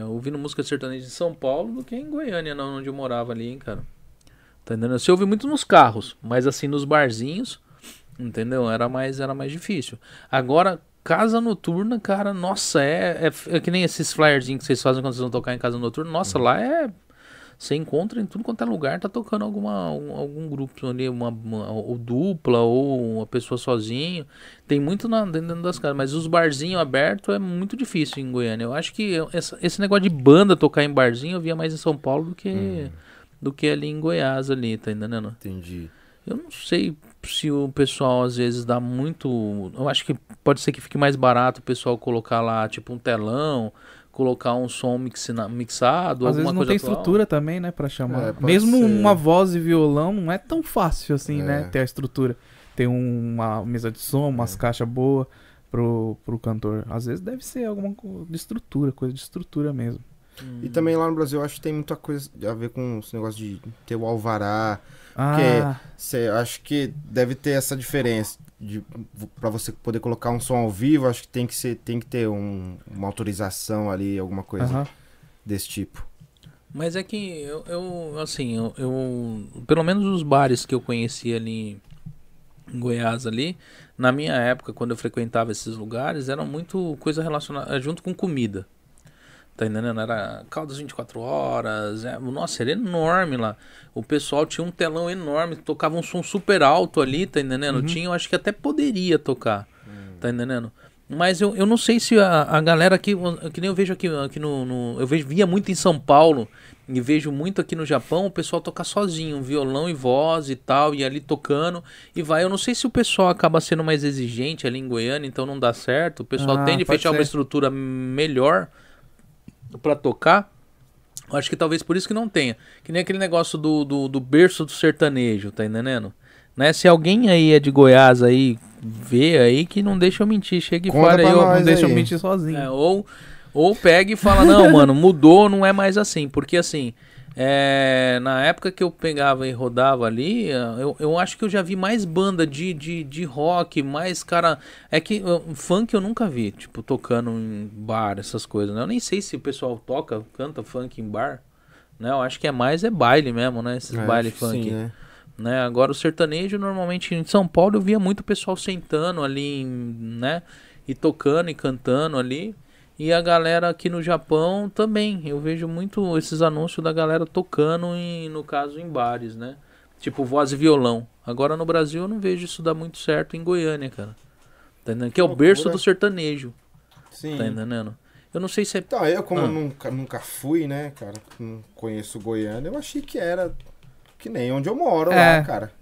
é, ouvindo música sertaneja em São Paulo do que em Goiânia, na- onde eu morava ali, hein, cara. Tá entendendo? Você ouve muito nos carros, mas assim, nos barzinhos, entendeu? Era mais, era mais difícil. Agora, casa noturna, cara, nossa, é, é f- é que nem esses flyerzinhos que vocês fazem quando vocês vão tocar em casa noturna. Nossa, lá é... Você encontra em tudo quanto é lugar, tá tocando alguma, algum, algum grupo ali, uma, uma- ou dupla, ou uma pessoa sozinho. Tem muito na, dentro das casas, mas os barzinhos abertos é muito difícil em Goiânia. Eu acho que eu- essa- esse negócio de banda tocar em barzinho eu via mais em São Paulo do que, do que ali em Goiás, ali, tá entendendo?
Entendi.
Eu não sei se o pessoal às vezes dá muito. Eu acho que pode ser que fique mais barato o pessoal colocar lá, tipo, um telão, colocar um som mixina- mixado,
Às
alguma
vezes não
coisa
tem
atual.
estrutura também, né, pra chamar.
É, pode
Mesmo
ser.
uma voz e violão não é tão fácil assim,
É. É.
né, ter a estrutura. Ter um- uma mesa de som, umas caixas boas pro, pro cantor. Às vezes deve ser alguma co- de estrutura, coisa de estrutura mesmo.
E também lá no Brasil, eu acho que tem muita coisa a ver com esse negócio de ter o alvará. é
Ah,
Cê, eu acho que deve ter essa diferença. De, pra você poder colocar um som ao vivo, acho que tem que, ser, tem que ter um- uma autorização ali, alguma coisa
aham.
desse tipo.
Mas é que eu, eu, assim, eu, eu- Pelo menos os bares que eu conheci ali em Goiás ali, na minha época, quando eu frequentava esses lugares, eram muito coisa relacionada junto com comida. Tá entendendo? Era caldas 24 horas. É, nossa, era enorme lá. O pessoal tinha um telão enorme, tocava um som super alto ali, tá entendendo?
Uhum.
Tinha, eu acho que até poderia tocar.
Hum.
Tá entendendo? Mas eu, eu não sei se a, a galera aqui, que nem eu vejo aqui, aqui no, no- Eu vejo, via muito em São Paulo e vejo muito aqui no Japão o pessoal tocar sozinho, um violão e voz e tal, e ali tocando. E vai, eu não sei se o pessoal acaba sendo mais exigente ali em Goiânia, então não dá certo. O pessoal
Ah,
tende a
pode
fechar uma
ser.
estrutura melhor pra tocar. Eu Acho que talvez por isso que não tenha. Que nem aquele negócio do, do, do berço do sertanejo, tá entendendo? Né? Se alguém aí é de Goiás aí, vê aí que não deixa eu mentir. Chega e
Conta
fala aí,
pra
ó,
Não
Mas
deixa eu
aí-
mentir sozinho.
é, ou, ou pega e fala, não, mano, mudou, não é mais assim. Porque assim, é, na época que eu pegava e rodava ali, eh, eu, eu acho que eu já vi mais banda de, de, de rock, mais cara. É que eh, funk eu nunca vi, tipo, tocando em bar, essas coisas. Né? Eu nem sei se o pessoal toca, canta funk em bar. Né? Eu acho que é mais é baile mesmo, né? Esses
É,
baile
acho que
funk
Sim, né?
né? Agora o sertanejo normalmente em São Paulo eu via muito pessoal sentando ali, em- né? E tocando e cantando ali. E a galera aqui no Japão também. Eu vejo muito esses anúncios da galera tocando em, no caso, em bares, né? Tipo voz e violão. Agora no Brasil eu não vejo isso dar muito certo em Goiânia, cara. Tá entendendo? Que é o
loucura.
berço do sertanejo,
Sim.
tá entendendo? Eu não sei se é
Então, eu como
Ah.
nunca, nunca fui, né, cara, não conheço Goiânia, eu achei que era que nem onde eu moro
É.
lá, cara.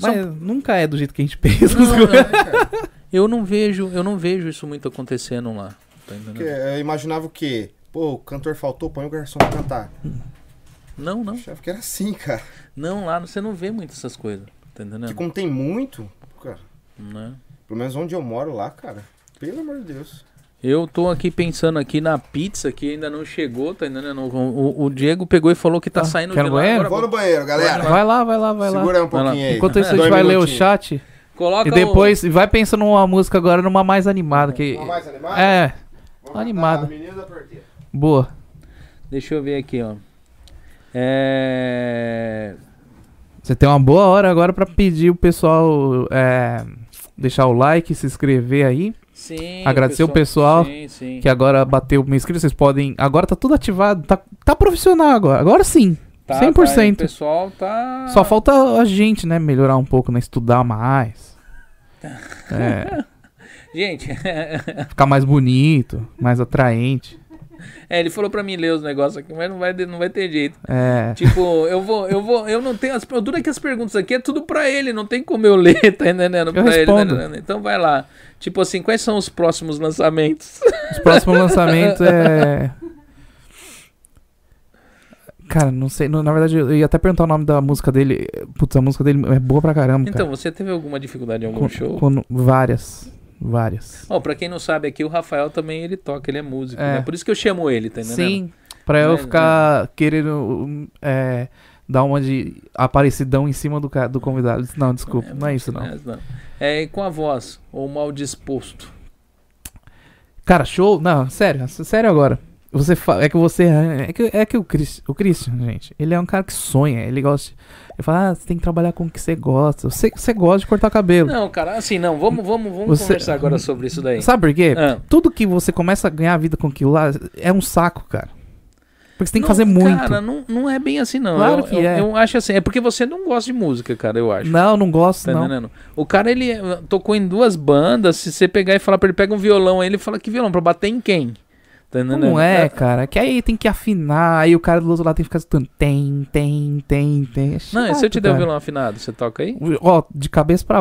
Mas nunca é do jeito que a gente pensa.
Não,
É, cara.
eu não vejo, eu não vejo isso muito acontecendo lá, tá
Porque
entendendo?
eu imaginava o quê? Pô, o cantor faltou, põe o garçom pra cantar.
Não, não.
Achava que era assim, cara.
Não, lá você não vê muito essas coisas, tá entendendo?
Porque
É.
como tem muito, cara,
Né?
pelo menos onde eu moro lá, cara, pelo amor de Deus.
Eu tô aqui pensando aqui na pizza que ainda não chegou, tá entendendo? O, o- o Diego pegou e falou que tá
Ah,
saindo
quer
de
no
lá
banheiro?
agora.
Vou no banheiro, galera.
Vai lá, vai lá, vai lá.
Segura um
Vai lá.
pouquinho aí.
Enquanto isso, a gente
Dois
vai ler o
minutinhos.
chat.
Coloca
E depois, e vai pensando numa música agora numa mais animada. Que...
Uma mais animada?
É,
Vamos cantar
animada.
A menina da porteira.
boa.
o- Deixa eu ver aqui, ó. É...
Você tem uma boa hora agora pra pedir o pessoal é, deixar o like, se inscrever aí.
Sim.
Agradecer o pessoal
Sim, sim.
Que agora bateu mil inscritos, vocês podem. Agora tá tudo ativado, tá, tá profissional agora. Agora sim,
Tá, tá, e o
100%.
pessoal tá...
Só falta a gente, né, melhorar um pouco, né, estudar mais.
Tá.
É,
Gente,
ficar mais bonito, mais atraente.
é, ele falou pra mim ler os negócios aqui, mas não vai, não vai ter jeito.
É,
Tipo, eu vou, eu vou, eu não tenho as, dura que as perguntas aqui é tudo pra ele, não tem como eu ler, tá entendendo? Pra ele, tá
respondo.
entendendo? Então vai lá. Tipo assim, quais são os próximos lançamentos?
os próximos lançamentos é. Cara, não sei, não- na verdade eu ia até perguntar o nome da música dele. Putz, a música dele é boa pra caramba, cara.
Então, você teve alguma dificuldade em algum
Com-
show?
com- várias, várias.
Ó, pra quem não sabe aqui, o Rafael também ele toca, ele é músico,
É.
né? Por isso que eu chamo ele, tá entendendo?
Sim, pra eu
Né,
ficar querendo um, é, dar uma de aparecidão em cima do, ca- do convidado. Eu disse, Não, desculpa, não é isso não.
mas não. É, e com a voz, ou mal disposto.
Cara, show. Não, sério, s- sério agora. Você fa- é que você é que é que o Chris, o Christian, gente, ele é um cara que sonha, ele gosta. Ele fala, ah, você tem que trabalhar com o que você gosta. Você, você gosta de cortar cabelo.
Não, cara, assim, não, vamos, vamos, vamos
Você-
conversar agora sobre isso daí.
Sabe por quê?
Ah.
Tudo que você começa a ganhar a vida com aquilo lá é um saco, cara. Porque você tem que fazer muito.
Cara, não, não é bem assim, não.
Claro
Eu-
que
eu-
é.
Eu acho assim, é porque você não gosta de música, cara, eu acho.
Não, não gosto,
Tá
não.
entendendo? O cara, ele eh, tocou em duas bandas. Se você pegar e falar pra ele, pega um violão aí, ele fala que violão, pra bater em quem? Tá
Não,
entendendo?
é, cara. Que aí tem que afinar, aí o cara do outro lado tem que ficar escutando. Tem, tem, tem, tem. É
Não, e se eu
chato,
te der um
cara. Um
violão afinado, você toca aí?
Ó, de cabeça pra.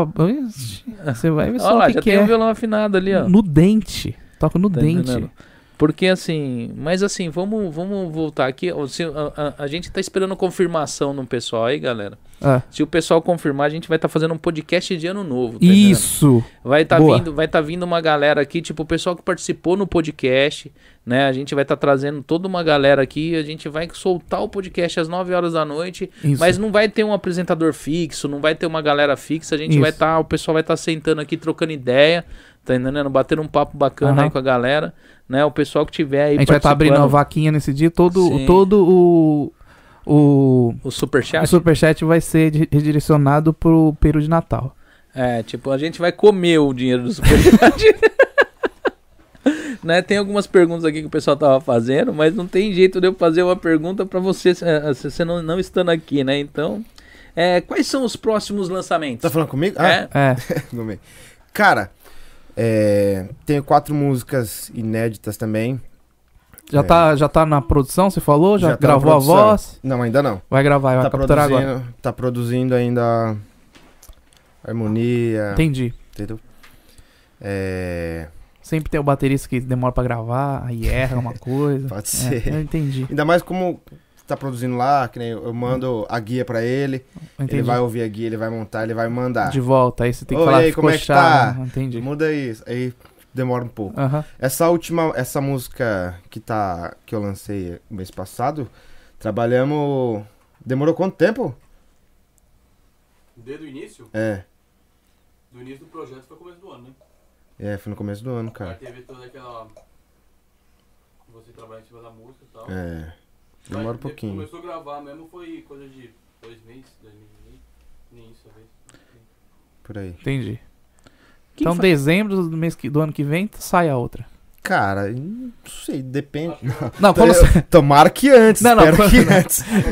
Ixi, Você vai ver
Ah. Olha
só o
lá,
que,
já
que
tem
é.
um violão afinado ali, ó.
No dente. Toca no
Tá
dente.
entendendo? Porque assim, mas assim, vamos, vamos voltar aqui. Ó, se- a, a- a gente tá esperando confirmação no pessoal aí, galera.
Ah,
Se o pessoal confirmar, a gente vai estar fazendo um podcast de ano novo. tá entendendo?
isso.
Vai tá
Boa.
vindo, vai tá vindo uma galera aqui, tipo o pessoal que participou no podcast, né? A gente vai tá trazendo toda uma galera aqui, a gente vai soltar o podcast às 9 horas da noite,
Isso.
mas não vai ter um apresentador fixo, não vai ter uma galera fixa, a gente
Isso.
vai tá, o pessoal vai tá sentando aqui trocando ideia, tá entendendo? Batendo um papo bacana aí
Aham.
com a galera, né? O pessoal que tiver aí
a gente vai estar abrindo uma
participando,
vaquinha nesse dia. Todo,
Sim.
todo o. O,
o superchat.
o superchat vai ser di- redirecionado pro peru de Natal.
É, tipo, a gente vai comer o dinheiro do superchat. né? Tem algumas perguntas aqui que o pessoal tava fazendo, mas não tem jeito de eu fazer uma pergunta pra você, eh, se você não, não estando aqui, né? Então, é, quais são os próximos lançamentos?
Tá falando comigo? Ah,
É,
É.
Tudo bem. Cara, é, tenho quatro músicas inéditas também.
Já,
É.
tá, já tá na produção, você falou? Já,
Já tá na
gravou a
produção.
voz?
Não, ainda não.
Vai gravar, vai
Tá
capturar
produzindo,
agora.
tá produzindo ainda a harmonia,
Entendi.
entendeu? É,
Sempre tem o baterista que demora pra gravar, aí erra uma coisa.
Pode
É,
ser.
eu entendi.
ainda mais como tá produzindo lá, que nem eu eu mando a guia pra ele,
eu entendi.
ele vai ouvir a guia, ele vai montar, ele vai mandar.
De volta, aí você tem que
Ô,
falar
e aí,
ficou
como é que
chato,
tá?
né? Entendi.
Muda isso, aí demora um pouco.
Aham.
Essa última, essa música que tá que eu lancei mês passado, trabalhamos demorou quanto tempo?
Desde o início,
É,
do início do projeto foi começo do ano, né?
é, foi no começo do ano, cara.
teve toda aquela. Você trabalhar em cima da música e tal.
É. Demora um pouquinho.
Começou a gravar mesmo, foi coisa de dois meses, dois meses nem isso, talvez.
Por aí.
Entendi.
Quem
então,
fa-
dezembro do, mês que- do ano que vem, sai a outra.
Cara, não sei, depende. Então,
Não, quando
Eu- Tomara que antes,
assim. Não, assim. não,
espero
quando-
que antes.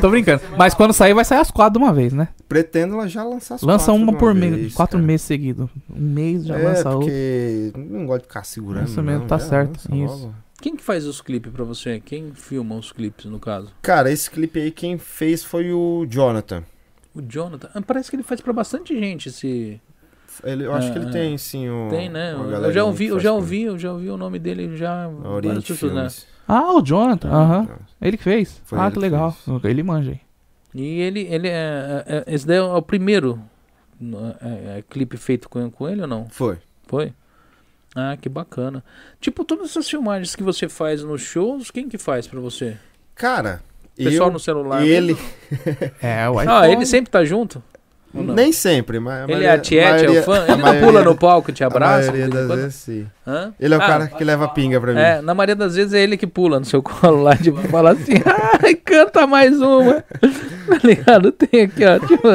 Tô brincando. Mas quando sair, vai sair as quatro de uma vez, né?
Pretendo lá já lançar as
lança
quatro
uma
de
por mês,
vez,
quatro
cara.
meses seguidos. Um mês já
é,
lança outra.
porque não gosto de ficar segurando.
Isso mesmo,
não,
tá
já
certo,
lança
isso.
logo.
Quem que faz os clipes pra você? Quem filma os clipes, no caso?
Cara, esse clipe aí quem fez foi o Jonathan.
O Jonathan? Ah, Parece que ele faz pra bastante gente esse...
Ele, eu acho
É,
que ele
é.
tem sim o.
Tem, né?
uma
Eu
galerinha
já
que
ouvi, eu
faz
já
com-
ouvi, eu já ouvi o nome dele já...
a
várias
Oriente
pessoas, né?
Filmes. Então,
Ah, o Jonathan. Aham. Ele que fez.
Foi
ah,
ele
que
que
legal. Ele manja aí.
E ele, ele é, é- é- esse daí é o primeiro n- é- é clipe feito com, com ele ou não?
Foi.
Foi? Ah, que bacana. Tipo, todas essas filmagens que você faz nos shows, quem que faz pra você?
Cara,
Pessoal
eu
no celular?
e ele.
mesmo?
É, o iPhone.
Ah, ele sempre tá junto? Ou não?
Nem sempre, mas. a
Ele
maioria-
é a tiete, é
maioria-
o fã?
a
Ele não
maioria-
pula no palco, te
A
abraça? de
maioria
vez em
das
quando?
vezes, sim.
Hã?
Ele é o
Ah,
cara que leva pinga pra mim.
É, na maioria das vezes é ele que pula no seu colo lá, tipo, fala assim, ai, canta mais uma. Tá ligado? Tem aqui, ó. Tipo...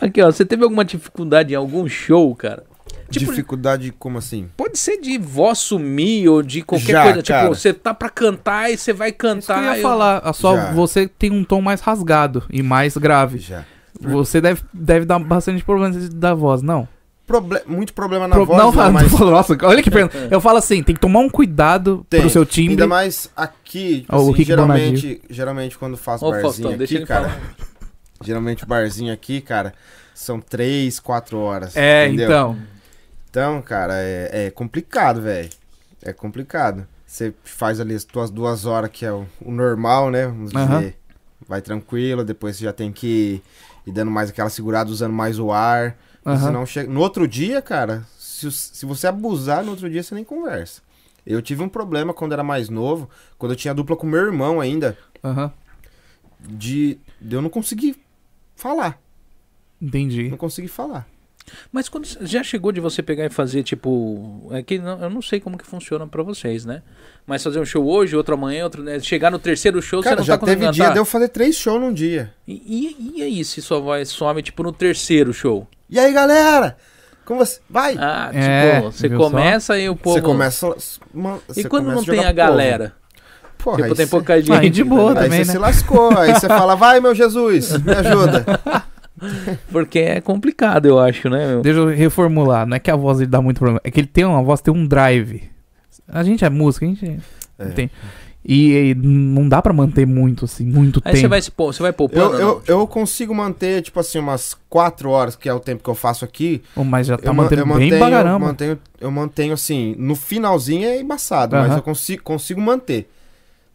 Aqui, ó, você teve alguma dificuldade em algum show, cara? Tipo,
Dificuldade como assim?
pode ser de voz sumir ou de qualquer
Já,
coisa. Tipo,
cara.
você tá pra cantar e você vai
Isso que eu
cantar.
ia
eu-
falar, ah, só
Já.
você tem um tom mais rasgado e mais grave.
Já.
Você deve, deve dar bastante problema da voz, não?
Proble- muito problema na
Pro-
voz, né?
não,
ainda
não,
mais-
nossa, olha que pergunta. Eu falo assim, tem que tomar um cuidado
é. Tem.
pro seu timbre.
Ainda mais aqui, tipo
Ó, o
assim,
Rick
geralmente, geralmente quando faço
Ô,
barzinho
Faustão,
aqui,
deixa ele
cara. Geralmente o barzinho aqui, cara, são três, quatro horas.
É,
entendeu?
então.
Então, cara, é, é complicado, velho. É complicado. Você faz ali as tuas duas horas, que é o, o normal, né? Vamos dizer.
Aham.
Vai tranquilo, depois você já tem que ir dando mais aquela segurada, usando mais o ar.
Aham.
Senão chega. No outro dia, cara, se, os- se você abusar, no outro dia você nem conversa. Eu tive um problema quando era mais novo, quando eu tinha dupla com meu irmão ainda.
Aham.
de, de eu não conseguir falar.
Entendi.
Não consegui falar.
Mas quando já chegou de você pegar e fazer, tipo. É que não- eu não sei como que funciona pra vocês, né? Mas fazer um show hoje, outro amanhã, outro. Né? Chegar no terceiro show,
Cara,
você não
já
tá
teve
conseguindo
dia
cantar.
de eu fazer três shows num dia.
E, e, e aí, se sua voz some, tipo, no terceiro show?
E aí, galera? Como você. Vai!
Ah, tipo,
É,
você
viu só?
começa e o povo.
você começa. mano,
E
você
quando
começa
não tem
jogar
a
pro povo.
galera?
Porra,
tipo,
aí
tem
você-
pouca gente.
Aí de boa
Aí
também,
você
né?
se lascou, aí você fala, vai meu Jesus, me ajuda.
Porque é complicado, eu acho, né? meu?
Deixa eu reformular. Não é que a voz dele dá muito problema. É que ele tem uma voz, tem um drive. A gente é música, a gente
É.
tem. E, e não dá pra manter muito, assim, muito
Aí
tempo.
você vai, se pô- você vai poupando. não?
Eu, eu, eu consigo manter, tipo assim, umas 4 horas, que é o tempo que eu faço aqui.
Oh, mas já tá
eu, man-
mantendo
eu
bem pra
mantenho, eu
caramba.
mantenho, eu mantenho, assim, no finalzinho é embaçado, mas
Aham.
eu consigo, consigo manter.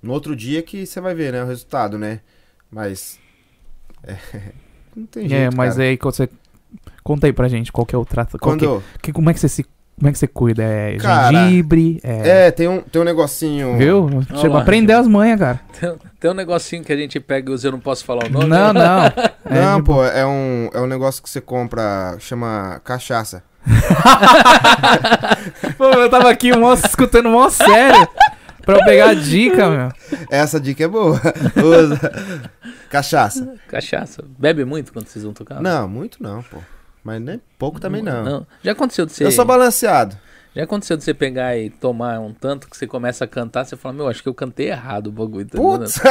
No outro dia que você vai ver, né, o resultado, né? Mas. É, não tem
é,
jeito.
mas
cara.
aí que você. Conta aí pra gente qual que é o trato. Qual que,
Quando.
que- como é que você se. Como é que você cuida? É
Cara,
gengibre? É.
É, tem um, tem um negocinho.
Viu? Chegou
lá.
a prender as manhas, cara.
Tem, tem um negocinho que a gente pega e usa, eu não posso falar o nome.
Não, não. É,
Não,
de-
pô, é um, é um negócio que você compra, chama cachaça.
Pô, eu tava aqui mó- escutando mó sério pra eu pegar a dica, meu.
Essa dica é boa. Usa. Cachaça.
é Cachaça. Bebe muito quando vocês vão tocar?
Não, muito não, pô. Mas nem pouco também não.
Já aconteceu de você.
Eu sou balanceado.
Já aconteceu de você pegar e tomar um tanto que você começa a cantar, você fala, meu, acho que eu cantei errado o bagulho. tá ligado?
Putz!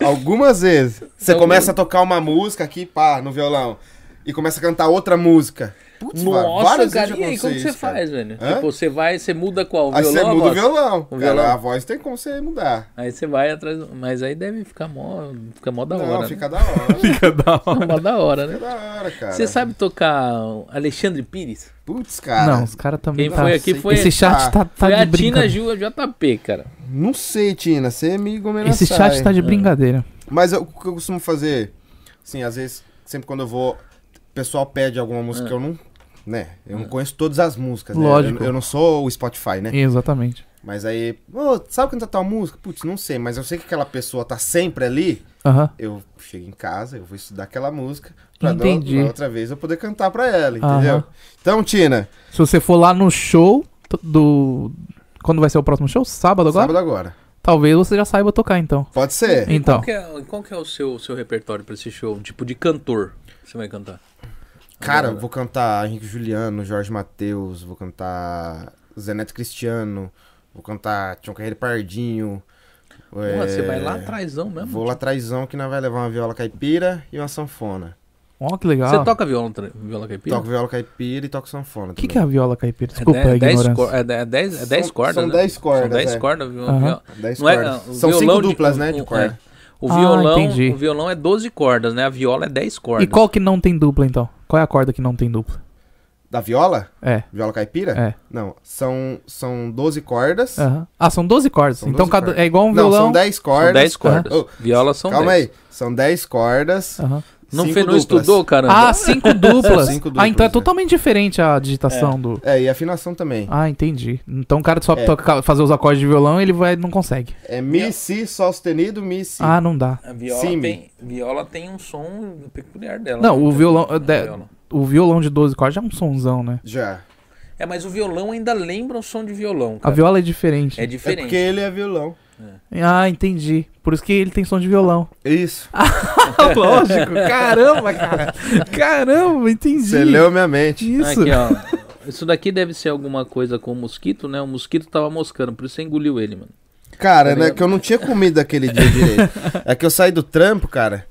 Algumas vezes. Você
Algumas.
começa a tocar uma música aqui, pá, no violão. E começa a cantar outra música. Putz,
Nossa,
várias
cara,
vezes
e
já
aí, como que
aconteceu
você
isso, cara.
faz, velho?
Hã?
Tipo, você vai, você muda qual?
Aí você
a
muda o
voz?
violão.
O
Cara,
violão.
a voz tem como você mudar.
Aí você vai atrás, mas aí deve ficar mó, fica mó da
não,
hora.
fica da hora.
Fica da
né? Fica mó da hora, né?
fica da hora, cara.
Você sabe tocar Alexandre Pires?
Putz, cara.
Não, os caras também
Quem
tá...
foi aqui
sei.
foi,
Esse chat tá, tá
foi a
de brincadeira.
Tina Ju JP, cara.
Não sei, Tina. Você é me gomenaçai.
Esse chat
É.
tá de brincadeira.
Mas eu- o que eu costumo fazer, assim, às vezes, sempre quando eu vou, o pessoal pede alguma música que eu não. Né? Eu não conheço todas as músicas, né?
É. Lógico.
Eu, eu não sou o Spotify,
É.
né?
Exatamente.
Mas aí, "Ô, sabe cantar tal música? Putz, não sei, mas eu sei que aquela pessoa tá sempre ali.
Aham.
Eu chego em casa, eu vou estudar aquela música pra, dar-
Entendi.
pra outra vez eu poder cantar pra ela,
Aham.
entendeu? Então, Tina,
Se você for lá no show t- do... Quando vai ser o próximo show? Sábado agora?
sábado agora.
Talvez você já saiba tocar, então.
Pode ser.
Então,
Qual que é, qual que é o seu, seu repertório pra esse show? Tipo de cantor que você vai cantar?
Cara, eu vou cantar Henrique Juliano, Jorge Matheus, vou cantar Zeneto Cristiano, vou cantar Tião Carreiro Pardinho.
Porra,
é,
você vai lá atrásão mesmo. tipo.
Vou lá atrásão que nós vai levar uma viola caipira e uma sanfona.
ó que legal.
Você toca viola, tra- viola caipira?
Toco viola caipira e toco sanfona.
O que, que é a viola caipira?
É
Desculpa
dez-
a ignorância.
dez cor- É 10 dez, é dez
São-
cordas,
são
né?
dez cordas,
São 10
é.
cordas. vi-
Aham.
viola-
Dez
Não é,
cordas.
ah, o
São cinco
violão de- é.
duplas, né,
o-
de
o-
corda.
O
Ah,
violão,
entendi.
o violão é 12 cordas, né? A viola é 10 cordas.
E qual que não tem dupla, então? Qual é a corda que não tem dupla?
Da viola?
É.
Viola caipira?
É.
Não, são, são 12 cordas.
É.
Aham. Ah, são 12 cordas.
São
então
12
cada...
cordas.
é igual um
Não,
violão.
são 10
São
cordas.
10 cordas.
Aham.
Viola são
Calma
10.
aí, são 10 cordas.
Aham.
Não,
cinco
fe- não
duplas.
estudou, caramba?
Ah, cinco duplas.
Cinco
Ah, então é
duplas, né?
totalmente diferente a digitação do.
É, e afinação também.
Ah, entendi. Então o cara só
É.
toca, fazer os acordes de violão ele vai não consegue.
É mi, si, sol sustenido, mi, si.
Ah, não dá.
A viola
Sim,
tem, viola tem um som peculiar dela.
Não,
né?
o violão- é
A
de- O violão de 12 cordas é um sonzão, né?
Já.
É, mas o violão ainda lembra o som de violão,
A
cara.
viola é diferente.
É
É
diferente.
porque ele é violão.
Ah, entendi. Por isso que ele tem som de violão.
Isso.
Ah. Lógico. Caramba, cara. Caramba, entendi.
Você é leu minha mente.
Isso.
Aqui, ó. Isso daqui deve ser alguma coisa com o mosquito, né? O mosquito tava moscando, por isso você engoliu ele, mano.
Cara,
Tá
né,
ligado?
que eu não tinha comido aquele dia direito. É que eu saí do trampo, cara.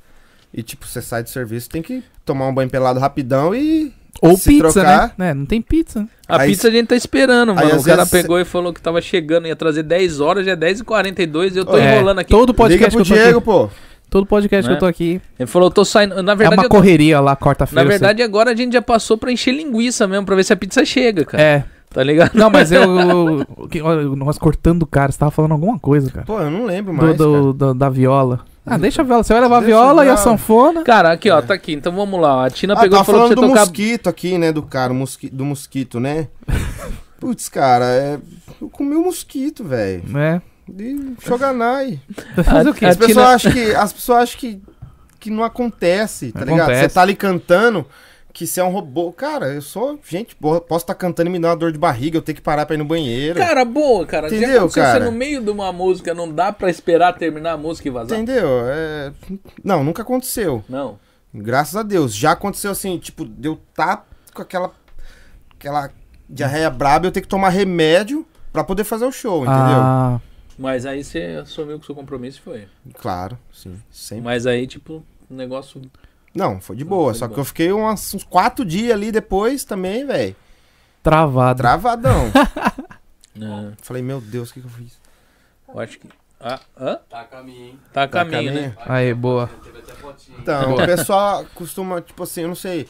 E tipo, você sai do serviço, tem que tomar um banho pelado rapidão e.
Ou
Se
pizza,
trocar-
né? né? Não tem pizza.
A
Aí
pizza a gente tá esperando,
aí
mano. O
às
cara
vezes-
pegou e falou que tava chegando, ia trazer 10 horas, já é 10h42 e eu tô
É,
enrolando aqui.
Todo
Liga
podcast
pro
que eu tô
Diego,
aqui.
pô.
Todo podcast
Né?
que eu tô aqui.
Ele falou, tô saindo. Na
É
verdade,
uma
eu tô-
correria lá,
na
quarta-feira. assim.
verdade agora a gente já passou pra encher linguiça mesmo, pra ver se a pizza chega,
você-
cara.
É.
Tá ligado?
Não, mas eu. eu- que- olha, Nós cortando o cara, você tava falando alguma coisa, cara.
Pô, eu não lembro
Do-
mais. Hum.
do- do- da viola. Ah, deixa a viola. Você vai levar
Deixa
a viola e a
a viola.
sanfona.
Cara, aqui, ó, tá aqui. Então vamos lá. A Tina
cara. Ah,
pegou e
tava
falou pra
falando
você
do
tocar.
mosquito aqui, né? Do cara, mosqui- do mosquito, né? Putz, cara, é... eu comi um mosquito, velho.
Né?
De Shoganai.
Fazer o quê?
A-
As
Tina-
pessoas acham que, as pessoas acham que, que não acontece, tá ligado? Você
Acontece.
tá ali cantando, que você é um robô. Cara, eu sou gente boa, posso estar cantando e me dar uma dor de barriga, eu tenho que parar pra ir no banheiro.
Cara, boa, cara. Já
Entendeu,
aconteceu
cara?
Você no meio de uma música, não dá pra esperar terminar a música e vazar.
Entendeu? É, Não, nunca aconteceu.
Não.
Graças a Deus. Já aconteceu assim, tipo, de eu tá com aquela, aquela diarreia braba, eu tenho que tomar remédio pra poder fazer o show, entendeu?
Ah,
Mas aí você assumiu que o seu compromisso e foi.
Claro, sim. Sempre.
Mas aí, tipo, o negócio.
Não, foi de boa.
Foi de
só que
boa.
eu fiquei umas- uns quatro dias ali depois também, velho.
travado.
Travadão.
né,
Falei, meu Deus, o que, que eu fiz?
eu acho que. Ah, hã?
Tá a caminho, hein?
Tá a caminho, né?
Aí, boa.
Teve até fotinho.
Então, o pessoal costuma, tipo assim, eu não sei.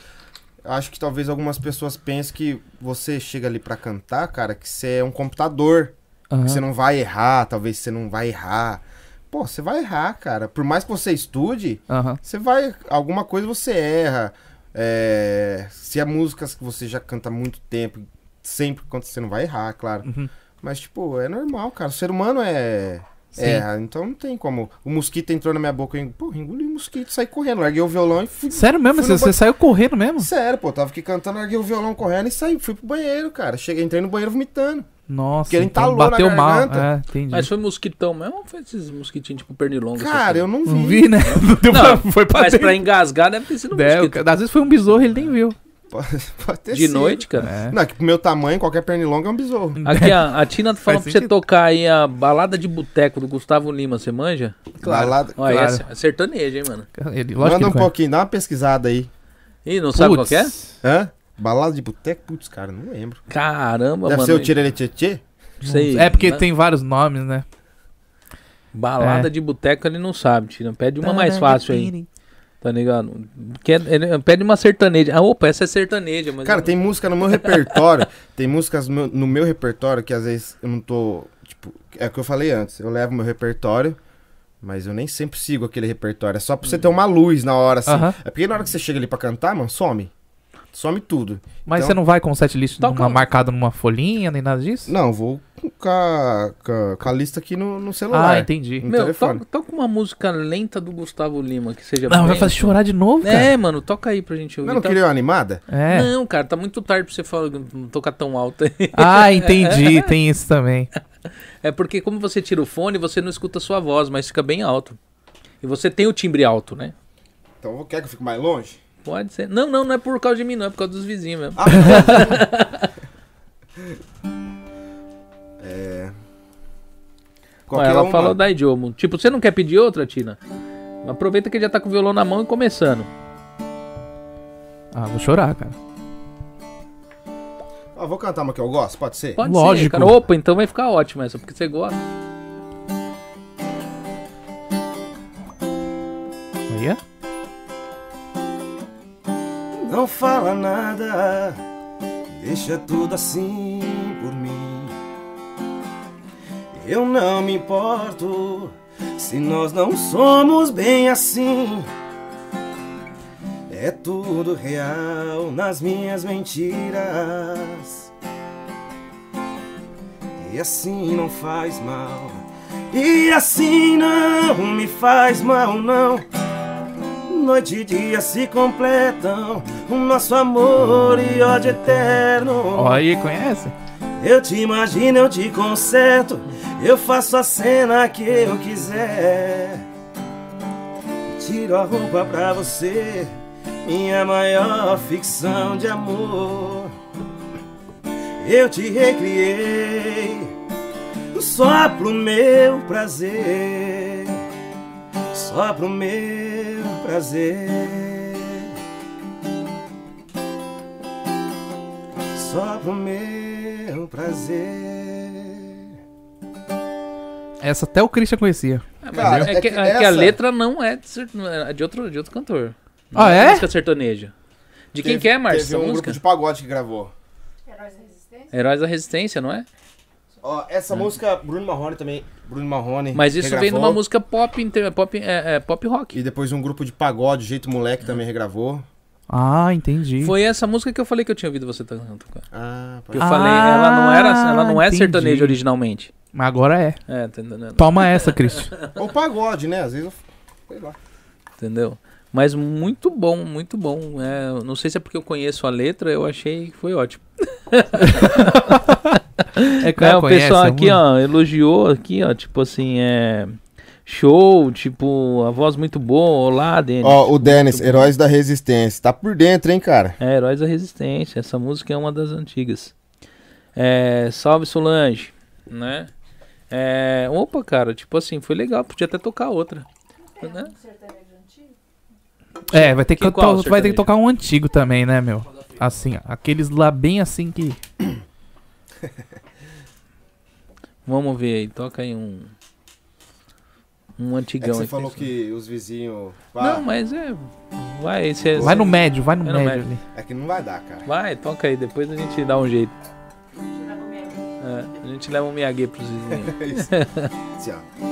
eu Acho que talvez algumas pessoas pensem que você chega ali pra cantar, cara, que você é um computador.
Aham.
que Você não vai errar, talvez você não vai errar. Pô, você vai errar, cara. Por mais que você estude,
Aham.
você vai. Alguma coisa você erra. É, se é músicas que você já canta há muito tempo, sempre quando você não vai errar, claro.
Uhum.
Mas, tipo, é normal, cara. O ser humano é.
Sim.
Erra, então não tem como. O mosquito entrou na minha boca, eu, pô, engoli o mosquito, saí correndo, larguei o violão e fui.
Sério mesmo?
Fui no
Você, você saiu correndo mesmo?
Sério, pô, eu tava aqui cantando, larguei o violão correndo e saí, fui pro banheiro, cara. Cheguei, entrei no banheiro vomitando.
Nossa, então
Porque ele entalou na
bateu mal.
garganta.
É, entendi.
Mas foi mosquitão mesmo ou foi esses mosquitinhos tipo pernilonga?
Cara, eu não vi.
Não vi, né? Deu pra-
Não,
foi pra
Mas
dentro.
pra engasgar deve ter sido um
É, o
mosquito.
cara- às vezes foi um besouro e ele nem viu.
Pode, pode ter
De
sido.
noite, cara.
É.
Não, é que pro meu tamanho, qualquer pernilongo é um besouro.
Aqui, a, a Tina falou pra
Faz
você
sentido.
tocar aí a balada de boteco do Gustavo Lima, você manja?
Claro.
Olha,
Claro.
essa é sertaneja, hein, mano?
Ele, lógico
Manda um
que é. ele
pouquinho, dá uma pesquisada aí.
Ih, não
conhece.
sabe qual que é?
Putz.
Hã? Balada de boteco? Putz, cara, não lembro.
Caramba,
Deve
mano.
ser o Tirele Tchê?
Sei,
É porque
né?
tem vários nomes, né?
Balada
É.
de boteco ele não sabe, Tina. Pede uma mais fácil aí, tá ligado? Que é- ele- pede uma sertaneja. Ah, opa, essa é sertaneja, mas...
Cara,
eu-
tem música no meu repertório. tem músicas no meu, no meu repertório que às vezes eu não tô. Tipo, é o que eu falei antes. Eu levo meu repertório, mas eu nem sempre sigo aquele repertório. É só pra você
Uhum.
ter uma luz na hora, assim.
Aham.
É porque na hora que você chega ali pra cantar, mano, some. Some tudo.
Mas
Então-
você não vai com o set list
Toca
numa-
um-
marcado numa folhinha, nem nada disso?
Não, eu vou com a, com a- com a lista aqui no, no celular.
Ah, entendi.
no
Meu,
um telefone.
to- toca uma música lenta do Gustavo Lima, que seja
Não, vai
bem-
fazer chorar de novo, cara.
É, mano, toca aí pra gente ouvir.
Não, não
Tá-
queria uma animada?
É.
Não, cara, tá muito tarde pra você falar, não tocar tão alto aí.
Ah, entendi. Tem isso também.
É porque como você tira o fone, você não escuta a sua voz, mas fica bem alto. E você tem o timbre alto, né?
Então quer que eu fique mais longe?
Pode ser. Não, não, não é por causa de mim, não, é por causa dos vizinhos mesmo.
Ah, É.
Ó, ela
um,
falou
né?
da idiomo. Tipo, você não quer pedir outra, Tina? Aproveita que ele já tá com o violão na mão e começando.
Ah, vou chorar, cara.
Ó, vou cantar uma que eu gosto, pode ser?
Pode ser,
Lógico.
cara. Opa, então vai ficar ótimo essa, porque você gosta.
Olha.
Não fala nada, deixa tudo assim por mim. Eu não me importo se nós não somos bem assim. É tudo real nas minhas mentiras. E assim não faz mal. E assim não me faz mal, não. Noite e dia se completam o nosso amor e ódio eterno.
Olha aí, conhece?
Eu te imagino, eu te conserto, eu faço a cena que eu quiser. Tiro a roupa pra você, minha maior ficção de amor. Eu te recriei só pro meu prazer, só pro meu prazer. só pro meu prazer.
Essa até o Christian conhecia.
Ah, mas
Cara,
é,
é
que,
que
é que a
essa-
letra não é de, ser- não é de outro, de outro cantor. Não
Ah, é?
Música sertaneja. De quem que é, Márcio,
Teve
essa
um
música?
grupo de pagode que gravou.
Heróis da Resistência?
Heróis da Resistência, não é?
Ó, essa música, Bruno Marrone também. Bruno Marrone.
Mas isso vem
regravou.
numa música pop, inte- pop, é, é, pop rock.
E depois um grupo de pagode, Jeito Moleque, também regravou.
Ah, entendi.
Foi essa música que eu falei que eu tinha ouvido você tocando. cara.
Ah, pode
Que eu
Ah,
falei, ela não era, ela não é
entendi.
sertaneja originalmente.
Mas agora é.
É, tá entendendo?
Toma essa, Cristo.
Ou pagode, né? Às vezes eu. Sei lá.
Entendeu? Mas muito bom, muito bom. É, eu não sei se é porque eu conheço a letra, eu achei que foi ótimo.
É que
É, o pessoal aqui, ó, elogiou aqui, ó, tipo assim, é. Show, tipo, a voz muito boa, olá, Denis.
Ó, o Dennis, Heróis da Resistência. Tá por dentro, hein, cara?
É, Heróis da Resistência. Essa música é uma das antigas. É, Salve Solange, né? É, opa, cara, tipo assim, foi legal, podia até tocar outra. Né?
É, vai ter que,
Que
to-
qual,
vai ter
sertanejo?
que tocar um antigo também, né, meu? Assim, ó, aqueles lá bem assim que.
Vamos ver aí, toca aí um. Um
É que
antigão
você
aí,
falou
pessoal.
que os vizinhos.
Não, mas é. Vai, esse é-
Vai no médio, vai no
É no
médio,
médio.
ali.
É que não vai dar, cara.
Vai, toca aí, depois a gente dá um jeito. É, a gente leva um Miyagi pros vizinhos.
É Assim, ó.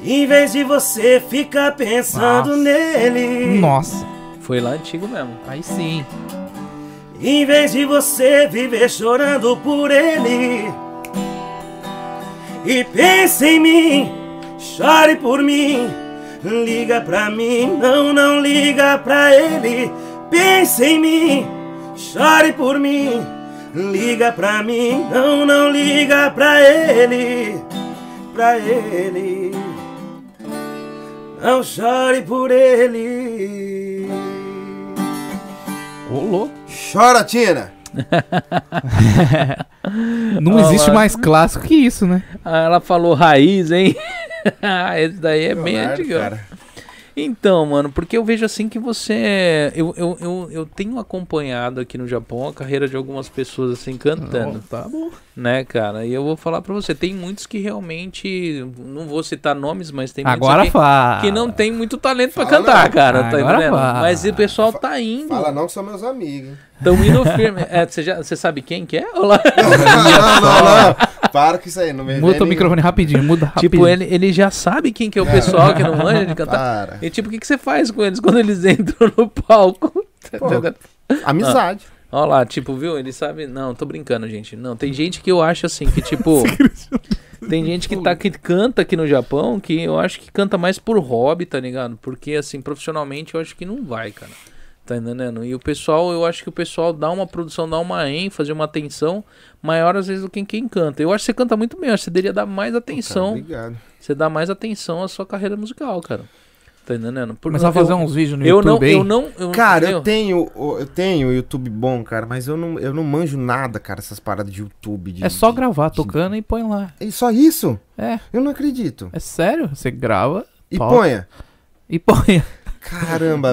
Em vez de você ficar pensando
Nossa.
nele.
Nossa,
Foi lá antigo mesmo.
aí sim.
Em vez de você viver chorando por ele. E pense em mim, chore por mim. Liga pra mim, não, não liga pra ele. Pense em mim, chore por mim. Liga pra mim, não, não liga pra ele. Pra ele. Não chore por ele.
Ô, louco.
Chora, Tina!
Não
Olha
existe
lá.
mais clássico que isso, né?
Ah, ela falou raiz, hein? Esse daí é bem
Leonardo,
antigão.
cara.
Então, mano, porque eu vejo assim que você. é- Eu, eu, eu, eu tenho acompanhado aqui no Japão a carreira de algumas pessoas assim cantando.
Tá bom.
Né, cara? E eu vou falar pra você, tem muitos que realmente. Não vou citar nomes, mas tem
Agora
muitos. aqui
fala.
Que não tem muito talento pra
Fala
cantar,
não.
cara, tá
Agora
entendendo?
fala.
Mas o pessoal tá indo.
Fala não que são meus amigos. hein?
Tão indo firme. É, você, já, você sabe quem que é? Olha lá.
não, não, não. Para com isso aí, não me
Muda o
vem nem-
microfone rapidinho, muda rapidinho.
Tipo, ele, ele já sabe quem que é o pessoal que não manja de
tá.
cantar.
Para.
E tipo, o que, que você faz com eles quando eles entram no palco? Tá
Pô.
ligado?
Ah,
Amizade.
Olha lá, tipo, viu? Ele sabe. Não, tô brincando, gente. Não, tem gente que eu acho assim, que tipo. tem gente que, tá, que canta aqui no Japão que eu acho que canta mais por hobby, tá ligado? Porque, assim, profissionalmente eu acho que não vai, cara. Tá entendendo? E o pessoal, eu acho que o pessoal dá uma produção, dá uma ênfase, uma atenção maior às vezes do que quem canta. Eu acho que você canta muito bem, eu acho que você deveria dar mais atenção.
Obrigado.
Você dá mais atenção à sua carreira musical, cara. Tá entendendo? Por-
Começar a fazer uns vídeos no
eu, eu não,
YouTube aí.
eu não, eu
Cara, eu
entendeu?
tenho, eu tenho YouTube bom, cara, mas eu não, eu não manjo nada, cara, essas paradas de YouTube. de-
É só
de-
gravar tocando e põe lá.
É só isso?
É,
Eu não acredito.
é sério. Você grava
E
Top.
ponha.
e põe.
Tá
Caramba,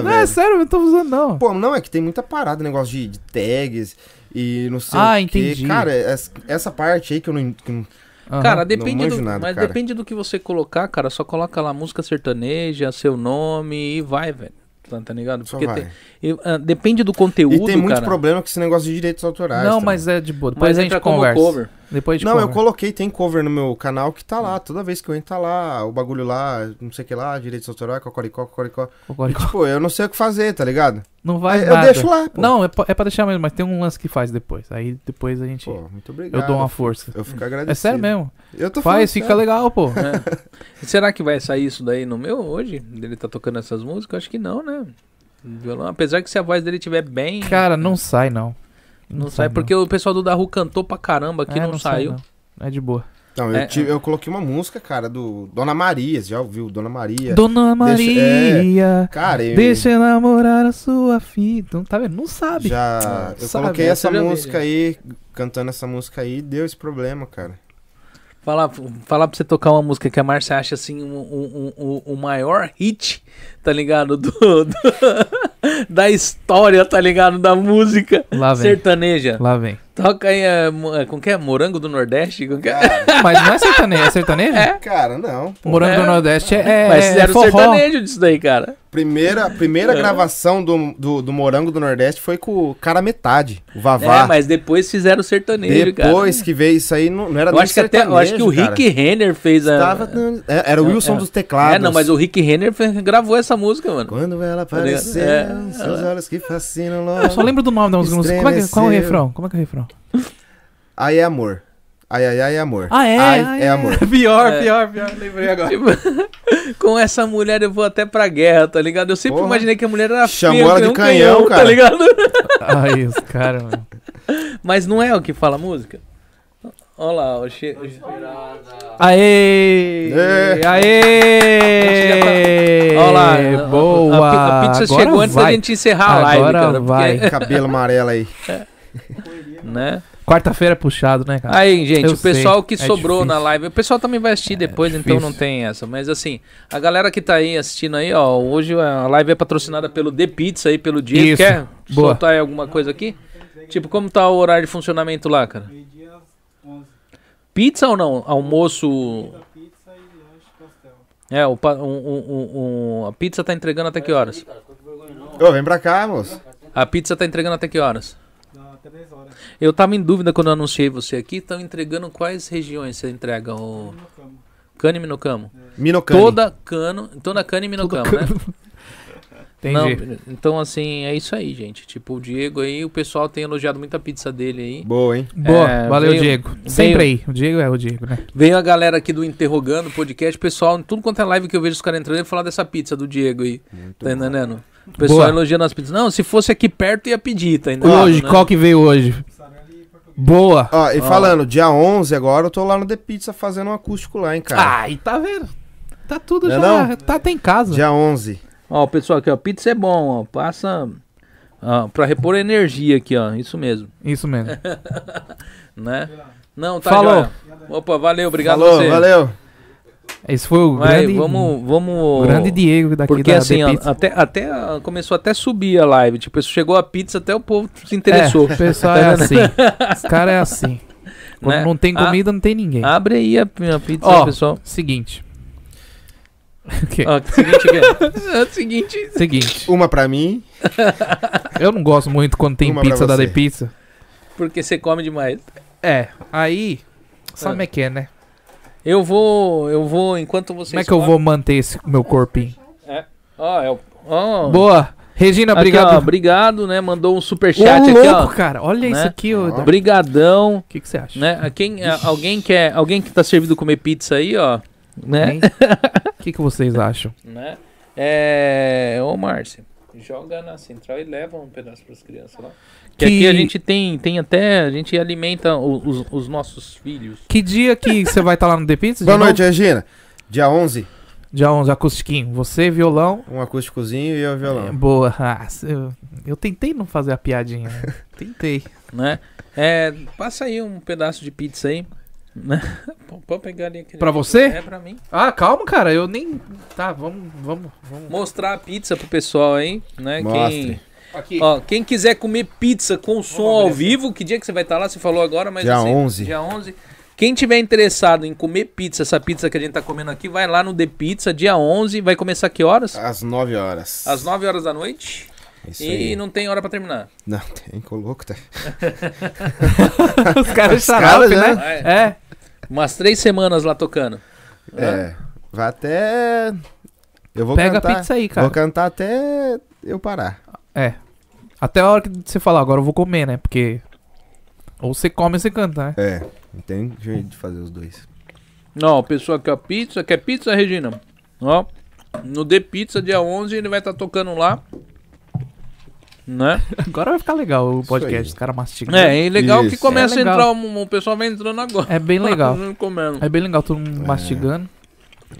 Não, é
velho.
sério, eu não tô usando não.
Pô, não, é que tem muita parada, negócio de, de tags e não sei
Ah,
o quê.
entendi.
Cara, es- essa parte aí que eu não... que não-
Aham.
Cara, depende
manjo
do,
nada,
mas
cara.
depende do que você colocar, cara. Só coloca lá música sertaneja, seu nome e vai, velho. Tá, tá ligado?
Só
Porque
vai.
tem- e, ah, depende do conteúdo,
e tem muito
cara.
problema com esse negócio de direitos autorais.
não,
também.
mas é de boa. Depois
Mas
a gente
entra como
conversa.
cover.
Depois a gente
Não, eu
conversa.
coloquei, tem cover no meu canal que tá lá. Toda vez que eu entro, tá lá. O bagulho lá, não sei o que lá, direitos autorais, cocoricó, cocoricó. E,
Concordo.
tipo, eu não sei o que fazer, tá ligado?
Não vai
Aí eu
nada.
deixo lá. Pô.
Não, é pra, é pra deixar mesmo, mas tem um lance que faz depois. Aí depois a gente.
Pô, muito obrigado.
eu dou uma força.
Eu fico agradecido.
É sério mesmo.
Eu tô
Faz,
falando
fica legal, pô.
né? Será que vai sair isso daí no meu hoje? Ele tá tocando essas músicas? Acho que não, né? Violão, apesar que se a voz dele tiver bem,
Cara, não sai não.
não, sai, porque o pessoal do Daru cantou pra caramba aqui,
É,
não, saiu.
Sai, não. É de boa.
Não, eu,
É,
tive- eu coloquei uma música, cara, do Dona Maria, você já ouviu? Dona Maria.
Dona
Deixa- é.
Maria,
Cara, eu
deixa eu namorar a sua filha. Não tá vendo? Não sabe.
já eu
Sabe, é
coloquei
essa
essa
eu já vi,
música aí, cantando essa música aí, deu esse problema, cara.
Falar, falar pra você tocar uma música que a Márcia acha assim o um, um, um, o maior hit, tá ligado? Do, do- da história, tá ligado? Da música
Lá vem.
sertaneja.
Lá vem.
Toca aí, é, mo- é, como que é? Morango do Nordeste? Como que é?
Mas não é sertanejo, é sertanejo? É.
Cara, não.
Morango
É.
do Nordeste é, é,
Mas
é
fizeram
forró.
sertanejo disso daí, cara.
Primeira, primeira
É.
gravação do, do, do Morango do Nordeste foi com o cara metade, o
Ah,
Vavá.
É, mas depois fizeram sertanejo, cara.
Depois que veio isso aí, não, não era
Eu
nem
acho que até eu acho que o
sertanejo,
Rick Renner fez a.
cara. Tava dando- é, Era o
É,
Wilson
é.
dos teclados.
É, não, mas o Rick Renner fe- gravou essa música, mano.
Quando ela apareceu,
ligado? É,
seus
ela-
olhos que fascinam logo.
Eu só lembro do nome da música. Como é que, qual é o
Estremeceu.
refrão? Como é que é o refrão?
Aí é amor. Ai, ai, ai, amor.
Ah, é?
Ai,
Ah,
é amor.
Pior,
É.
pior, pior. Lembrei agora.
Tipo, com essa mulher eu vou até pra guerra, tá ligado? Eu sempre
Porra.
imaginei que a mulher era
Chamou
feia,
ela
que nem
de
um
canhão, cara.
tá ligado?
Ai, os caras, mano.
Mas não é o que fala a música. Olha lá, o che...
Aê!
É.
Aê!
Olha lá, a-
Boa!
A, pi- a pizza
Agora
chegou antes da
vai.
gente encerrar a live,
Agora
cara. porque-
vai.
Cabelo amarelo aí.
né?
Quarta-feira é puxado, né, cara?
Aí, gente,
Eu
o pessoal
sei,
que
é
sobrou na
difícil. É
live, o pessoal também vai assistir depois, então
difícil.
não tem essa. Mas assim, a galera que tá aí assistindo aí, ó, hoje a live é patrocinada pelo The Pizza aí, pelo Diego.
Isso,
Quer
boa.
soltar aí alguma coisa aqui? Tipo, como tá o horário de funcionamento lá, cara? Pizza ou não? Almoço. É, o, pa- um, um- um- um- a pizza tá entregando até que horas?
Ô, vem pra cá, moço.
A pizza tá entregando até que horas? Eu tava em dúvida quando eu anunciei você aqui. Estão entregando quais regiões você entrega? O... Cano e Minocamo.
Minocane.
Toda cano, então toda cana e Minocamo, né?
Entendi.
Não, então, assim, é isso aí, gente. Tipo, o Diego aí, o pessoal tem elogiado muito a pizza dele aí.
Boa, hein?
Boa,
É,
valeu,
veio-
Diego. Sempre aí. O Diego é o Diego, né?
Veio a galera aqui do Interrogando Podcast, pessoal, em tudo quanto é live que eu vejo os caras entrando, eu falar dessa pizza do Diego aí. tá entendendo? O pessoal
Boa.
elogiando as pizzas. Não, se fosse aqui perto, ia pedir, tá entendendo?
hoje,
né?
qual que veio hoje? Boa!
Ó, e falando, dia 11 agora eu tô lá no The Pizza fazendo um acústico lá, hein, cara.
Ai, tá vendo? Tá tudo
Não é
já.
não?
Tá até em
Ah,
casa.
Dia 11.
Ó, o pessoal aqui, ó, pizza é bom, ó. Passa ó, pra repor energia aqui, ó. Isso mesmo,
Isso mesmo.
né? Não, tá
Falou.
joia. Opa, valeu, obrigado
Falou,
você.
valeu.
Esse foi o
Vai,
grande,
vamos, vamos.
grande Diego daqui
Porque
da
assim,
The
ó,
Pizza.
até, até ah, começou até subir a live. Tipo, chegou a pizza, até o povo se interessou.
É, o pessoal é assim. Os caras é assim. Quando
Tá Né?
não tem
Ah.
comida, não tem ninguém.
Abre aí a, a pizza,
Ó.
pessoal.
Seguinte. O quê?
Ó, seguinte, aqui, ó. É seguinte.
Seguinte.
Uma pra mim.
Eu não gosto muito quando tem
Uma pra
pizza da
você.
The Pizza.
Porque você come demais.
É, aí. Sabe como é que é, né?
Eu vou. Eu vou, enquanto vocês. É.
Como é que eu vou manter esse meu corpinho?
Ó, é o. ó.
Boa! Regina,
Aqui, ó,
obrigado.
obrigado, né? Mandou um
Ô,
superchat aqui,
louco,
ó.
cara. Olha isso
Né?
aqui. ô. O
Brigadão,
que, que você acha?
né? A quem, a- alguém quer, alguém que tá servido comer pizza aí, ó, né?
Hein? O que, que vocês acham?
né? É, ô Márcio, joga na central e leva um pedaço para as crianças lá. Que,
Que-
aqui a gente tem, tem até, a gente alimenta o- os, os nossos filhos.
Que dia que você vai estar lá no The Pizza?
Boa
de
noite, Regina. Dia 11,
novo? Dia 11, acustiquinho. Você, violão.
um acústicozinho e eu violão.
Boa. Ah, eu, eu tentei não fazer a piadinha. né? tentei.
né? É, passa aí um pedaço de pizza aí. né? Pô, Pode pegar ali aquele.
Pra você?
É pra mim.
Ah, calma, cara. Eu nem. Tá, vamos. vamos, vamos.
Mostrar a pizza pro pessoal aí, né? Quem,
Mostre.
Aqui.
ó, quem quiser comer pizza com som ao vivo, que dia que você vai estar lá? Você falou agora, mas
Dia
assim,
11.
Dia 11. Quem tiver interessado em comer pizza, essa pizza que a gente tá comendo aqui, vai lá no The Pizza, dia 11, vai começar que horas?
É.
Às 9 horas. É
Às 9 horas da noite.
Isso
E
aí.
não tem hora pra terminar.
Não, tem coloco, tá?
Os
caras,
caras
né?
xarope, né?
Vai,
É.
Umas três semanas lá tocando.
É. Vai até. Eu vou
Pega
cantar.
a pizza aí,
Vou
cara.
cantar até eu parar.
Até a hora que você falar, agora eu vou comer, né? Porque. Ou você come ou você canta, né?
É, não tem jeito de fazer os dois.
Não, o pessoal quer pizza, quer pizza, Regina? Ó, no The Pizza, dia 11, ele vai estar tocando lá. Né?
Agora vai ficar legal o podcast.
aí.
Os caras mastigam.
É, e legal que
Isso.
começa
É
a entrar,
legal.
um- o pessoal vai entrando agora.
É bem legal.
Comendo.
É bem legal todo mundo mastigando.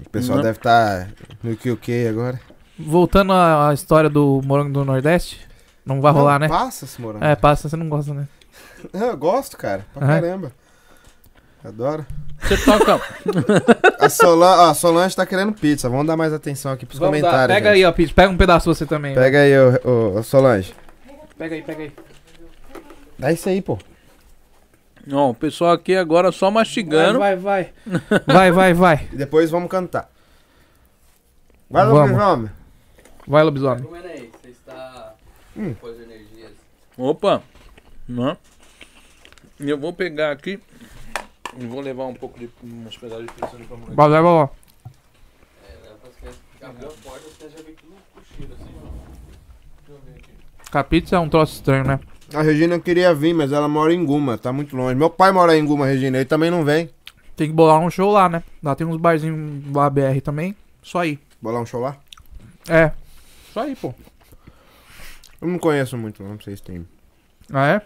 O pessoal
Não.
deve estar no QQ agora.
Voltando à à história do Morango do Nordeste, não vai rolar, né?
Passa esse morango.
É, passa, você não gosta, né?
Eu gosto, cara. Pra
É.
caramba. Adoro.
Você toca.
A, Solan, a Solange tá querendo pizza. Vamos dar mais atenção aqui pros
Vamos dar.
comentários.
Pega aí, ó, Pete. Pega um pedaço você também. né?
gente. Pega aí, ô, ô, Solange.
Pega aí, pega aí.
Dá isso aí, pô.
Não, o pessoal aqui agora só mastigando.
Vai, vai, vai. Vai, vai, vai.
E depois vamos cantar. Vai,
Vamos.
Lobisomem.
Vai, lobisomem.
é, né?
Hum.
Opa! Né? E Eu vou pegar aqui. e Vou levar um pouco de uns pedaços de pizza ali pra mulher.
Vai, vai, vai. vai.
é, né? assim,
Capitza é um troço estranho, né?
A Regina queria vir, mas ela mora em Guma, tá muito longe. Meu pai mora em Guma, Regina, ele também não vem.
Tem que bolar um show lá, né? Lá tem uns barzinhos lá BR também. Só aí.
Bolar um show lá?
É. Só aí, pô.
Eu não conheço muito, não, não sei se tem.
Ah, é?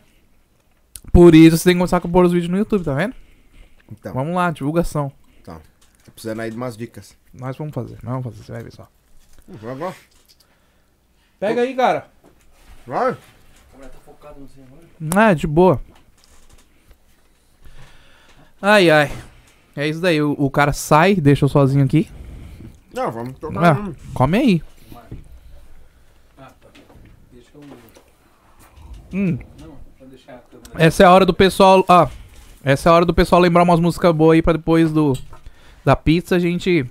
Por isso você tem que começar a compor os vídeos no YouTube, tá vendo?
Então,
Vamos lá, divulgação.
tô precisando aí de umas dicas.
Nós vamos fazer. Nós vamos fazer, você vai ver só.
Hum, Vai agora?
Pega aí, cara.
Vai?
Ah, de boa. Ai, ai. É isso daí. O, o cara sai, deixa eu sozinho aqui.
Não, vamos tocar.
Ah,
mesmo.
come aí.
Ah, tá.
Hum. Essa é a hora do pessoal. Ah, essa é a hora do pessoal lembrar umas músicas boas aí pra depois do da pizza a gente.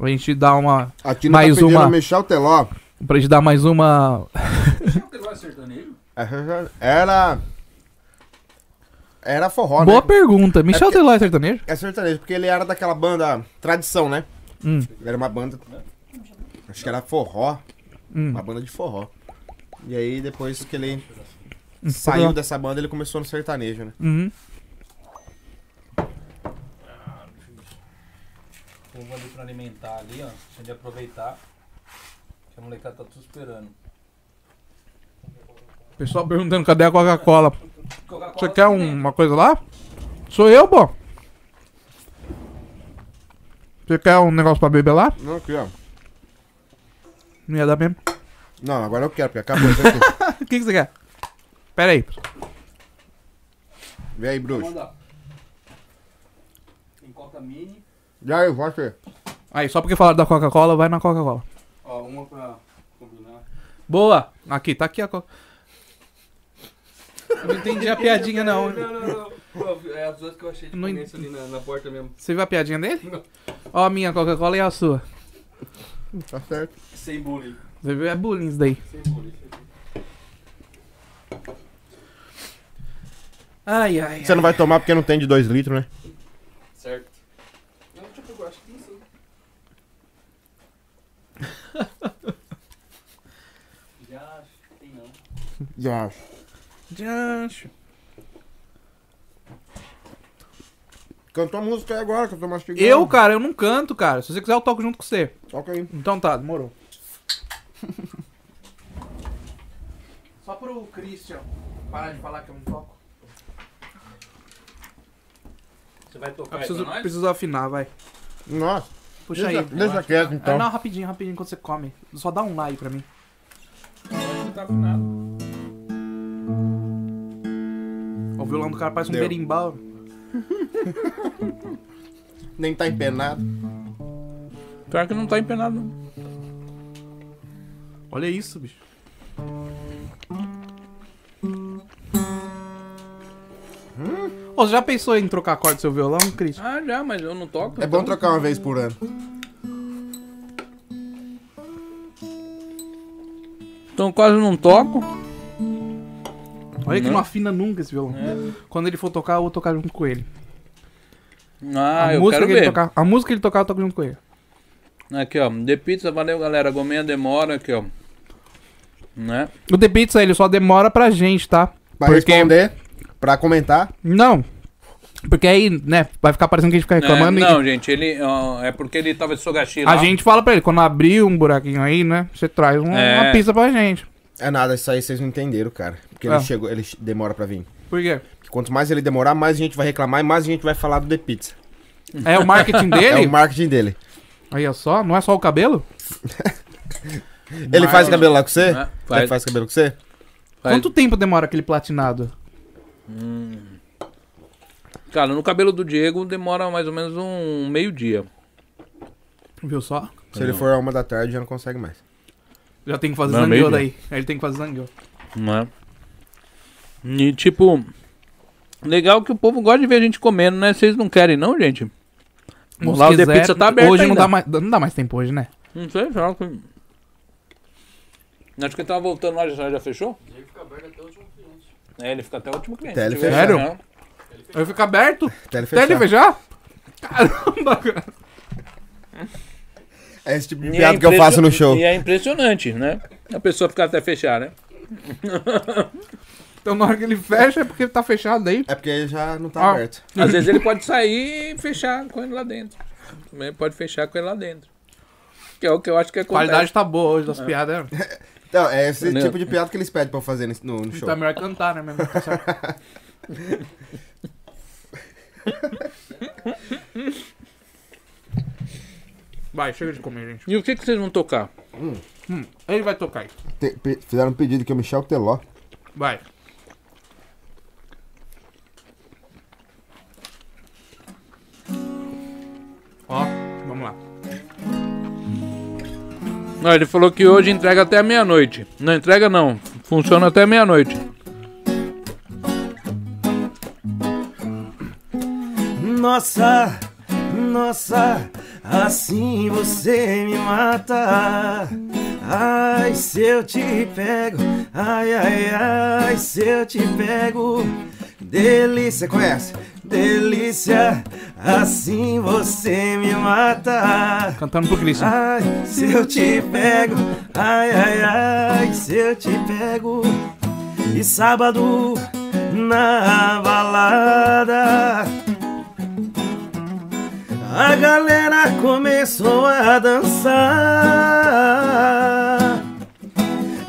A gente dar uma.
A Tina
Mais
tá pedindo
uma.
a Michel Teló.
Pra gente dar mais uma.
Essa já- Era. Era forró,
boa
né?
pergunta. Michel
porque-
Teló é sertanejo?
É sertanejo, porque ele era daquela banda tradição, né?
Hum,
Ele era uma banda. Acho que era forró.
hum.
Uma banda de forró. E aí depois que ele
hum,
saiu
Teló.
dessa banda, ele começou no sertanejo, né?
Uhum.
Ovo ali pra alimentar ali, ó. Deixa de aproveitar. Que a molecada tá tudo esperando.
Pessoal perguntando cadê a Coca-Cola.
Coca-Cola
Você quer
né?
um- uma coisa lá? Sou eu, pô. Você quer um negócio pra beber lá?
Não, aqui, ó.
Não ia dar mesmo.
Não, agora eu quero, porque acabou isso aqui.
O que, que você quer? Pera aí.
Vem aí, bruxo.
Um
Manda. Tem Coca Mini.
E aí, você?
Aí, só porque falaram da Coca-Cola, vai na Coca-Cola.
Ó, uma pra combinar.
Boa! Aqui, tá aqui a Coca. Não entendi a piadinha, não.
Não, não, não. Pô, é as duas que eu achei de
Não en-
começo ali na, na porta mesmo.
Você viu a piadinha dele? Ó a minha Coca-Cola e a sua.
Tá certo.
Sem bullying.
Você viu? É bullying isso daí.
Sem bullying. sem bullying.
Ai, ai.
Você não vai tomar porque não tem de 2 litros, né?
Certo. Não, deixa eu pegar, acho que tem sim.
Já acho que tem não.
Já.
Diancho.
Cantou a música aí agora que eu tô mastigando.
Eu, cara, eu não canto, cara. Se você quiser, eu toco junto com você.
Toca aí.
Então tá, demorou.
Só pro Christian parar de falar que eu não toco. Você vai
Eu
tocar aí
preciso,
É, pra nós?
preciso afinar, vai.
Nossa,
Puxa
deixa,
aí.
deixa quieto
Ah,
então.
não, rapidinho, rapidinho, enquanto você come. Só dá um like pra mim.
Não tá com nada.
Ó, O violão do cara parece um
Deu.
berimbau.
Nem tá empenado.
Pior que não tá empenado, não.
Olha isso, bicho. Ô, você já pensou em trocar a corda do seu violão, Cris?
Ah, já, mas eu não toco.
É bom trocar uma vez por ano.
Então quase não toco.
Olha que
Não.
não afina nunca esse violão.
É.
Quando ele for tocar, eu vou tocar junto com ele.
Ah,
a
eu
música
quero
que
ver.
ele tocar, a música que ele tocar, eu toco junto com ele.
Aqui, ó. De pizza, valeu, galera. Gominha demora aqui, ó. Né?
O The Beats, ele só demora pra gente, tá?
Pra
Porque-
responder, pra comentar.
Não. Porque aí, né, vai ficar parecendo que a gente fica reclamando.
É,
e-
não, gente, ele. ó, é porque ele tava de sogaxi lá. Né?
A gente fala pra ele, quando abrir um buraquinho aí, né? Você traz um-
É.
uma pizza pra gente.
É nada, isso aí vocês não entenderam, cara. Porque
Ah.
ele chegou, ele ch- demora pra vir.
Por quê?
Quanto mais ele demorar, mais gente vai reclamar e mais gente vai falar do The Pizza.
É o marketing
É
dele?
o marketing dele.
Aí é só, não é só o cabelo?
Ele faz cabelo lá com você?
né?
Ele
Faz,
faz cabelo com você?
faz-
Quanto tempo demora aquele platinado?
Hum. Cara, no cabelo do Diego demora mais ou menos um meio-dia.
Viu só?
Se ele for a uma da tarde, já não consegue mais.
Já tem que fazer
Não, meio
zangueu daí. Aí ele tem que fazer zangueu.
Né? E tipo. Legal que o povo gosta de ver a gente comendo, né? Vocês não querem, não, gente? Vamos lá, o The Pizza tá aberto
Hoje não
ainda.
dá, mais, não dá mais tempo hoje, né?
Não sei, será que. Acho que ele tava voltando lá, já, já fechou? Ele fica aberto até o último cliente. É,
Até
ele
ele
fica até o
fechar.
último cliente. Se tiver-
Eu fico aberto.
Até
Até
ele fechar.
ele fechar? Caramba, cara.
É esse tipo de
E
piada
é
que eu faço no
tipo
impressio-
show.
E é impressionante, né? A pessoa ficar até fechar, né?
Então na hora que ele fecha é porque ele tá fechado aí.
É porque já não tá
Ah.
aberto.
Às vezes ele pode sair e fechar com ele lá dentro. Também pode fechar com ele lá dentro. Que é o que eu acho que
A
acontece.
qualidade tá boa hoje das piadas. né?
Então, é esse
Entendeu?
tipo de piada que eles pedem pra eu fazer nesse- no, no show.
Tá melhor cantar, né, mesmo? Vai, chega de comer, gente.
E o que, que vocês vão tocar?
Ele vai tocar aí.
Te- pe- fizeram um pedido que é o Michel Teló.
Vai. Ó, vamos lá.
Não, Ah, ele falou que hoje entrega até meia-noite. Não entrega não, funciona até meia-noite.
Nossa, nossa, assim você me mata. Ai, se eu te pego, ai, ai, ai, se eu te pego. Delícia, conhece? Delícia, assim você me mata.
Cantando pro Christian.
Ai, se eu te pego, ai, ai, ai, se eu te pego. E sábado na balada, a galera começou a dançar.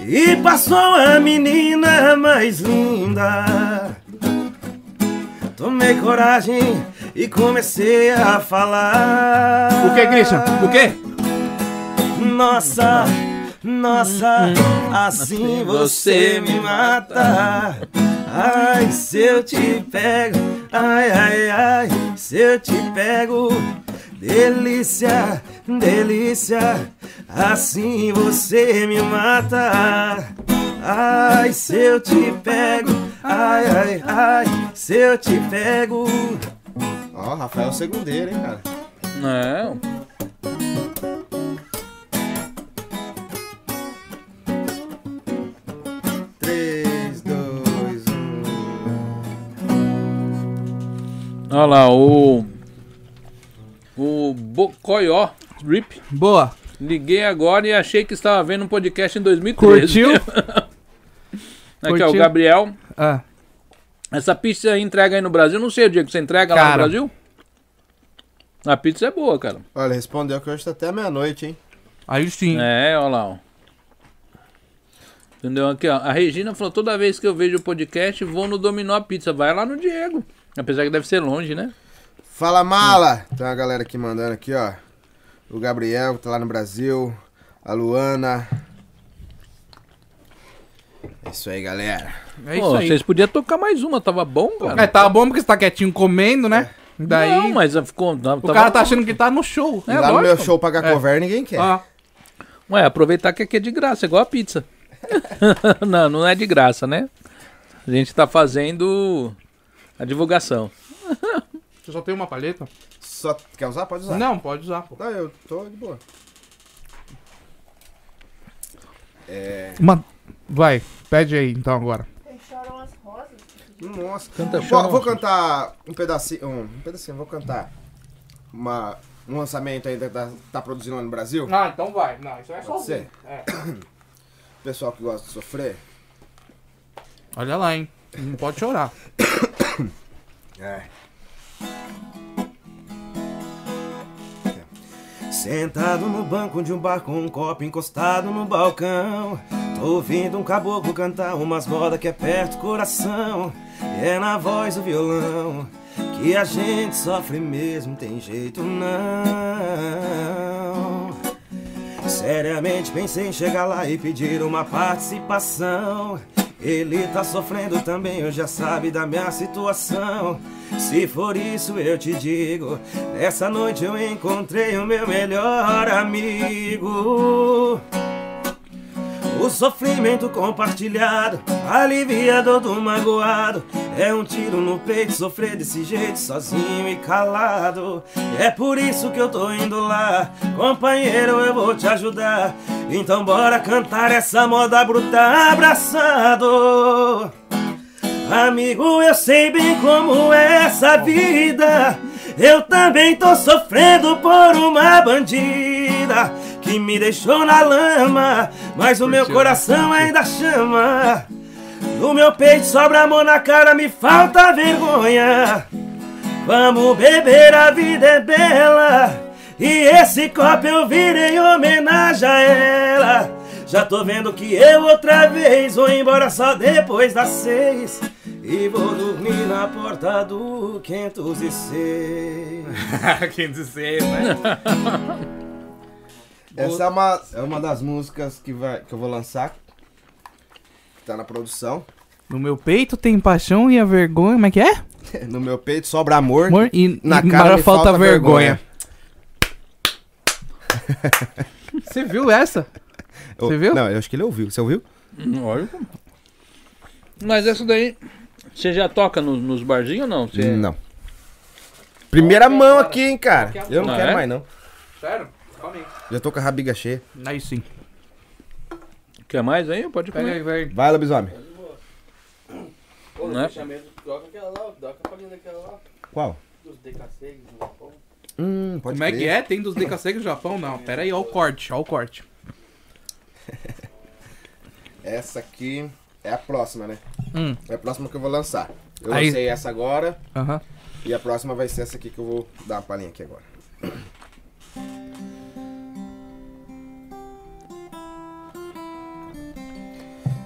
E passou a menina mais linda. Tomei coragem e comecei a falar.
O que, Christian? O quê?
Nossa, nossa, assim você me mata. Ai, se eu te pego, ai, ai, ai, se eu te pego. Delícia, delícia, assim você me mata. Ai, se eu te pego, ai, ai, ai, se eu te pego.
Ó, Rafael é Segundeiro, hein, cara.
Não.
Três, dois, um.
Olha lá, o. O Bocoió Rip.
Boa.
Liguei agora e achei que estava vendo um podcast em 2013.
Curtiu?
Aqui, ó, o
Curtiu?
Gabriel.
Ah,
Essa pizza entrega aí no Brasil. Não sei, Diego, você entrega lá no
Cara.
Brasil? A pizza é boa, cara.
Olha, respondeu que hoje tá até meia-noite, hein?
aí sim.
É, olha lá, ó. Entendeu? Aqui, ó. A Regina falou: toda vez que eu vejo o podcast, vou no Dominó Pizza. Vai lá no Diego. Apesar que deve ser longe, né?
Fala mala! Tem uma galera aqui mandando aqui, ó. O Gabriel, que tá lá no Brasil. A Luana. É isso aí, galera.
É
Pô,
isso aí.
vocês podiam tocar mais uma, tava bom, cara.
É, tava bom porque você tá quietinho comendo, né?
É.
Daí.
Não, mas ficou. Tava,
O cara tá achando que tá no show.
E
É,
lá no meu
lógico.
show pagar cover ninguém quer.
Ah,
Ué, aproveitar que aqui é de graça, igual a pizza. não, não é de graça, né? A gente tá fazendo a divulgação.
você só tem uma palheta?
Só quer usar? Pode usar.
Não, pode usar, pô.
Não, eu tô de boa. É.
Uma- Vai, pede aí então agora.
Aí choram as rosas.
Nossa.
Canta
Vou,
chão.
vou cantar um pedacinho. Um, um pedacinho, vou cantar uma, um lançamento ainda que tá, tá produzindo lá no Brasil.
Ah, É. então vai. Não, isso é
Pode ser? Pessoal que gosta de sofrer.
Olha lá, hein. Não pode chorar.
É.
Sentado no banco de um bar com um copo encostado no balcão Tô ouvindo um caboclo cantar umas modas que aperta o coração E é na voz do violão que a gente sofre mesmo, tem jeito não Seriamente pensei em chegar lá e pedir uma participação. Ele tá sofrendo também, hoje já sabe da minha situação. Se for isso, eu te digo. Nessa noite eu encontrei o meu melhor amigo. O sofrimento compartilhado, alivia a dor do magoado. É um tiro no peito sofrer desse jeito, sozinho e calado. É por isso que eu tô indo lá, companheiro, eu vou te ajudar. Então bora cantar essa moda bruta abraçado. Amigo, eu sei bem como é essa vida. Eu também tô sofrendo por uma bandida que que me deixou na lama, mas o meu coração ainda chama. No meu peito sobra amor na cara, me falta vergonha. Vamos beber, a vida é bela. E esse copo eu virei em homenagem a ela. Já tô vendo que eu outra vez vou embora só depois das seis. E vou dormir na porta do 506.
Quem dizer, né?
Essa é uma, é uma das músicas que, vai, que eu vou lançar. Que tá na produção.
No meu peito tem paixão e a vergonha. Como é que é?
No meu peito sobra amor.
Amor, e
na
e
cara
agora
me
falta,
falta
vergonha. Você viu essa?
Eu-
Você viu?
Não, eu acho que ele ouviu. Você ouviu?
Olha como. Mas essa daí. Você já toca no- nos barzinhos ou não? Você-
Hum, Não. Primeira
é
mão aqui, hein, cara. Eu não
Ah,
quero
é?
mais, não.
Sério? Calma aí.
Já tô com a rabiga cheia.
Aí sim.
Quer mais aí? Pode comer.
Vai, lobisomem.
Pô,
Não é?
no fechamento, toca aquela lá, toca a palhinha daquela lá,
Qual?
dos DKC, do Japão.
Hum, pode
Como é que
crer.
é? Tem dos DKC do Japão? Não, pera aí, ó o corte, ó o corte.
Essa aqui é a próxima, né?
Hum.
É a próxima que eu vou lançar. Eu
Aí-
lancei essa agora
Aham.
e a próxima vai ser essa aqui que eu vou dar uma palhinha aqui agora.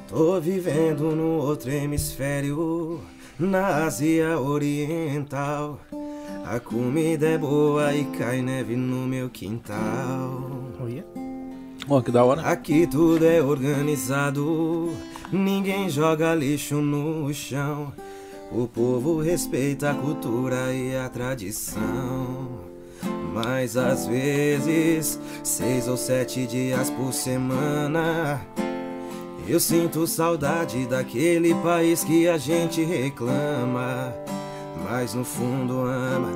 Tô vivendo no outro hemisfério, na Ásia Oriental. A comida é boa e cai neve no meu quintal.
Ó, que da hora.
Aqui tudo é organizado, ninguém joga lixo no chão. O povo respeita a cultura e a tradição. Mas às vezes, seis ou sete dias por semana, eu sinto saudade daquele país que a gente reclama, mas no fundo ama.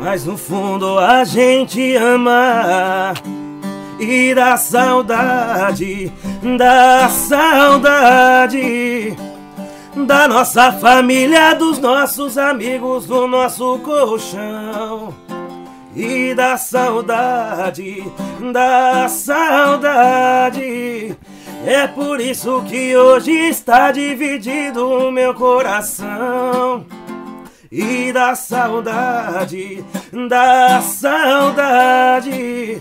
Mas no fundo a gente ama e da saudade, da saudade da nossa família, dos nossos amigos, do nosso colchão e da saudade, da saudade. É por isso que hoje está dividido o meu coração e da saudade, da saudade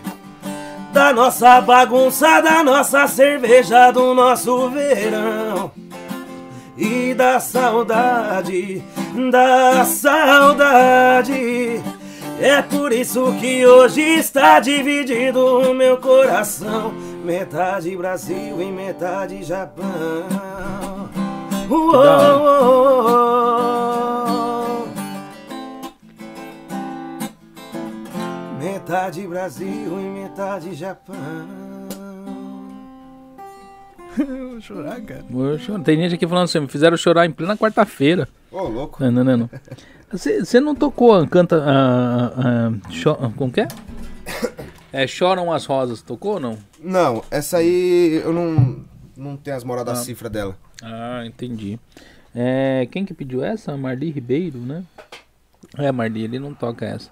da nossa bagunça, da nossa cerveja, do nosso verão e da saudade, da saudade. É por isso que hoje está dividido o meu coração, metade Brasil e metade Japão. Uou, Metade Brasil e metade Japão.
Vou chorar, cara.
Vou chorar. Tem gente aqui falando assim, me fizeram chorar em plena quarta-feira.
Ô, louco.
Não, não, não. não. Você você não tocou, a canta. ah, ah, cho- ah, como que é? É Choram as Rosas, tocou ou não?
Não, essa aí eu não, não tenho as moral da cifra dela.
Ah, entendi. É, quem que pediu essa? Marli Ribeiro, né? É, Marli, ele não toca essa.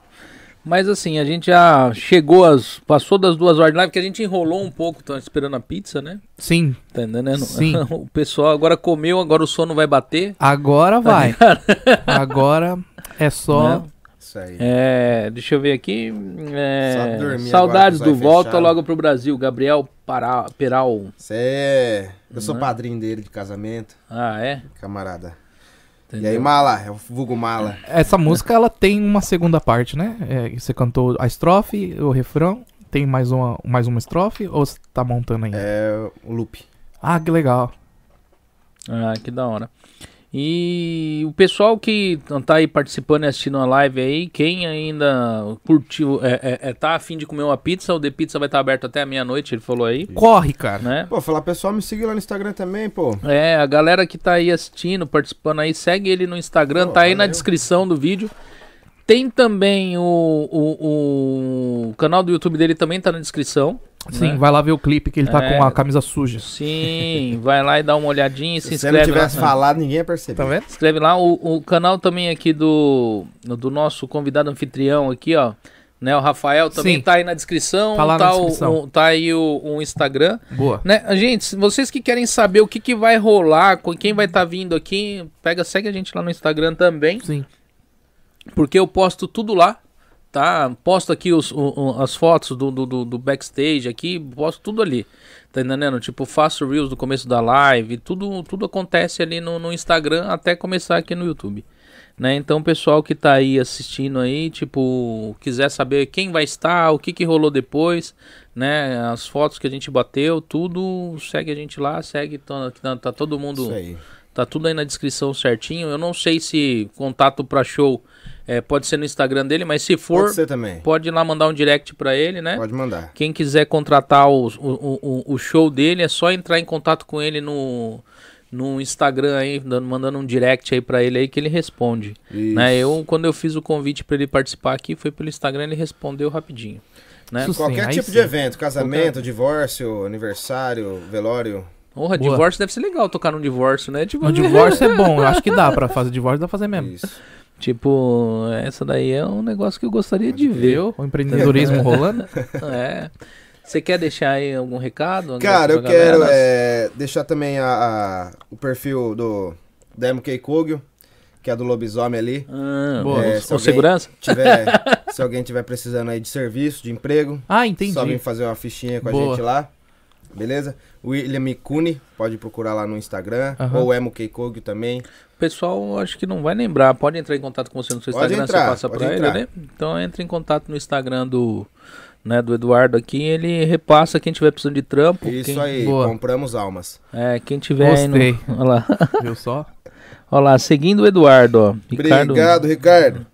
Mas assim, a gente já chegou às. Passou das duas horas de live, que a gente enrolou um pouco, tá esperando a pizza, né?
Sim,
Tá entendendo?
Sim.
o pessoal agora comeu, agora o sono vai bater.
agora vai. Agora é só.
Né?
Isso aí.
É, deixa eu ver aqui. é,
Só dormir
saudades
agora que
do
o zóio
Volta
fechado.
Logo pro Brasil, Gabriel Pará, Peral.
Você é. Eu sou
Não é?
padrinho dele de casamento,
Ah, é?
camarada. E
Entendeu?
aí, Mala, é o vulgo Mala.
Essa música ela tem uma segunda parte, né? É, você cantou a estrofe, o refrão. Tem mais uma, mais uma estrofe ou você tá montando ainda?
É o loop.
Ah, que legal.
Ah, que da hora. E o pessoal que tá aí participando e assistindo a live aí, quem ainda curtiu, é, é- é, tá afim de comer uma pizza, o The Pizza vai estar aberto até a meia-noite, ele falou aí,
Corre, cara.
né?
Pô, falar pessoal, me siga lá no Instagram também, pô.
É, a galera que tá aí assistindo, participando aí, segue ele no Instagram,
Pô,
tá aí na
valeu.
descrição do vídeo. Tem também o, o, o canal do YouTube dele também tá na descrição.
Sim,
né?
vai lá ver o clipe que ele tá
É.
com a camisa suja.
Sim, vai lá e dá uma olhadinha e se,
Se você
inscreve
não tivesse
lá. né?
falado, ninguém ia perceber.
Tá vendo?
Escreve lá o, o canal também aqui do do nosso convidado anfitrião aqui, ó. Né, o Rafael também
Sim.
tá aí na descrição,
Tá lá na
tá o-
descrição.
o- tá aí o, o Instagram.
Boa.
Né, gente, se vocês que querem saber o que, que vai rolar, com quem vai estar vindo aqui, pega, segue a gente lá no Instagram também,
Sim.
porque eu posto tudo lá, tá? Posto aqui os, o- o- as fotos do, do, do- do backstage aqui, posto tudo ali. Tá entendendo? Tipo, faço reels do começo da live, tudo, tudo acontece ali no, no Instagram até começar aqui no YouTube. Né? Então, o pessoal que tá aí assistindo aí, tipo, quiser saber quem vai estar, o que, que rolou depois, né? As fotos que a gente bateu, tudo, segue a gente lá, segue, tá, tá- tá todo mundo.
Isso aí.
Tá tudo aí na descrição certinho. Eu não sei se contato pra show é, pode ser no Instagram dele, mas se for,
Pode
pode,
ser também.
ir lá mandar um direct pra ele, né?
Pode mandar.
Quem quiser contratar o, o, o, o show dele, é só entrar em contato com ele no, no Instagram aí, dando- mandando um direct aí pra ele aí que ele responde.
Isso.
Né? Eu, quando eu fiz o convite pra ele participar aqui, foi pelo Instagram, ele respondeu rapidinho. Né?
Sus-
Qualquer
Sim, aí
tipo
sim.
de evento, casamento, divórcio, aniversário, velório.
Porra,
Boa.
divórcio deve ser legal tocar num divórcio, né? Tipo,
No divórcio é bom, eu acho que dá pra fazer divórcio, dá pra fazer mesmo.
Isso.
tipo, essa daí é um negócio que eu gostaria de ver.
Viu? O empreendedorismo rolando.
É. Você quer deixar aí algum recado? André,
Cara, eu
pra galera?
quero é, deixar também a, a- o perfil do da MK Kogyo, que é do lobisomem ali.
Ah,
Boa.
É,
com segurança?
tiver- se alguém tiver precisando aí de serviço, de emprego,
Ah, entendi.
só vem fazer uma fichinha com a
Boa.
gente lá. Beleza? William Cune, pode procurar lá no Instagram.
Aham.
Ou MK Kogyo também.
O pessoal acho que não vai lembrar. Pode entrar em contato com você no seu
Pode
Instagram,
entrar,
você passa
pode
pra
entrar.
ele, né? Então entra em contato no Instagram do, né, do Eduardo aqui, ele repassa quem tiver precisando de trampo.
Isso
quem,
aí,
Boa.
compramos almas.
É, quem tiver aí no-
Gostei.
Olha lá.
Viu só?
Olha lá, seguindo o Eduardo, ó. Ricardo,
Obrigado, Ricardo.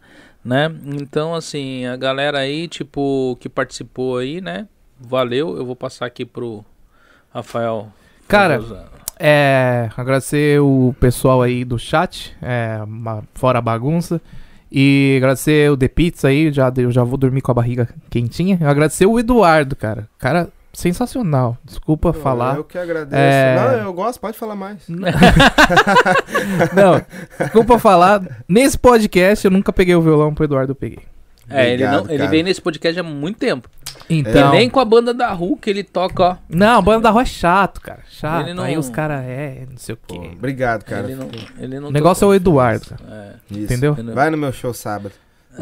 né? Então, assim, a galera aí, tipo, que participou aí, né? Valeu, eu vou passar aqui pro Rafael.
Cara,
Ferruzan.
É, agradecer o pessoal aí do chat, é, uma- fora a bagunça. E agradecer o The Pizza aí, já, eu já vou dormir com a barriga quentinha. Eu agradecer o Eduardo, cara. Cara, sensacional. Desculpa falar.
Eu que agradeço.
É.
Não, eu gosto, pode falar mais.
Não, desculpa falar. Nesse podcast eu nunca peguei o violão pro Eduardo, eu peguei.
É, ele,
Obrigado,
não, ele
cara.
vem nesse podcast há muito tempo.
Então.
E nem com a banda da Ru que ele toca, ó.
Não, banda da rua é chato, cara. Chato.
Ele não-
Aí os caras é, não sei o
Pô,
quê.
obrigado, cara.
Ele não, ele não
O negócio é o Eduardo, cara,
É,
Isso.
entendeu?
ele não-
Vai no meu show sábado.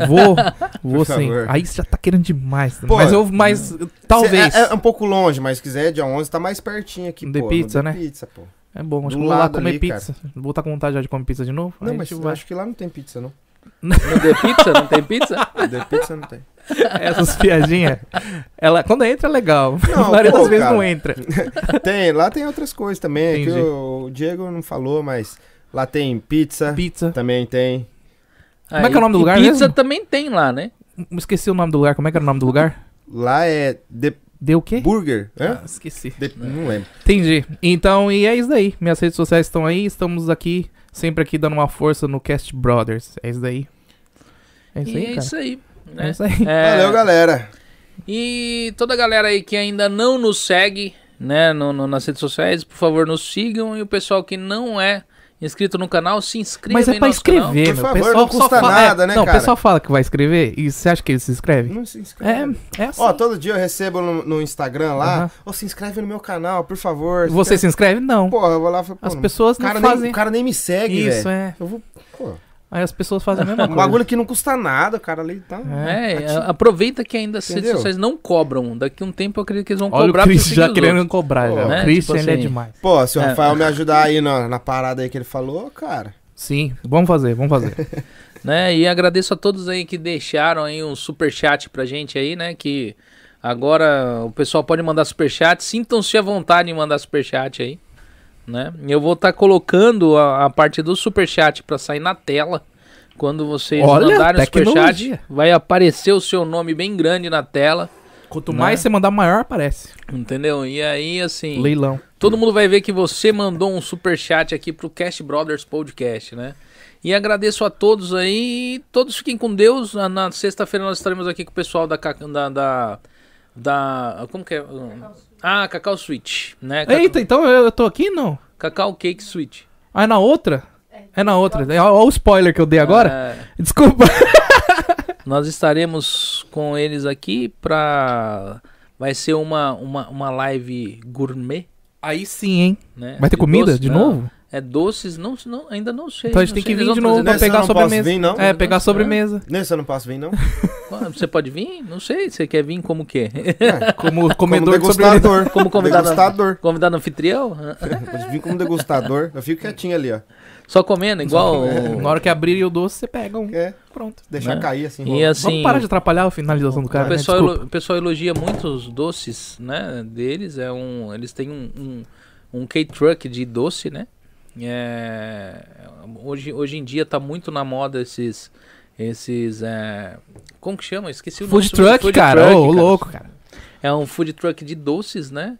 Vou, vou
Por
sim.
favor.
Aí você já tá querendo demais.
Pô,
mas eu, mas talvez.
Cê- É, é um pouco longe, mas se quiser, dia 11 tá mais pertinho aqui,
De
pô.
pizza,
no
né?
De pizza, pô.
É bom, acho
Do
que eu vou lá
lado
comer
ali,
pizza. Vou estar com vontade já de comer pizza de novo.
Não,
aí
mas
a gente
eu
vai.
acho que lá não tem pizza, não.
Não tem pizza? Não tem pizza?
De pizza não tem.
Essas piadinhas. Ela, quando entra, é legal.
Não,
a maioria
pô,
das vezes
cara.
não entra.
Tem, lá tem outras coisas também. é Que
Entendi.
o Diego não falou, mas lá tem pizza,
Pizza.
também tem.
Como é que é o nome do
e
lugar
Pizza
mesmo?
também tem lá, né?
Hum, Esqueci o nome do lugar. Como é que era o nome do lugar?
Lá é The
Deu o quê?
Burger,
Ah,
hã?
esqueci.
The- Não lembro.
Entendi. Então, e é isso daí. Minhas redes sociais estão aí. Estamos aqui, sempre aqui dando uma força no Cast Brothers. É isso daí. É isso
e
aí,
é
cara.
isso aí.
É
Né?
isso aí.
É,
Valeu, galera.
E toda a galera aí que ainda não nos segue, né, no, no- nas redes sociais, por favor, nos sigam. E o pessoal que não é inscrito no canal, se inscreva
Mas é
em
pra
nosso canal.
escrever,
Por
meu.
favor,
pessoal
não
só
custa
fala-
nada,
é,
né,
Não, o
cara?
pessoal fala que vai escrever e você acha que ele se inscreve?
Não se inscreve.
É, é assim.
Ó, todo dia eu recebo no, no Instagram lá. Ô,
Aham.
se inscreve no meu canal, por favor.
Você se inscreve? Não.
Porra, eu vou lá e falo, pô,
As
não-
pessoas
o cara,
não
nem,
fazem.
o cara nem me segue,
Isso,
velho.
é.
Eu vou. Pô,
Aí as pessoas fazem a mesma
um
coisa.
bagulho que não custa nada, o cara ali tá.
né?
É, a- aproveita que ainda as redes
Entendeu?
sociais não cobram. Daqui a um tempo eu acredito que eles vão
Olha
cobrar pra
o Chris
seguir
já
os
querendo
outros.
cobrar,
Pô,
já.
né?
O Christian,
Tipo
ele é
assim.
demais.
Pô, se o
É.
Rafael me ajudar aí na, na parada aí que ele falou, cara.
Sim, vamos fazer, vamos fazer.
né? E agradeço a todos aí que deixaram aí um super chat pra gente aí, né? Que agora o pessoal pode mandar super chat. Sintam-se à vontade em mandar super chat aí, né? Eu vou estar colocando a, a parte do super chat para sair na tela. Quando vocês
Olha,
mandarem o super
tecnologia.
chat, vai aparecer o seu nome bem grande na tela,
Quanto
Né?
mais você mandar, maior aparece.
entendeu? E aí assim,
Leilão.
Todo mundo vai ver que você mandou um super chat aqui pro Cast Brothers Podcast, né? E agradeço a todos aí. Todos fiquem com Deus. Na- Na sexta-feira nós estaremos aqui com o pessoal da Ca- da, da, da- como que é? Ah, Cacau Switch, né? Ca-
Eita, então eu, eu tô aqui, não?
Cacau Cake Switch.
Ah, é na outra? É na outra. Olha o spoiler que eu dei agora.
É,
Desculpa.
Nós estaremos com eles aqui pra. Vai ser uma, uma, uma live gourmet,
Aí sim, hein?
né?
Vai ter
De
comida
doce,
de
né?
novo?
É doces, não, não, ainda não sei.
Então a gente
não sei,
tem que
eles
vir
vão
de novo
trazer.
pra
Nessa eu
pegar a
não posso
sobremesa.
vir, não?
É, pegar a sobremesa.
Nesse eu não posso vir, não?
Ah, Você pode vir? Não sei. Você quer vir como o quê?
Como
Como
comedor de sobremesa.
degustador.
Como convidado?
Degustador.
Convidado anfitrião?
Mas vim como degustador. Eu fico quietinho ali, ó.
Só comendo, igual.
Na hora que abrirem o doce, você pega um.
É,
Pronto.
deixar
Né?
cair assim.
E
rola.
assim.
Vamos parar de atrapalhar a finalização do cara,
o,
né?
pessoal
Desculpa.
elo- o pessoal elogia muito os doces, né? Deles. É um, eles têm um, um, um K-Truck de doce, né? É, hoje, hoje em dia tá muito na moda esses. Esses. é, como que chama? Esqueci o nome.
Food truck,
Food
cara.
truck,
Ô, louco, cara.
É um food truck de doces, né?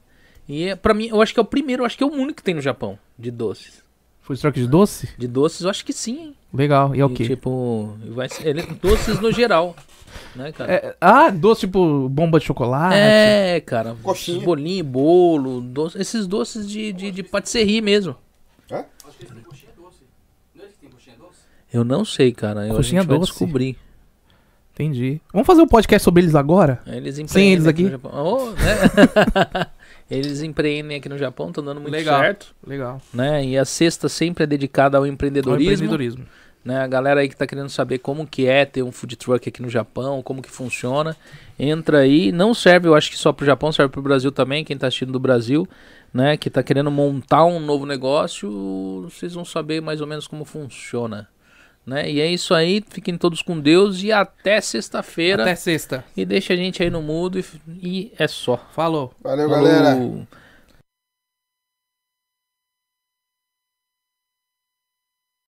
E é, pra mim, eu acho que é o primeiro, eu acho que é o único que tem no Japão de doces.
Food truck de doce?
De doces, eu acho que sim, hein?
Legal. E é o
E,
quê?
tipo, vai ser, ele- doces no geral, né, cara?
É, ah, doce tipo bomba de chocolate.
É, cara.
Coxinha.
esses Bolinho, bolo, doce, esses doces de, de, de patisserie mesmo.
Hã?
Acho que eles têm coxinha doce. Não é eles que têm coxinha doce?
Eu não sei, cara. Eu,
Coxinha
a gente vai
doce.
descobrir.
Entendi. Vamos fazer um podcast sobre eles agora?
Aí Eles
Sem eles
empreendem
aqui?
no Japão. Oh, né? eles empreendem aqui no Japão, estão dando muito
Legal.
certo.
Legal.
Né? E a sexta sempre é dedicada ao empreendedorismo.
Empreendedorismo.
né? A galera aí que tá querendo saber como que é ter um food truck aqui no Japão, como que funciona, entra aí. Não serve, eu acho que só pro Japão, serve pro Brasil também, quem tá assistindo do Brasil, né? Que tá querendo montar um novo negócio, vocês vão saber mais ou menos como funciona. Né? E é isso aí, fiquem todos com Deus e até sexta-feira.
Até sexta.
E deixa a gente aí no mudo e, e é só.
Falou.
Valeu, galera.
Falou.